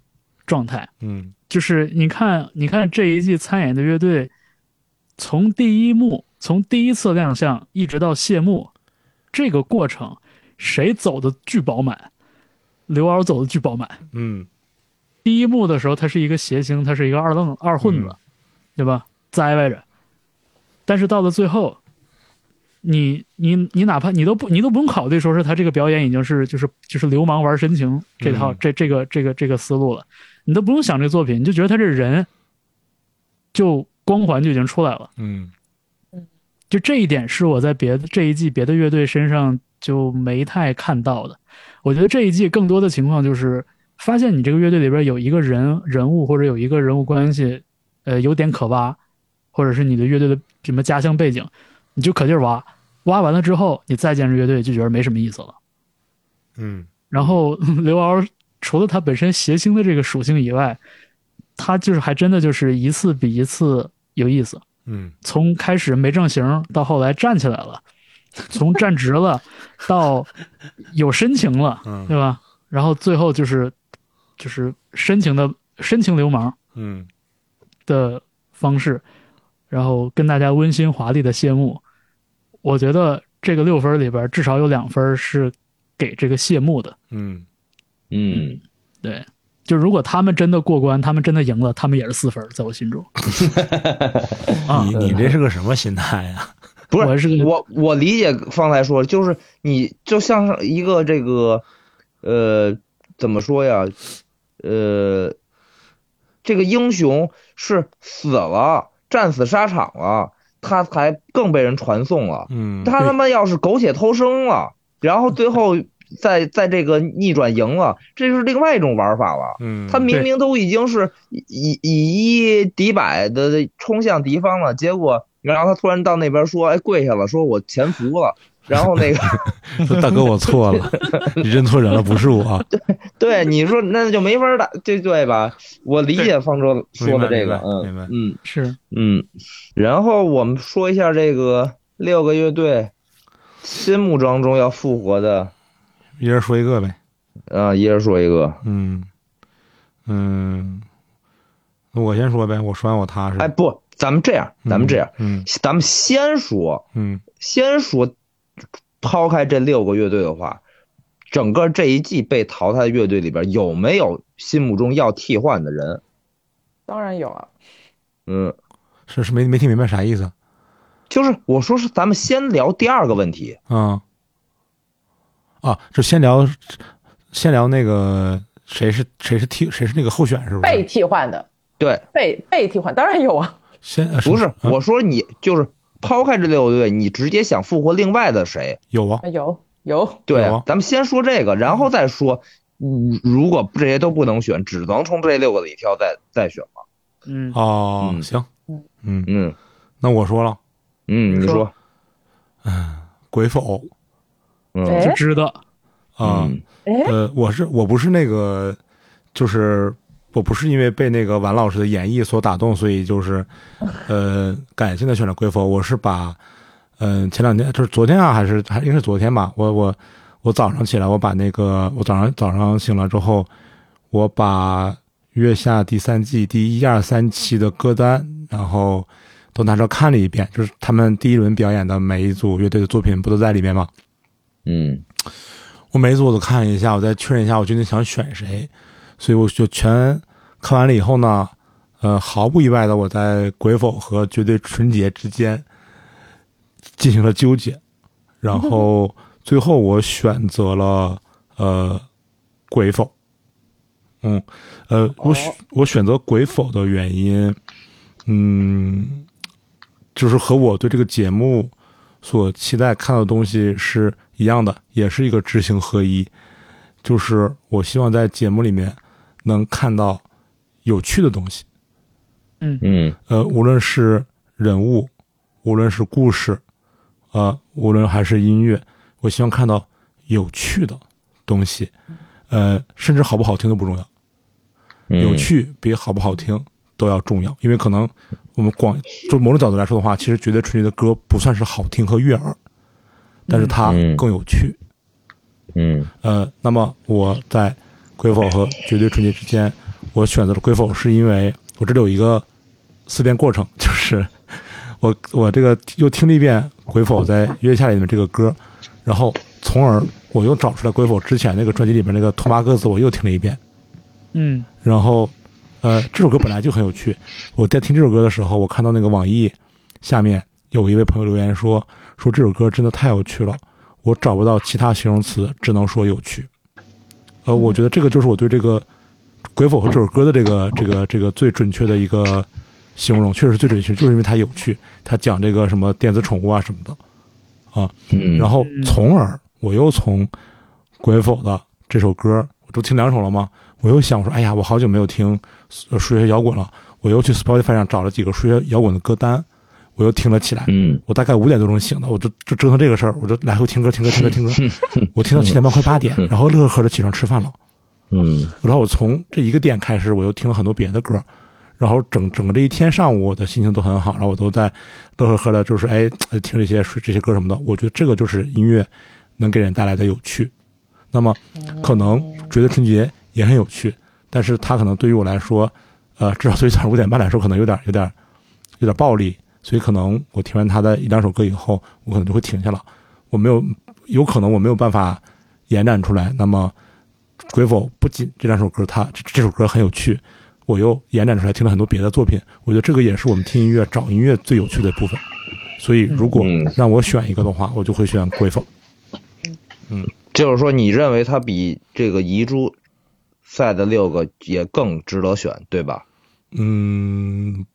Speaker 4: 状态。
Speaker 2: 嗯
Speaker 4: 就是你看，你看这一季参演的乐队，从第一幕，从第一次亮相一直到谢幕，这个过程谁走的巨饱满？刘骜走的巨饱满。
Speaker 2: 嗯
Speaker 4: 第一幕的时候，他是一个谐星，他是一个二愣二混子，
Speaker 2: 嗯
Speaker 4: 对吧？栽歪着，但是到了最后，你你你哪怕你都不你都不用考虑说是他这个表演已经是就是就是流氓玩深情这套、
Speaker 2: 嗯
Speaker 4: 这这个这个这个思路了，你都不用想这个作品，你就觉得他这人就光环就已经出来了。
Speaker 2: 嗯
Speaker 4: 就这一点是我在别的这一季别的乐队身上就没太看到的。我觉得这一季更多的情况就是发现你这个乐队里边有一个人人物或者有一个人物关系，呃，有点可挖，或者是你的乐队的什么家乡背景，你就可劲儿挖，挖完了之后，你再见这乐队就觉得没什么意思了。
Speaker 2: 嗯
Speaker 4: 然后 刘骜除了他本身谐星的这个属性以外，他就是还真的就是一次比一次有意思。
Speaker 2: 嗯
Speaker 4: 从开始没正形到后来站起来了，从站直了到有深情了，
Speaker 2: 嗯
Speaker 4: 对吧？然后最后就是就是深情的深情流氓
Speaker 2: 嗯
Speaker 4: 的方式，然后跟大家温馨华丽的谢幕。我觉得这个六分里边至少有两分是给这个谢幕的。
Speaker 2: 嗯
Speaker 1: 嗯，
Speaker 4: 对，就如果他们真的过关，他们真的赢了，他们也是四分，在我心中。啊，
Speaker 2: 你你这是个什么心态呀？
Speaker 1: 不
Speaker 4: 我是
Speaker 1: 是我我理解方才说，就是你就像是一个这个，呃，怎么说呀，呃，这个英雄是死了，战死沙场了，他才更被人传颂了。
Speaker 2: 嗯，
Speaker 1: 他他妈要是苟且偷生了，然后最后在在这个逆转赢了，这就是另外一种玩法了。
Speaker 2: 嗯
Speaker 1: 他明明都已经是以以以一敌百的冲向敌方了，结果然后他突然到那边说：“哎，跪下了，说我潜伏了。”然后 那个，
Speaker 2: 说大哥我错了，你认错人了，不是我。
Speaker 1: 对你说那就没法打，对对吧？我理解方舟说的这个，
Speaker 2: 明白明白
Speaker 1: 嗯嗯
Speaker 4: 是
Speaker 1: 嗯。然后我们说一下这个六个乐队心目当中要复活的，
Speaker 2: 一人说一个呗。
Speaker 1: 呃，一人说一个，
Speaker 2: 嗯嗯，那我先说呗，我说完我踏实。
Speaker 1: 哎，不，咱们这样，咱们这样，
Speaker 2: 嗯
Speaker 1: 咱们先说，
Speaker 2: 嗯
Speaker 1: 先说，抛开这六个乐队的话，整个这一季被淘汰的乐队里边有没有心目中要替换的人？
Speaker 3: 当然有啊，
Speaker 1: 嗯，
Speaker 2: 是是没没听明白啥意思
Speaker 1: 就是我说是咱们先聊第二个问题，
Speaker 2: 啊？啊，就先聊先聊那个谁是谁是替谁是那个候选是不
Speaker 3: 被
Speaker 2: 是？
Speaker 3: 替换的，
Speaker 1: 对，
Speaker 3: 被被替换，当然有啊。
Speaker 2: 先呃
Speaker 1: 不是
Speaker 2: 啊
Speaker 1: 我说你就是抛开这六队，你直接想复活另外的谁？
Speaker 2: 有啊
Speaker 3: 啊，有有，
Speaker 1: 对
Speaker 2: 有啊，
Speaker 1: 咱们先说这个，然后再说，嗯如果这些都不能选，只能从这六个里挑再再选了。
Speaker 4: 嗯，
Speaker 2: 哦，
Speaker 1: 嗯
Speaker 2: 行，嗯，
Speaker 1: 嗯
Speaker 2: 那我说了，
Speaker 1: 嗯，你说，
Speaker 2: 鬼否
Speaker 1: 嗯
Speaker 4: 就
Speaker 3: 哎
Speaker 4: 知道
Speaker 6: Uh,
Speaker 2: 啊，
Speaker 1: 嗯
Speaker 3: 哎，
Speaker 2: 呃，我是我不是那个，就是我不是因为被那个王老师的演绎所打动，所以就是呃感性的选了龟佛。我是把嗯、呃前两天就是昨天啊，还是还应该是昨天吧，我我我早上起来，我把那个我早上早上醒了之后，我把月下第三季第一二三期的歌单，然后都拿出来看了一遍，就是他们第一轮表演的每一组乐队的作品不都在里面吗？
Speaker 1: 嗯
Speaker 2: 我每组我都看一下，我再确认一下我究竟想选谁，所以我就全看完了以后呢，呃，毫不意外的我在鬼否和绝对纯洁之间进行了纠结，然后最后我选择了呃鬼否，嗯，呃，我选我选择鬼否的原因，嗯，就是和我对这个节目所期待看到的东西是一样的，也是一个知行合一。就是我希望在节目里面能看到有趣的东西，
Speaker 1: 嗯
Speaker 2: 呃，无论是人物，无论是故事，呃，无论还是音乐，我希望看到有趣的东西，呃，甚至好不好听都不重要。
Speaker 1: 嗯，
Speaker 2: 有趣比好不好听都要重要，因为可能我们广就某种角度来说的话，其实觉得纯洁的歌不算是好听和悦耳，但是它
Speaker 1: 嗯
Speaker 2: 更有趣。
Speaker 1: 嗯，
Speaker 2: 呃，那么我在鬼否和绝对纯洁之间，我选择了鬼否，是因为我这里有一个思辨过程，就是 我我这个又听了一遍鬼否在月下里面这个歌，然后从而我又找出来鬼否之前那个专辑里面那个托马克斯，我又听了一遍。
Speaker 4: 嗯
Speaker 2: 然后，呃，这首歌本来就很有趣。我在听这首歌的时候，我看到那个网易下面有一位朋友留言说，说这首歌真的太有趣了，我找不到其他形容词，只能说有趣。呃，我觉得这个就是我对这个《鬼否》和这首歌的这个这个这个最准确的一个形容，确实最准确，就是因为它有趣，它讲这个什么电子宠物啊什么的。啊
Speaker 1: 嗯，
Speaker 2: 然后
Speaker 4: 嗯
Speaker 2: 从而我又从《鬼否》的这首歌，我都听两首了吗？我又想我说，哎呀，我好久没有听呃数学摇滚了，我又去 Spotify 上找了几个数学摇滚的歌单，我又听了起来。
Speaker 1: 嗯
Speaker 2: 我大概五点多钟醒的，我就就折腾这个事儿，我就来回听歌听歌听歌听歌，我听到七点半快八点，然后乐呵呵的起床吃饭了。
Speaker 1: 嗯
Speaker 2: 然后我从这一个点开始，我又听了很多别的歌，然后整整个这一天上午，我的心情都很好，然后我都在乐呵呵的，就是哎听这些这些歌什么的。我觉得这个就是音乐能给人带来的有趣。那么可能觉得春节也很有趣，但是它可能对于我来说，呃，至少对于早上五点半来说，可能有点有点有点暴力，所以可能我听完他的一两首歌以后，我可能就会停下了。我没有，有可能我没有办法延展出来。那么，鬼否不仅这两首歌它，这这首歌很有趣，我又延展出来听了很多别的作品。我觉得这个也是我们听音乐、找音乐最有趣的部分。所以，如果
Speaker 1: 嗯
Speaker 2: 让我选一个的话，我就会选鬼否。
Speaker 1: 就是说你认为它比这个遗珠赛的六个也更值得选，对吧？
Speaker 2: 嗯，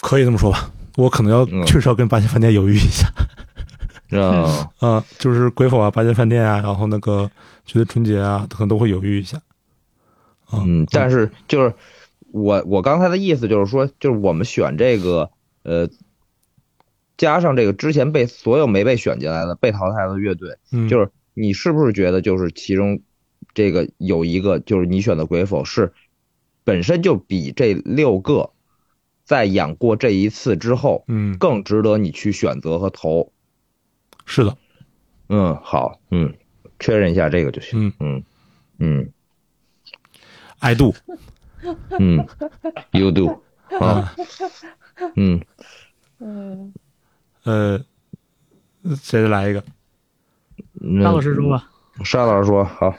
Speaker 2: 可以这么说吧。我可能要
Speaker 1: 嗯
Speaker 2: 确实要跟八仙饭店犹豫一下。
Speaker 1: 嗯
Speaker 2: 啊，就是鬼否啊、八仙饭店啊，然后那个觉得春节啊，可能都会犹豫一下。啊、
Speaker 1: 嗯，但是就是我我刚才的意思就是说，就是我们选这个呃，加上这个之前被所有没被选进来的被淘汰的乐队，
Speaker 2: 嗯，
Speaker 1: 就是是你是不是觉得就是其中这个有一个就是你选的鬼否是本身就比这六个在演过这一次之后
Speaker 2: 嗯，
Speaker 1: 更值得你去选择和投？
Speaker 2: 是的，
Speaker 1: 嗯，好，嗯，确认一下这个就行。嗯嗯
Speaker 2: 爱度
Speaker 1: 嗯，You do 啊，嗯。
Speaker 3: 嗯，
Speaker 2: 呃，谁来一个？
Speaker 1: 那
Speaker 4: 大老师说吧，
Speaker 1: 沙老师说好，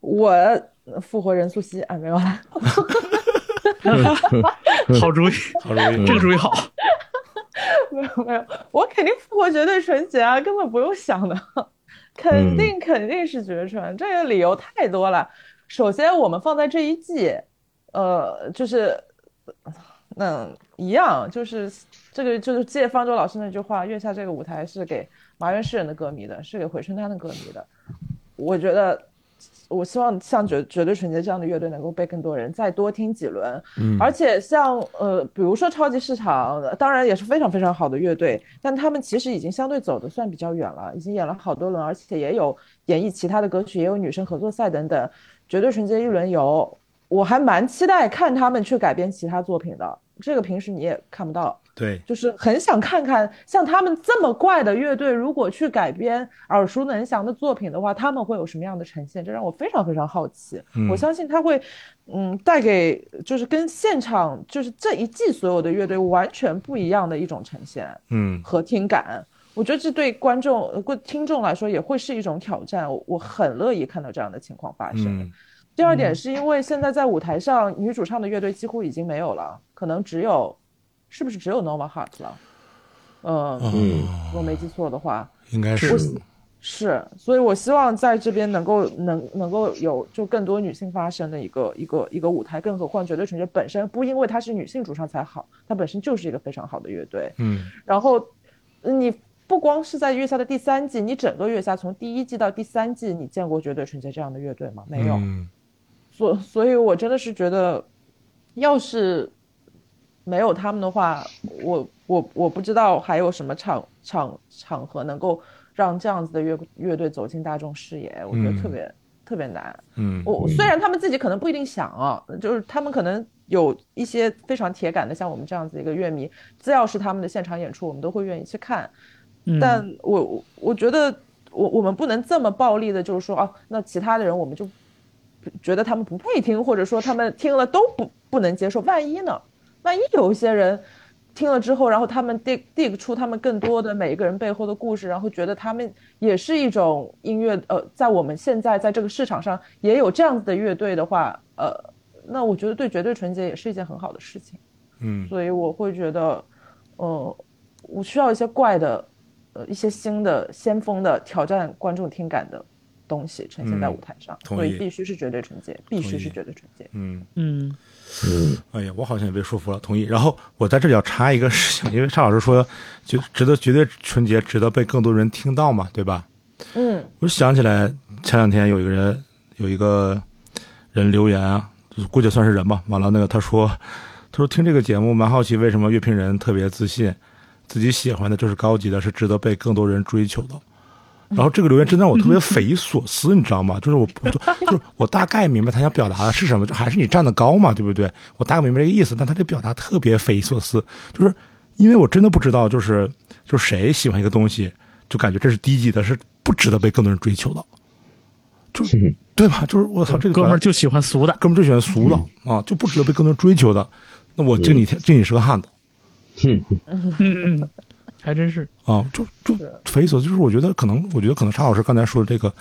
Speaker 3: 我复活任素汐啊，没有啦，
Speaker 4: 好主意，
Speaker 2: 嗯好主意，
Speaker 4: 这个主意好，
Speaker 3: 没有没有，我肯定复活绝对纯洁啊，根本不用想的，肯定肯定是绝纯，这个理由太多了。首先，我们放在这一季，呃，就是那一样，就是这个就是借方舟老师那句话，月下这个舞台是给麻原诗人的歌迷的，是给回春丹的歌迷的。我觉得，我希望像绝绝对纯洁这样的乐队能够被更多人再多听几轮。
Speaker 2: 嗯
Speaker 3: 而且像呃，比如说超级市场，呃当然也是非常非常好的乐队，但他们其实已经相对走的算比较远了，已经演了好多轮，而且也有演绎其他的歌曲，也有女生合作赛等等。绝对纯洁一轮游，我还蛮期待看他们去改编其他作品的，这个平时你也看不到。
Speaker 2: 对，
Speaker 3: 就是很想看看像他们这么怪的乐队，如果去改编耳熟能详的作品的话，他们会有什么样的呈现？这让我非常非常好奇。
Speaker 2: 嗯
Speaker 3: 我相信他会，嗯，带给就是跟现场就是这一季所有的乐队完全不一样的一种呈现
Speaker 2: 嗯
Speaker 3: 和听感。我觉得这对观众、呃对听众来说也会是一种挑战。我我很乐意看到这样的情况发生。
Speaker 2: 嗯
Speaker 3: 第二点是因为现在在舞台上女主唱的乐队几乎已经没有了，可能只有，是不是只有 Norma Heart 了？嗯，
Speaker 2: 嗯，
Speaker 3: 我没记错的话
Speaker 2: 应该是
Speaker 3: 是，所以我希望在这边能够能能够有就更多女性发声的一个一个一个舞台，更何况绝对纯洁本身不因为她是女性主唱才好，她本身就是一个非常好的乐队。
Speaker 2: 嗯
Speaker 3: 然后呃你不光是在月下的第三季，你整个月下从第一季到第三季，你见过绝对纯洁这样的乐队吗？没有。
Speaker 2: 嗯
Speaker 3: 所所以，我真的是觉得，要是没有他们的话，我我我不知道还有什么场场场合能够让这样子的乐乐队走进大众视野，我觉得特别、特别难。
Speaker 2: 嗯
Speaker 3: 我虽然他们自己可能不一定想啊，就是他们可能有一些非常铁杆的，像我们这样子一个乐迷，只要是他们的现场演出，我们都会愿意去看。
Speaker 4: 嗯
Speaker 3: 但我我我觉得我我们不能这么暴力的，就是说啊，那其他的人我们就觉得他们不配听，或者说他们听了都不不能接受。万一呢？万一有一些人听了之后，然后他们 dig dig 出他们更多的每一个人背后的故事，然后觉得他们也是一种音乐，呃，在我们现在在这个市场上也有这样子的乐队的话，呃，那我觉得对绝对纯洁也是一件很好的事情。
Speaker 2: 嗯
Speaker 3: 所以我会觉得，呃，我需要一些怪的，呃，一些新的、先锋的、挑战观众听感的东西呈
Speaker 4: 嗯
Speaker 3: 现在舞台上，
Speaker 2: 同
Speaker 3: 所
Speaker 2: 意
Speaker 3: 以必须是绝对纯洁，必须是
Speaker 2: 同意
Speaker 3: 绝对纯洁。
Speaker 2: 嗯。
Speaker 4: 嗯
Speaker 2: 哎呀，我好像也被说服了，同意。然后我在这里要插一个事情，因为沙老师说，就值得绝对纯洁，值得被更多人听到嘛，对吧？
Speaker 3: 嗯
Speaker 2: 我就想起来前两天有一个人，有一个人留言啊，就是估计算是人吧。完了，那个他说，他说听这个节目蛮好奇，为什么乐评人特别自信，自己喜欢的就是高级的，是值得被更多人追求的。然后这个留言真的让我特别匪夷所思，你知道吗？就是我，我就是我大概明白他想表达的是什么，就还是你站得高嘛，对不对？我大概明白这个意思，但他这表达特别匪夷所思，就是因为我真的不知道，就是就谁喜欢一个东西，就感觉这是低级的，是不值得被更多人追求的，就是对吧？就是我操，这个
Speaker 4: 哥
Speaker 2: 表达
Speaker 4: 们儿就喜欢俗的，
Speaker 2: 哥们儿就喜欢俗的、啊，就不值得被更多人追求的。那我敬你天，敬你是个汉子
Speaker 4: 嗯嗯，还真是，
Speaker 2: 啊，就就匪夷所思。就是我觉得可能，我觉得可能沙老师刚才说的这个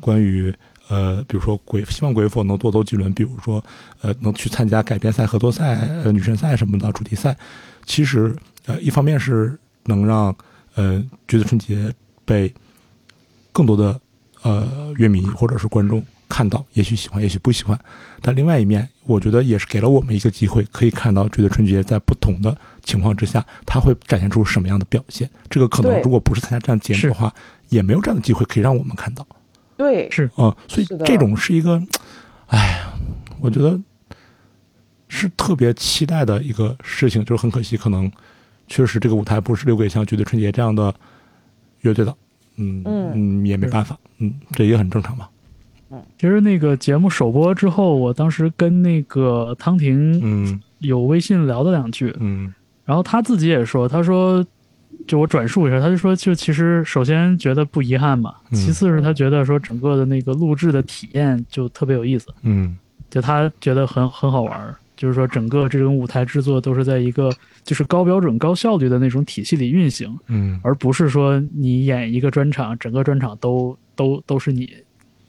Speaker 2: 关于呃，比如说鬼，希望鬼否能多走几轮，比如说呃，能去参加改编赛、合作赛、呃女神赛什么的主题赛，其实呃，一方面是能让呃觉得春节被更多的呃乐迷或者是观众看到，也许喜欢，也许不喜欢。但另外一面，我觉得也是给了我们一个机会，可以看到《绝对春节》在不同的情况之下，它会展现出什么样的表现。这个可能
Speaker 3: 对
Speaker 2: 如果不是参加这样节目的话，也没有这样的机会可以让我们看到
Speaker 3: 对，
Speaker 4: 是
Speaker 2: 啊、所以
Speaker 3: 是的
Speaker 2: 这种是一个，哎呀，我觉得是特别期待的一个事情，就是很可惜，可能确实这个舞台不是留给像《绝对春节》这样的乐队的。嗯
Speaker 3: 嗯
Speaker 2: 嗯，也没办法，嗯，这也很正常吧。
Speaker 4: 其实那个节目首播之后，我当时跟那个汤婷
Speaker 2: 嗯
Speaker 4: 有微信聊了两句，
Speaker 2: 嗯
Speaker 4: 然后他自己也说，他说，就我转述一下，他就说，就其实首先觉得不遗憾嘛，
Speaker 2: 嗯
Speaker 4: 其次是他觉得说整个的那个录制的体验就特别有意思，
Speaker 2: 嗯
Speaker 4: 就他觉得很很好玩儿，就是说整个这种舞台制作都是在一个就是高标准、高效率的那种体系里运行，
Speaker 2: 嗯
Speaker 4: 而不是说你演一个专场，整个专场都都都是你，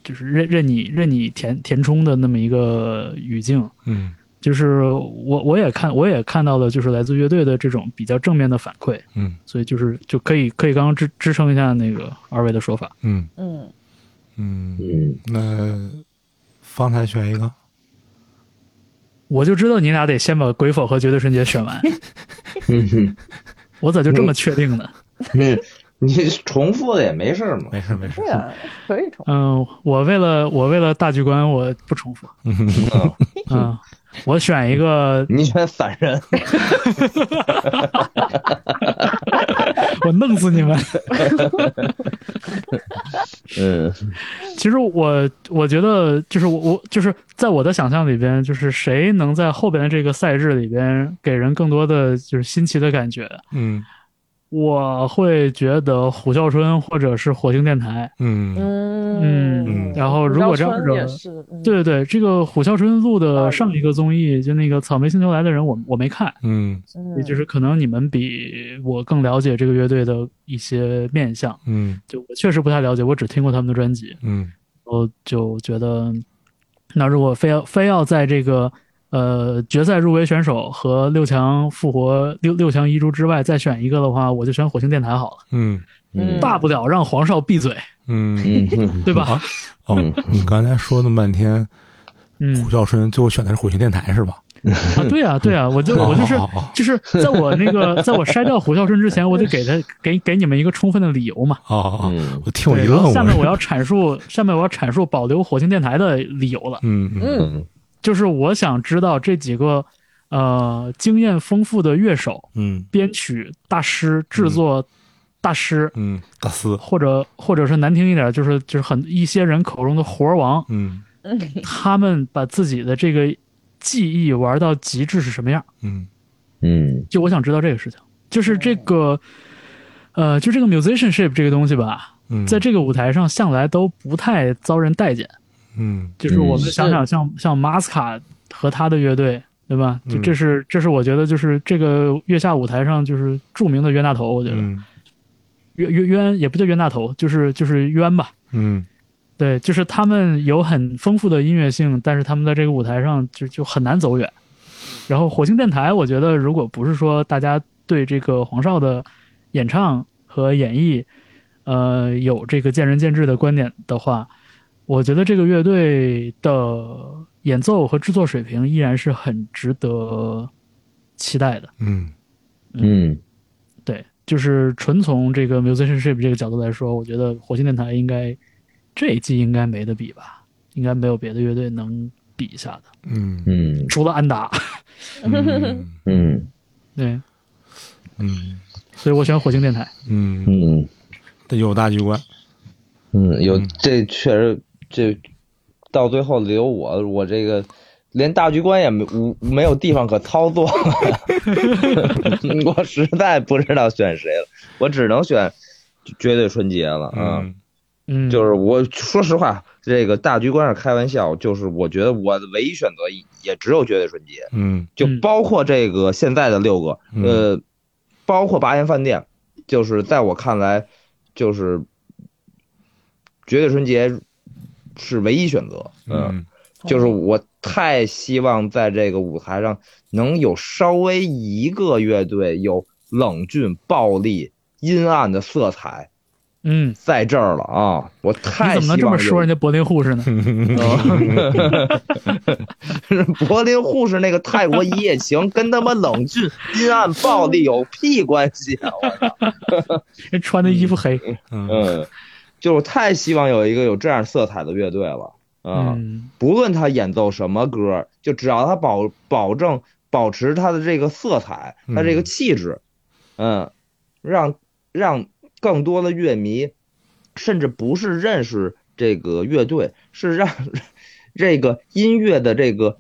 Speaker 4: 就是任任你任你填填充的那么一个语境。
Speaker 2: 嗯
Speaker 4: 就是我我也看我也看到了，就是来自乐队的这种比较正面的反馈，
Speaker 2: 嗯
Speaker 4: 所以就是就可以可以刚刚支支撑一下那个二位的说法。
Speaker 2: 嗯
Speaker 3: 嗯，
Speaker 2: 嗯，
Speaker 1: 嗯，
Speaker 2: 那方才选一个，
Speaker 4: 我就知道你俩得先把《鬼否》和《绝对纯洁》选完，
Speaker 1: 嗯哼，
Speaker 4: 我咋就这么确定呢？
Speaker 1: 嗯，你重复的也没事嘛。
Speaker 2: 没事没事
Speaker 3: 对，啊，可以重。
Speaker 4: 嗯，我为了我为了大局观，我不重复。
Speaker 1: 嗯
Speaker 4: 嗯，我选一个，
Speaker 1: 你选散人，
Speaker 4: 我弄死你 们。
Speaker 1: 嗯
Speaker 4: 其实我我觉得就是我我就是在我的想象里边，就是谁能在后边的这个赛制里边给人更多的就是新奇的感觉，
Speaker 2: 嗯
Speaker 4: 我会觉得虎啸春或者是火星电台。
Speaker 2: 嗯
Speaker 3: 嗯
Speaker 4: 嗯然后如果这样
Speaker 3: 吴
Speaker 4: 子
Speaker 3: 兆春也是，嗯
Speaker 4: 对对对，这个虎啸春录的上一个综艺就那个《草莓星球来的人》我，我没看，
Speaker 2: 嗯
Speaker 3: 嗯
Speaker 4: 也就是可能你们比我更了解这个乐队的一些面相，
Speaker 2: 嗯
Speaker 4: 就我确实不太了解，我只听过他们的专辑，
Speaker 2: 嗯
Speaker 4: 我就觉得，那如果非要非要在这个呃决赛入围选手和六强复活六六强遗珠之外再选一个的话，我就选火星电台好了，
Speaker 2: 嗯
Speaker 3: 嗯
Speaker 4: 大不了让黄少闭嘴，
Speaker 2: 嗯
Speaker 1: 嗯嗯
Speaker 4: 对吧？
Speaker 2: 哦，你刚才说那么半天，
Speaker 4: 嗯
Speaker 2: 虎啸春最后选的是火星电台是吧？
Speaker 4: 啊，对啊，对啊，我就我就是
Speaker 2: 好好好
Speaker 4: 就是在我那个在我筛掉胡啸春之前，我得给他给给你们一个充分的理由嘛。
Speaker 2: 哦哦哦
Speaker 1: 嗯，
Speaker 2: 我听我一
Speaker 4: 对然
Speaker 2: 愣，
Speaker 4: 后下面
Speaker 2: 我
Speaker 4: 我要阐述，下面我要阐述保留火星电台的理由了。
Speaker 2: 嗯嗯
Speaker 3: 嗯
Speaker 1: 嗯
Speaker 4: 就是我想知道这几个呃经验丰富的乐手、
Speaker 2: 嗯
Speaker 4: 编曲大师、制作大师，
Speaker 2: 嗯，大四，
Speaker 4: 或者或者是难听一点，就是就是很一些人口中的活儿王，
Speaker 2: 嗯
Speaker 4: 他们把自己的这个技艺玩到极致是什么样？
Speaker 2: 嗯
Speaker 1: 嗯
Speaker 4: 就我想知道这个事情，就是
Speaker 2: 哦
Speaker 4: 这个，呃，就这个 musicianship 这个东西吧，
Speaker 2: 嗯，
Speaker 4: 在这个舞台上向来都不太遭人待见。
Speaker 2: 嗯
Speaker 4: 就是我们
Speaker 3: 嗯
Speaker 4: 想想，像像马斯卡和他的乐队，对吧？就
Speaker 2: 嗯
Speaker 4: 这是这是我觉得就是这个月下舞台上就是著名的冤大头，我觉得
Speaker 2: 嗯
Speaker 4: 冤冤冤也不叫冤大头，就是就是冤吧。
Speaker 2: 嗯
Speaker 4: 对，就是他们有很丰富的音乐性，但是他们在这个舞台上就就很难走远。然后火星电台，我觉得如果不是说大家对这个黄少的演唱和演绎，呃，有这个见仁见智的观点的话，我觉得这个乐队的演奏和制作水平依然是很值得期待的。
Speaker 2: 嗯
Speaker 1: 嗯
Speaker 4: 对，就是纯从这个 musicianship 这个角度来说，我觉得火星电台应该这一季应该没得比吧，应该没有别的乐队能比一下的，
Speaker 2: 嗯
Speaker 1: 嗯
Speaker 4: 除了安达。
Speaker 2: 嗯
Speaker 1: 嗯
Speaker 4: 对，
Speaker 2: 嗯
Speaker 4: 所以我选火星电台。
Speaker 2: 嗯，
Speaker 1: 嗯
Speaker 2: 得有大局观，
Speaker 1: 嗯，有这确实这到最后留我我这个。连大局观也没无没有地方可操作了， 我实在不知道选谁了，我只能选绝对纯洁了啊！
Speaker 2: 嗯
Speaker 4: 嗯，
Speaker 1: 就是我说实话，这个大局观是开玩笑，就是我觉得我的唯一选择也只有绝对纯洁，
Speaker 2: 嗯
Speaker 1: 就
Speaker 4: 嗯
Speaker 1: 包括这个现在的六个，
Speaker 2: 嗯
Speaker 1: 呃，包括八言饭店，就是在我看来，就是绝对纯洁是唯一选择，嗯，
Speaker 2: 嗯
Speaker 1: 就是我太希望在这个舞台上能有稍微一个乐队有冷峻、暴力、阴暗的色彩
Speaker 4: 嗯，
Speaker 1: 在这儿了啊！我
Speaker 4: 你
Speaker 1: 太
Speaker 4: 怎
Speaker 1: 希
Speaker 4: 么
Speaker 1: 望
Speaker 4: 能这么说
Speaker 1: 有嗯
Speaker 4: 人家柏林护士呢？
Speaker 1: 柏林护士那个泰国一夜情跟他妈冷峻、 阴暗、暴力有屁关系啊！我操，
Speaker 4: 人穿的衣服黑。
Speaker 2: 嗯
Speaker 1: 嗯，就是我太希望有一个有这样色彩的乐队了啊！
Speaker 4: 嗯
Speaker 1: 不论他演奏什么歌，就只要他保保证保持他的这个色彩，
Speaker 2: 嗯
Speaker 1: 他这个气质，嗯，让让更多的乐迷，甚至不是认识这个乐队，是让 这个音乐的这个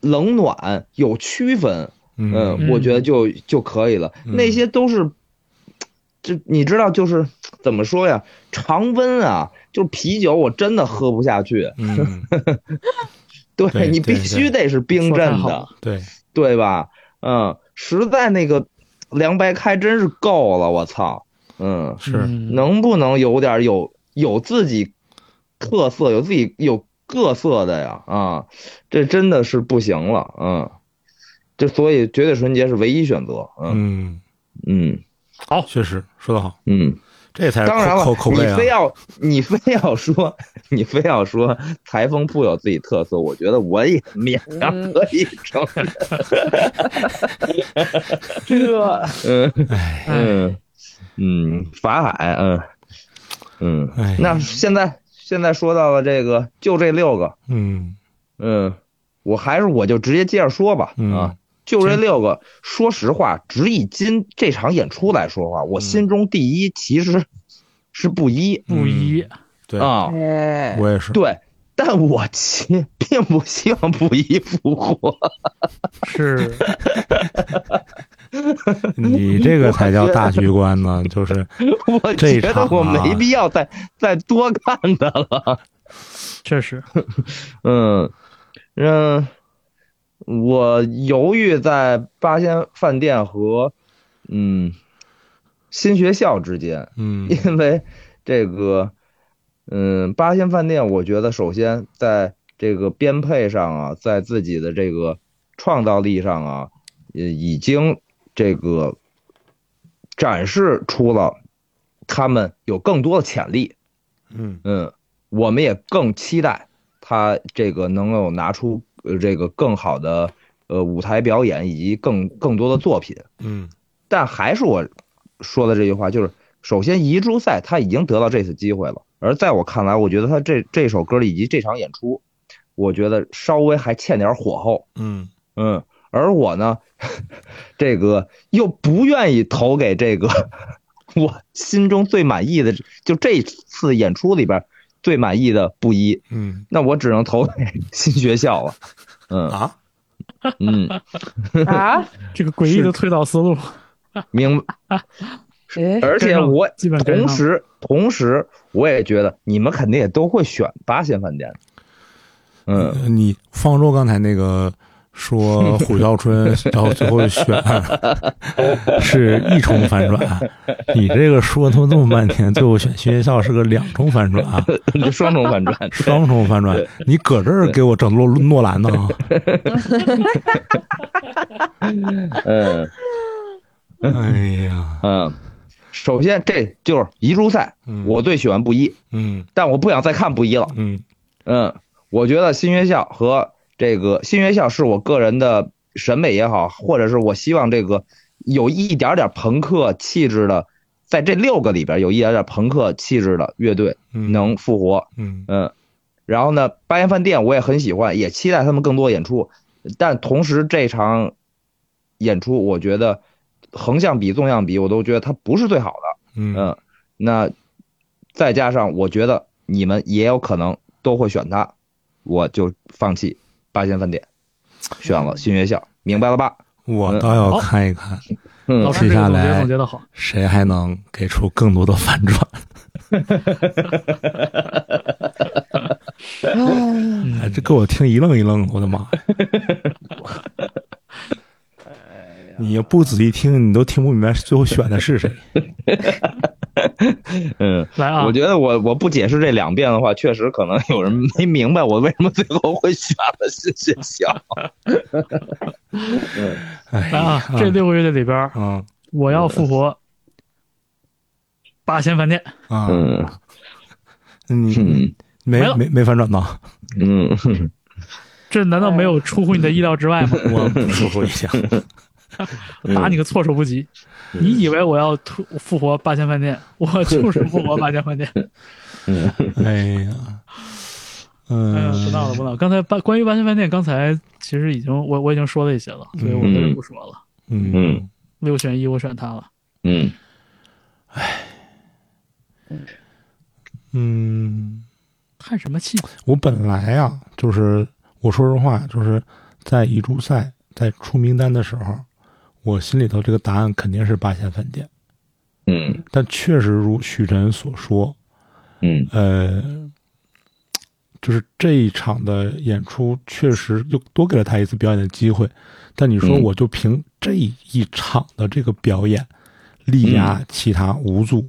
Speaker 1: 冷暖有区分，
Speaker 2: 嗯
Speaker 1: 嗯，我觉得就就可以了。
Speaker 2: 嗯
Speaker 1: 那些都是，这你知道，就是怎么说呀？常温啊，就是啤酒，我真的喝不下去。
Speaker 2: 嗯，
Speaker 1: 对
Speaker 2: 对
Speaker 1: 你
Speaker 2: 对
Speaker 1: 必须得是冰
Speaker 4: 说太
Speaker 1: 镇
Speaker 4: 好
Speaker 1: 的
Speaker 4: 了，
Speaker 2: 对，
Speaker 1: 对吧？嗯，实在那个凉白开真是够了，我操！嗯，
Speaker 2: 是，
Speaker 4: 嗯
Speaker 1: 能不能有点有有自己特色，有自己有各色的呀？啊，这真的是不行了，嗯。这所以绝对纯洁是唯一选择，嗯
Speaker 2: 嗯，
Speaker 1: 嗯
Speaker 2: 确实说得好，
Speaker 1: 嗯
Speaker 2: 这才是
Speaker 1: 当然了
Speaker 2: 口口，口
Speaker 1: 你
Speaker 2: 碑啊
Speaker 1: 非。要 你非要说你非要说裁缝铺有自己特色，我觉得我也勉强可以承认。
Speaker 3: 这
Speaker 1: 嗯
Speaker 2: 哎，
Speaker 1: 嗯嗯，法海，嗯嗯，
Speaker 2: 哎，
Speaker 1: 那现在现在说到了这个，就这六个，
Speaker 2: 嗯
Speaker 1: 嗯，我还是我就直接接着说吧，
Speaker 2: 嗯
Speaker 1: 啊，就这六个，说实话，只以今这场演出来说话，我心中第一其实是布衣
Speaker 4: 布衣，
Speaker 2: 对，
Speaker 1: 啊，
Speaker 3: 哎，
Speaker 2: 我也是。
Speaker 1: 对，但我其并不希望布衣复活，
Speaker 4: 是
Speaker 2: 你这个才叫大局观呢，就是
Speaker 1: 我
Speaker 2: 这
Speaker 1: 觉
Speaker 2: 一场啊
Speaker 1: 得我没必要再再多看他了，
Speaker 4: 确实，
Speaker 1: 嗯嗯，我犹豫在八仙饭店和嗯新学校之间。
Speaker 2: 嗯
Speaker 1: 因为这个，嗯，八仙饭店，我觉得首先在这个编配上啊，在自己的这个创造力上啊，呃，已经这个展示出了他们有更多的潜力。
Speaker 2: 嗯
Speaker 1: 嗯，我们也更期待他这个能够拿出呃这个更好的呃舞台表演以及更更多的作品。
Speaker 2: 嗯
Speaker 1: 但还是我说的这句话，就是首先遗珠赛他已经得到这次机会了，而在我看来，我觉得他这这首歌以及这场演出，我觉得稍微还欠点火候，
Speaker 2: 嗯
Speaker 1: 嗯，而我呢， 这个又不愿意投给这个 我心中最满意的，就这次演出里边最满意的布衣，
Speaker 2: 嗯
Speaker 1: 那我只能投给新学校了，嗯
Speaker 2: 啊，
Speaker 1: 嗯。
Speaker 3: 啊，
Speaker 4: 这个诡异的推导思路，
Speaker 1: 明，
Speaker 3: 哎
Speaker 1: 是 而且我
Speaker 4: 基本跟上
Speaker 1: 同时同时，我也觉得你们肯定也都会选八仙饭店。 嗯，
Speaker 2: 呃你方舟刚才那个说虎啸春到最后选是一重反转，你这个说他妈这么半天，最后选新学校是个两重反转，
Speaker 1: 双重反转，
Speaker 2: 双重反转，你搁这儿给我整诺诺兰呢？
Speaker 1: 嗯
Speaker 2: 哎呀，
Speaker 1: 嗯。首先，这就是遗珠赛
Speaker 2: 嗯，
Speaker 1: 我最喜欢布衣，
Speaker 2: 嗯
Speaker 1: 但我不想再看布衣了。
Speaker 2: 嗯
Speaker 1: 嗯，我觉得新学校和这个新学校是我个人的审美也好，或者是我希望这个有一点点朋克气质的，在这六个里边有一点点朋克气质的乐队
Speaker 2: 嗯
Speaker 1: 能复活。
Speaker 2: 嗯
Speaker 1: 嗯，然后呢，八仙饭店我也很喜欢，也期待他们更多演出。但同时，这场演出我觉得横向比、纵向比，我都觉得它不是最好的。
Speaker 2: 嗯
Speaker 1: 嗯，那再加上我觉得你们也有可能都会选它，我就放弃八仙饭店，选了新学校，明白了吧？
Speaker 2: 我倒要看一看
Speaker 1: 嗯
Speaker 4: 老师这个总
Speaker 2: 接下
Speaker 4: 结
Speaker 2: 来
Speaker 4: 总结的好，
Speaker 2: 谁还能给出更多的反转。哎，这给我听一愣一愣的，我的妈呀！你要不仔细听，你都听不明白最后选的是谁。
Speaker 1: 嗯。
Speaker 4: 来啊，
Speaker 1: 我觉得我我不解释这两遍的话，确实可能有人没明白我为什么最后会选了新学校。
Speaker 2: 哎
Speaker 4: 来
Speaker 2: 呀
Speaker 4: 啊，，这六个乐队里边儿，
Speaker 2: 啊
Speaker 4: 我要复活八仙饭店，
Speaker 2: 啊，
Speaker 1: 嗯
Speaker 2: 你
Speaker 1: 嗯
Speaker 2: 没
Speaker 4: 没了
Speaker 2: 没没反转到，
Speaker 1: 嗯，
Speaker 4: 这难道没有出乎你的意料之外吗？
Speaker 2: 我不出乎意料。
Speaker 4: 打你个措手不及！你以为我要突复活八仙饭店，我就是复活八仙 饭店。
Speaker 2: 哎呀，
Speaker 4: 哎呀，
Speaker 2: 嗯，
Speaker 4: 不闹了，不闹了。刚才八关于八仙饭店，刚才其实已经我我已经说了一些了，所以我就不说了。
Speaker 2: 嗯
Speaker 4: 六选一，我选他了。
Speaker 1: 嗯，
Speaker 2: 嗯。
Speaker 4: 叹什么气？
Speaker 2: 我本来啊，就是我说实话，就是在遗珠赛在出名单的时候，我心里头这个答案肯定是八仙饭店。
Speaker 1: 嗯
Speaker 2: 但确实如许晨所说，
Speaker 1: 嗯
Speaker 2: 呃，就是这一场的演出确实又多给了他一次表演的机会。但你说
Speaker 1: 嗯
Speaker 2: 我就凭这一场的这个表演，力压其他五组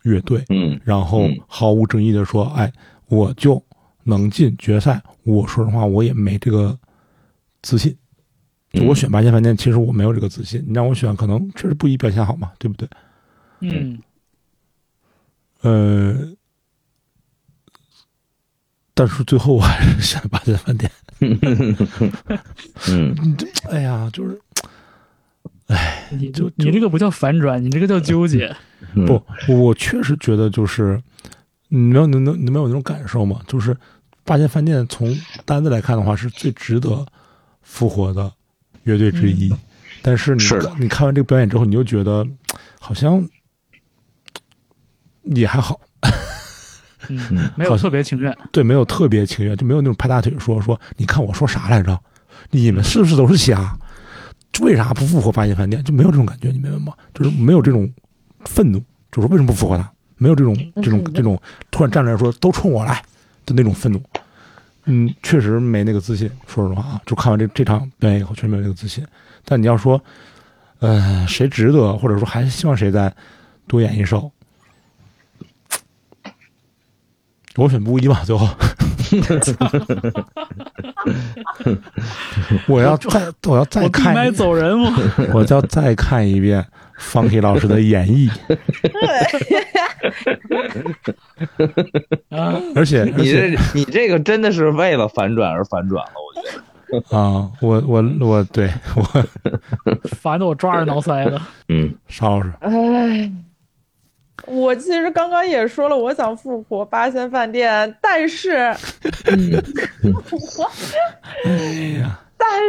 Speaker 2: 乐队，
Speaker 1: 嗯
Speaker 2: 然后
Speaker 1: 嗯
Speaker 2: 毫无争议的说：“哎，我就能进决赛。”我说实话，我也没这个自信。就
Speaker 1: 嗯
Speaker 2: 我选八仙饭店，其实我没有这个自信。你让我选，可能确实不一表现好嘛，对不对？
Speaker 4: 嗯，
Speaker 2: 呃，但是最后我还是选八点饭店。
Speaker 1: 嗯，
Speaker 2: 哎呀，就是
Speaker 4: 你就你这个不叫反转，你这个叫纠结。
Speaker 1: 嗯
Speaker 2: 不，我我确实觉得就是，你没有能能你没有那种感受吗？就是八间饭店从单子来看的话，是最值得复活的乐队之一。但是你
Speaker 1: 嗯是的
Speaker 2: 你看完这个表演之后，你又觉得好像也还好，
Speaker 4: 嗯，没有特别情愿。
Speaker 2: 对，没有特别情愿，就没有那种拍大腿说说，你看我说啥来着？你们是不是都是瞎？为啥不复活八间饭店？就没有这种感觉，你明白吗？就是没有这种愤怒，就是为什么不复活他？没有这种
Speaker 4: 嗯
Speaker 2: 这种这种突然站出来说都冲我来的那种愤怒。嗯，确实没那个自信。说实话啊，就看完这这场表演以后，确实没有那个自信。但你要说，呃，谁值得，或者说还希望谁再多演一首，我选布衣吧， 最后。我要再，我要再
Speaker 4: 我闭
Speaker 2: 看
Speaker 4: 麦
Speaker 2: 一，
Speaker 4: 走人，我
Speaker 2: 我要再看一遍 Funky 老师的演绎，
Speaker 4: 啊，
Speaker 2: 而且而
Speaker 1: 你
Speaker 2: 且
Speaker 1: 这你这个真的是为了反转而反转了，我觉得。
Speaker 2: 啊，我我我对我
Speaker 4: 烦的我抓着挠腮了。
Speaker 1: 嗯，
Speaker 2: 沙老师，
Speaker 3: 哎，我其实刚刚也说了，我想复活八仙饭店，但是， 但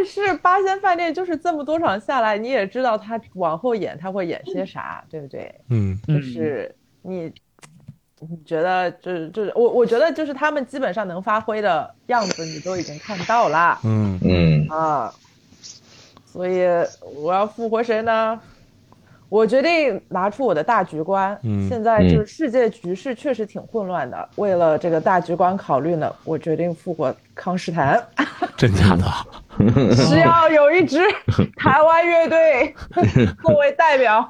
Speaker 3: 是八仙饭店就是这么多场下来，你也知道他往后演他会演些啥，对不对？
Speaker 2: 嗯
Speaker 4: 嗯
Speaker 3: 就是你，你觉得就是就是我我觉得就是他们基本上能发挥的样子，你都已经看到啦
Speaker 2: 嗯
Speaker 1: 嗯，
Speaker 3: 啊，所以我要复活谁呢？我决定拿出我的大局观。
Speaker 2: 嗯
Speaker 3: 现在就
Speaker 1: 嗯
Speaker 3: 是世界局势确实挺混乱的，为了这个大局观考虑呢，我决定复活康斯 坦，
Speaker 2: 真假的，
Speaker 3: 只要有一 支台湾乐队作为代表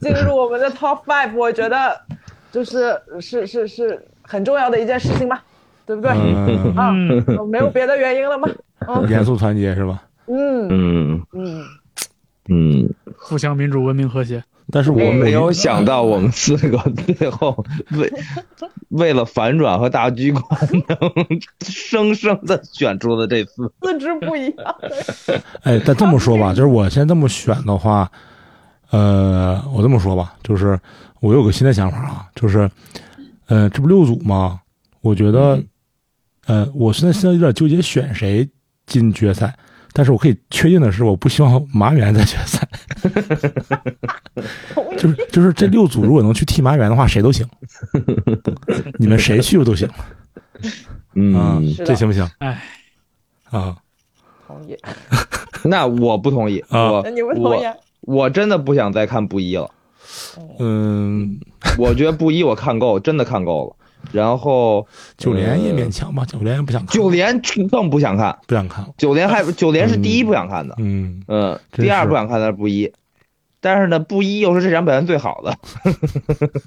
Speaker 3: 进入我们的 Top Five，我觉得就是是是是很重要的一件事情嘛，对不对？
Speaker 2: 嗯，
Speaker 3: 啊，
Speaker 4: 嗯，
Speaker 3: 没有别的原因 了吗？啊，
Speaker 2: 严肃团结是吧？
Speaker 3: 嗯
Speaker 1: 嗯
Speaker 3: 嗯，
Speaker 1: 嗯，
Speaker 4: 互相民主、文明、和谐。
Speaker 2: 但是我
Speaker 1: 我没有
Speaker 2: 我
Speaker 1: 想到我们四个最后为为了反转和大局观，能生生的选出了这四
Speaker 3: 四肢不一样。
Speaker 2: 哎，但这么说 吧，就是我先这么选的话，呃，我这么说吧，就是我有个新的想法啊，就是，呃，这不六组吗？我觉得，
Speaker 3: 嗯
Speaker 2: 呃，我现在现在有点纠结选谁进决赛，但是我可以确定的是，我不希望麻原在决赛。就是就是这六组如果能去替麻原的话，谁都 行，你们谁去都行啊
Speaker 1: 嗯，
Speaker 3: 是，的
Speaker 2: 这行不行
Speaker 4: 哎，
Speaker 2: 啊？
Speaker 3: 同意，
Speaker 1: 那我不同意，
Speaker 2: 啊
Speaker 1: 我
Speaker 3: 那你不同意？
Speaker 1: 我我真的不想再看布衣了，
Speaker 2: 嗯，
Speaker 1: 我觉得布衣我看够，真的看够了。然后
Speaker 2: 九连也
Speaker 1: 呃
Speaker 2: 勉强吧，九连也不想看，
Speaker 1: 九连更不想看，
Speaker 2: 不想看了。
Speaker 1: 九连还九连是第一不想看的，
Speaker 2: 嗯，
Speaker 1: 嗯，
Speaker 2: 真
Speaker 1: 第二
Speaker 2: 是
Speaker 1: 不想看的是布衣，但是呢，布衣又是这场表现最好的，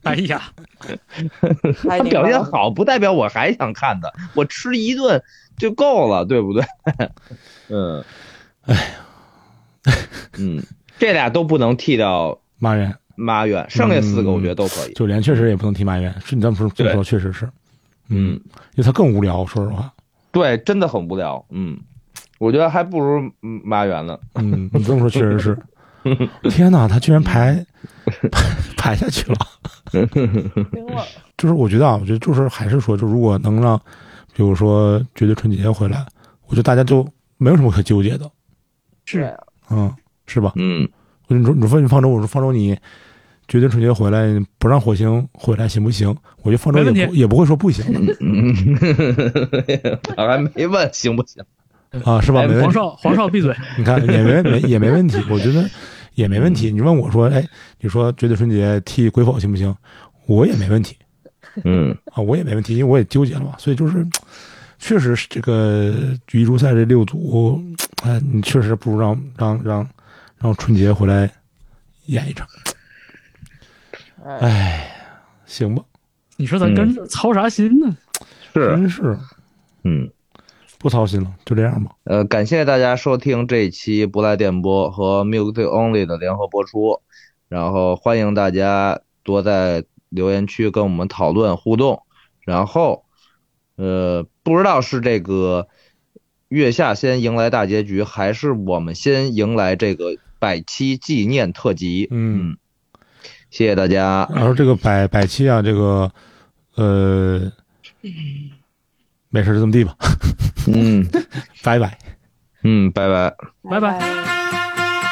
Speaker 4: 哎呀，
Speaker 3: 他哎
Speaker 1: 他表
Speaker 3: 哦
Speaker 1: 现好不代表我还想看的，我吃一顿就够了，对不 对？嗯，哎，嗯，这俩都不能替掉
Speaker 2: 马原
Speaker 1: 妈怨，剩下四个我觉得都可以。
Speaker 2: 九连确实也不能提马原，是你这么说这么说确实是，
Speaker 1: 嗯，
Speaker 2: 因为他更无聊，说实话，
Speaker 1: 对，真的很无聊。嗯，我觉得还不如嗯妈源呢。
Speaker 2: 嗯，你这么说确实 是，天哪，他居然排排排下去了，
Speaker 3: 听了，
Speaker 2: 就是我觉得啊，我觉得就是还是说，就如果能让，比如说绝对春节回来，我觉得大家就没有什么可纠结的，
Speaker 3: 对
Speaker 4: 是，
Speaker 2: 嗯，是吧？
Speaker 1: 嗯
Speaker 2: 你说你说你方舟，我说方舟你绝对春节回来不让火星回来行不行？我觉得方舟
Speaker 4: 没问
Speaker 2: 也不
Speaker 4: 题
Speaker 2: 也不会说不行
Speaker 1: 嗯，我还没问行不行？
Speaker 2: 啊，是吧？
Speaker 1: 哎
Speaker 2: 没问题
Speaker 4: 嗯黄。少，黄少闭嘴。
Speaker 2: 你看也没没也没问题，我觉得也没问题。你问我说，哎，你说绝对春节替鬼否行不行？我也没问题
Speaker 1: 嗯
Speaker 2: 啊，我也没问题，因为我也纠结了嘛。所以就是，确实是这个一如赛这六组，哎，你确实不如让让让让春节回来演一场。哎，行吧，
Speaker 4: 你说咱跟着操啥心呢？
Speaker 1: 是
Speaker 2: 真是
Speaker 1: 嗯
Speaker 2: 不操心了，就这样吧。
Speaker 1: 呃，感谢大家收听这一期不赖电波和 Music Only 的联合播出，然后欢迎大家多在留言区跟我们讨论互动。然后，呃，不知道是这个月下先迎来大结局，还是我们先迎来这个百期纪念特辑。
Speaker 2: 嗯，
Speaker 1: 谢谢大家。
Speaker 2: 然后这个百百期啊，这个呃，没事，就这么地吧，
Speaker 1: 嗯
Speaker 2: 拜拜。
Speaker 1: 嗯，拜拜。
Speaker 4: 拜拜。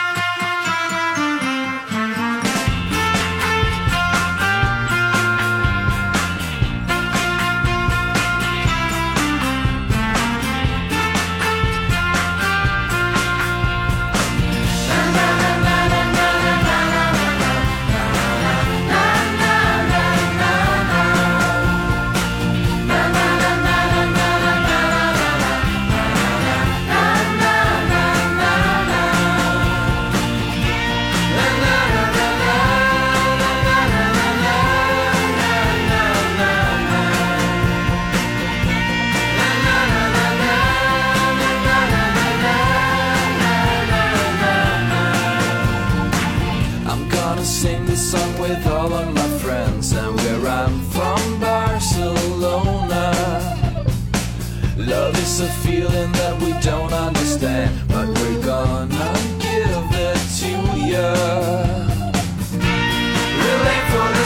Speaker 7: I'm gonna sing this song with all of my friends and where I'm from, Barcelona. Love is a feeling that we don't understand, but we're gonna give it to ya. We'll aim for the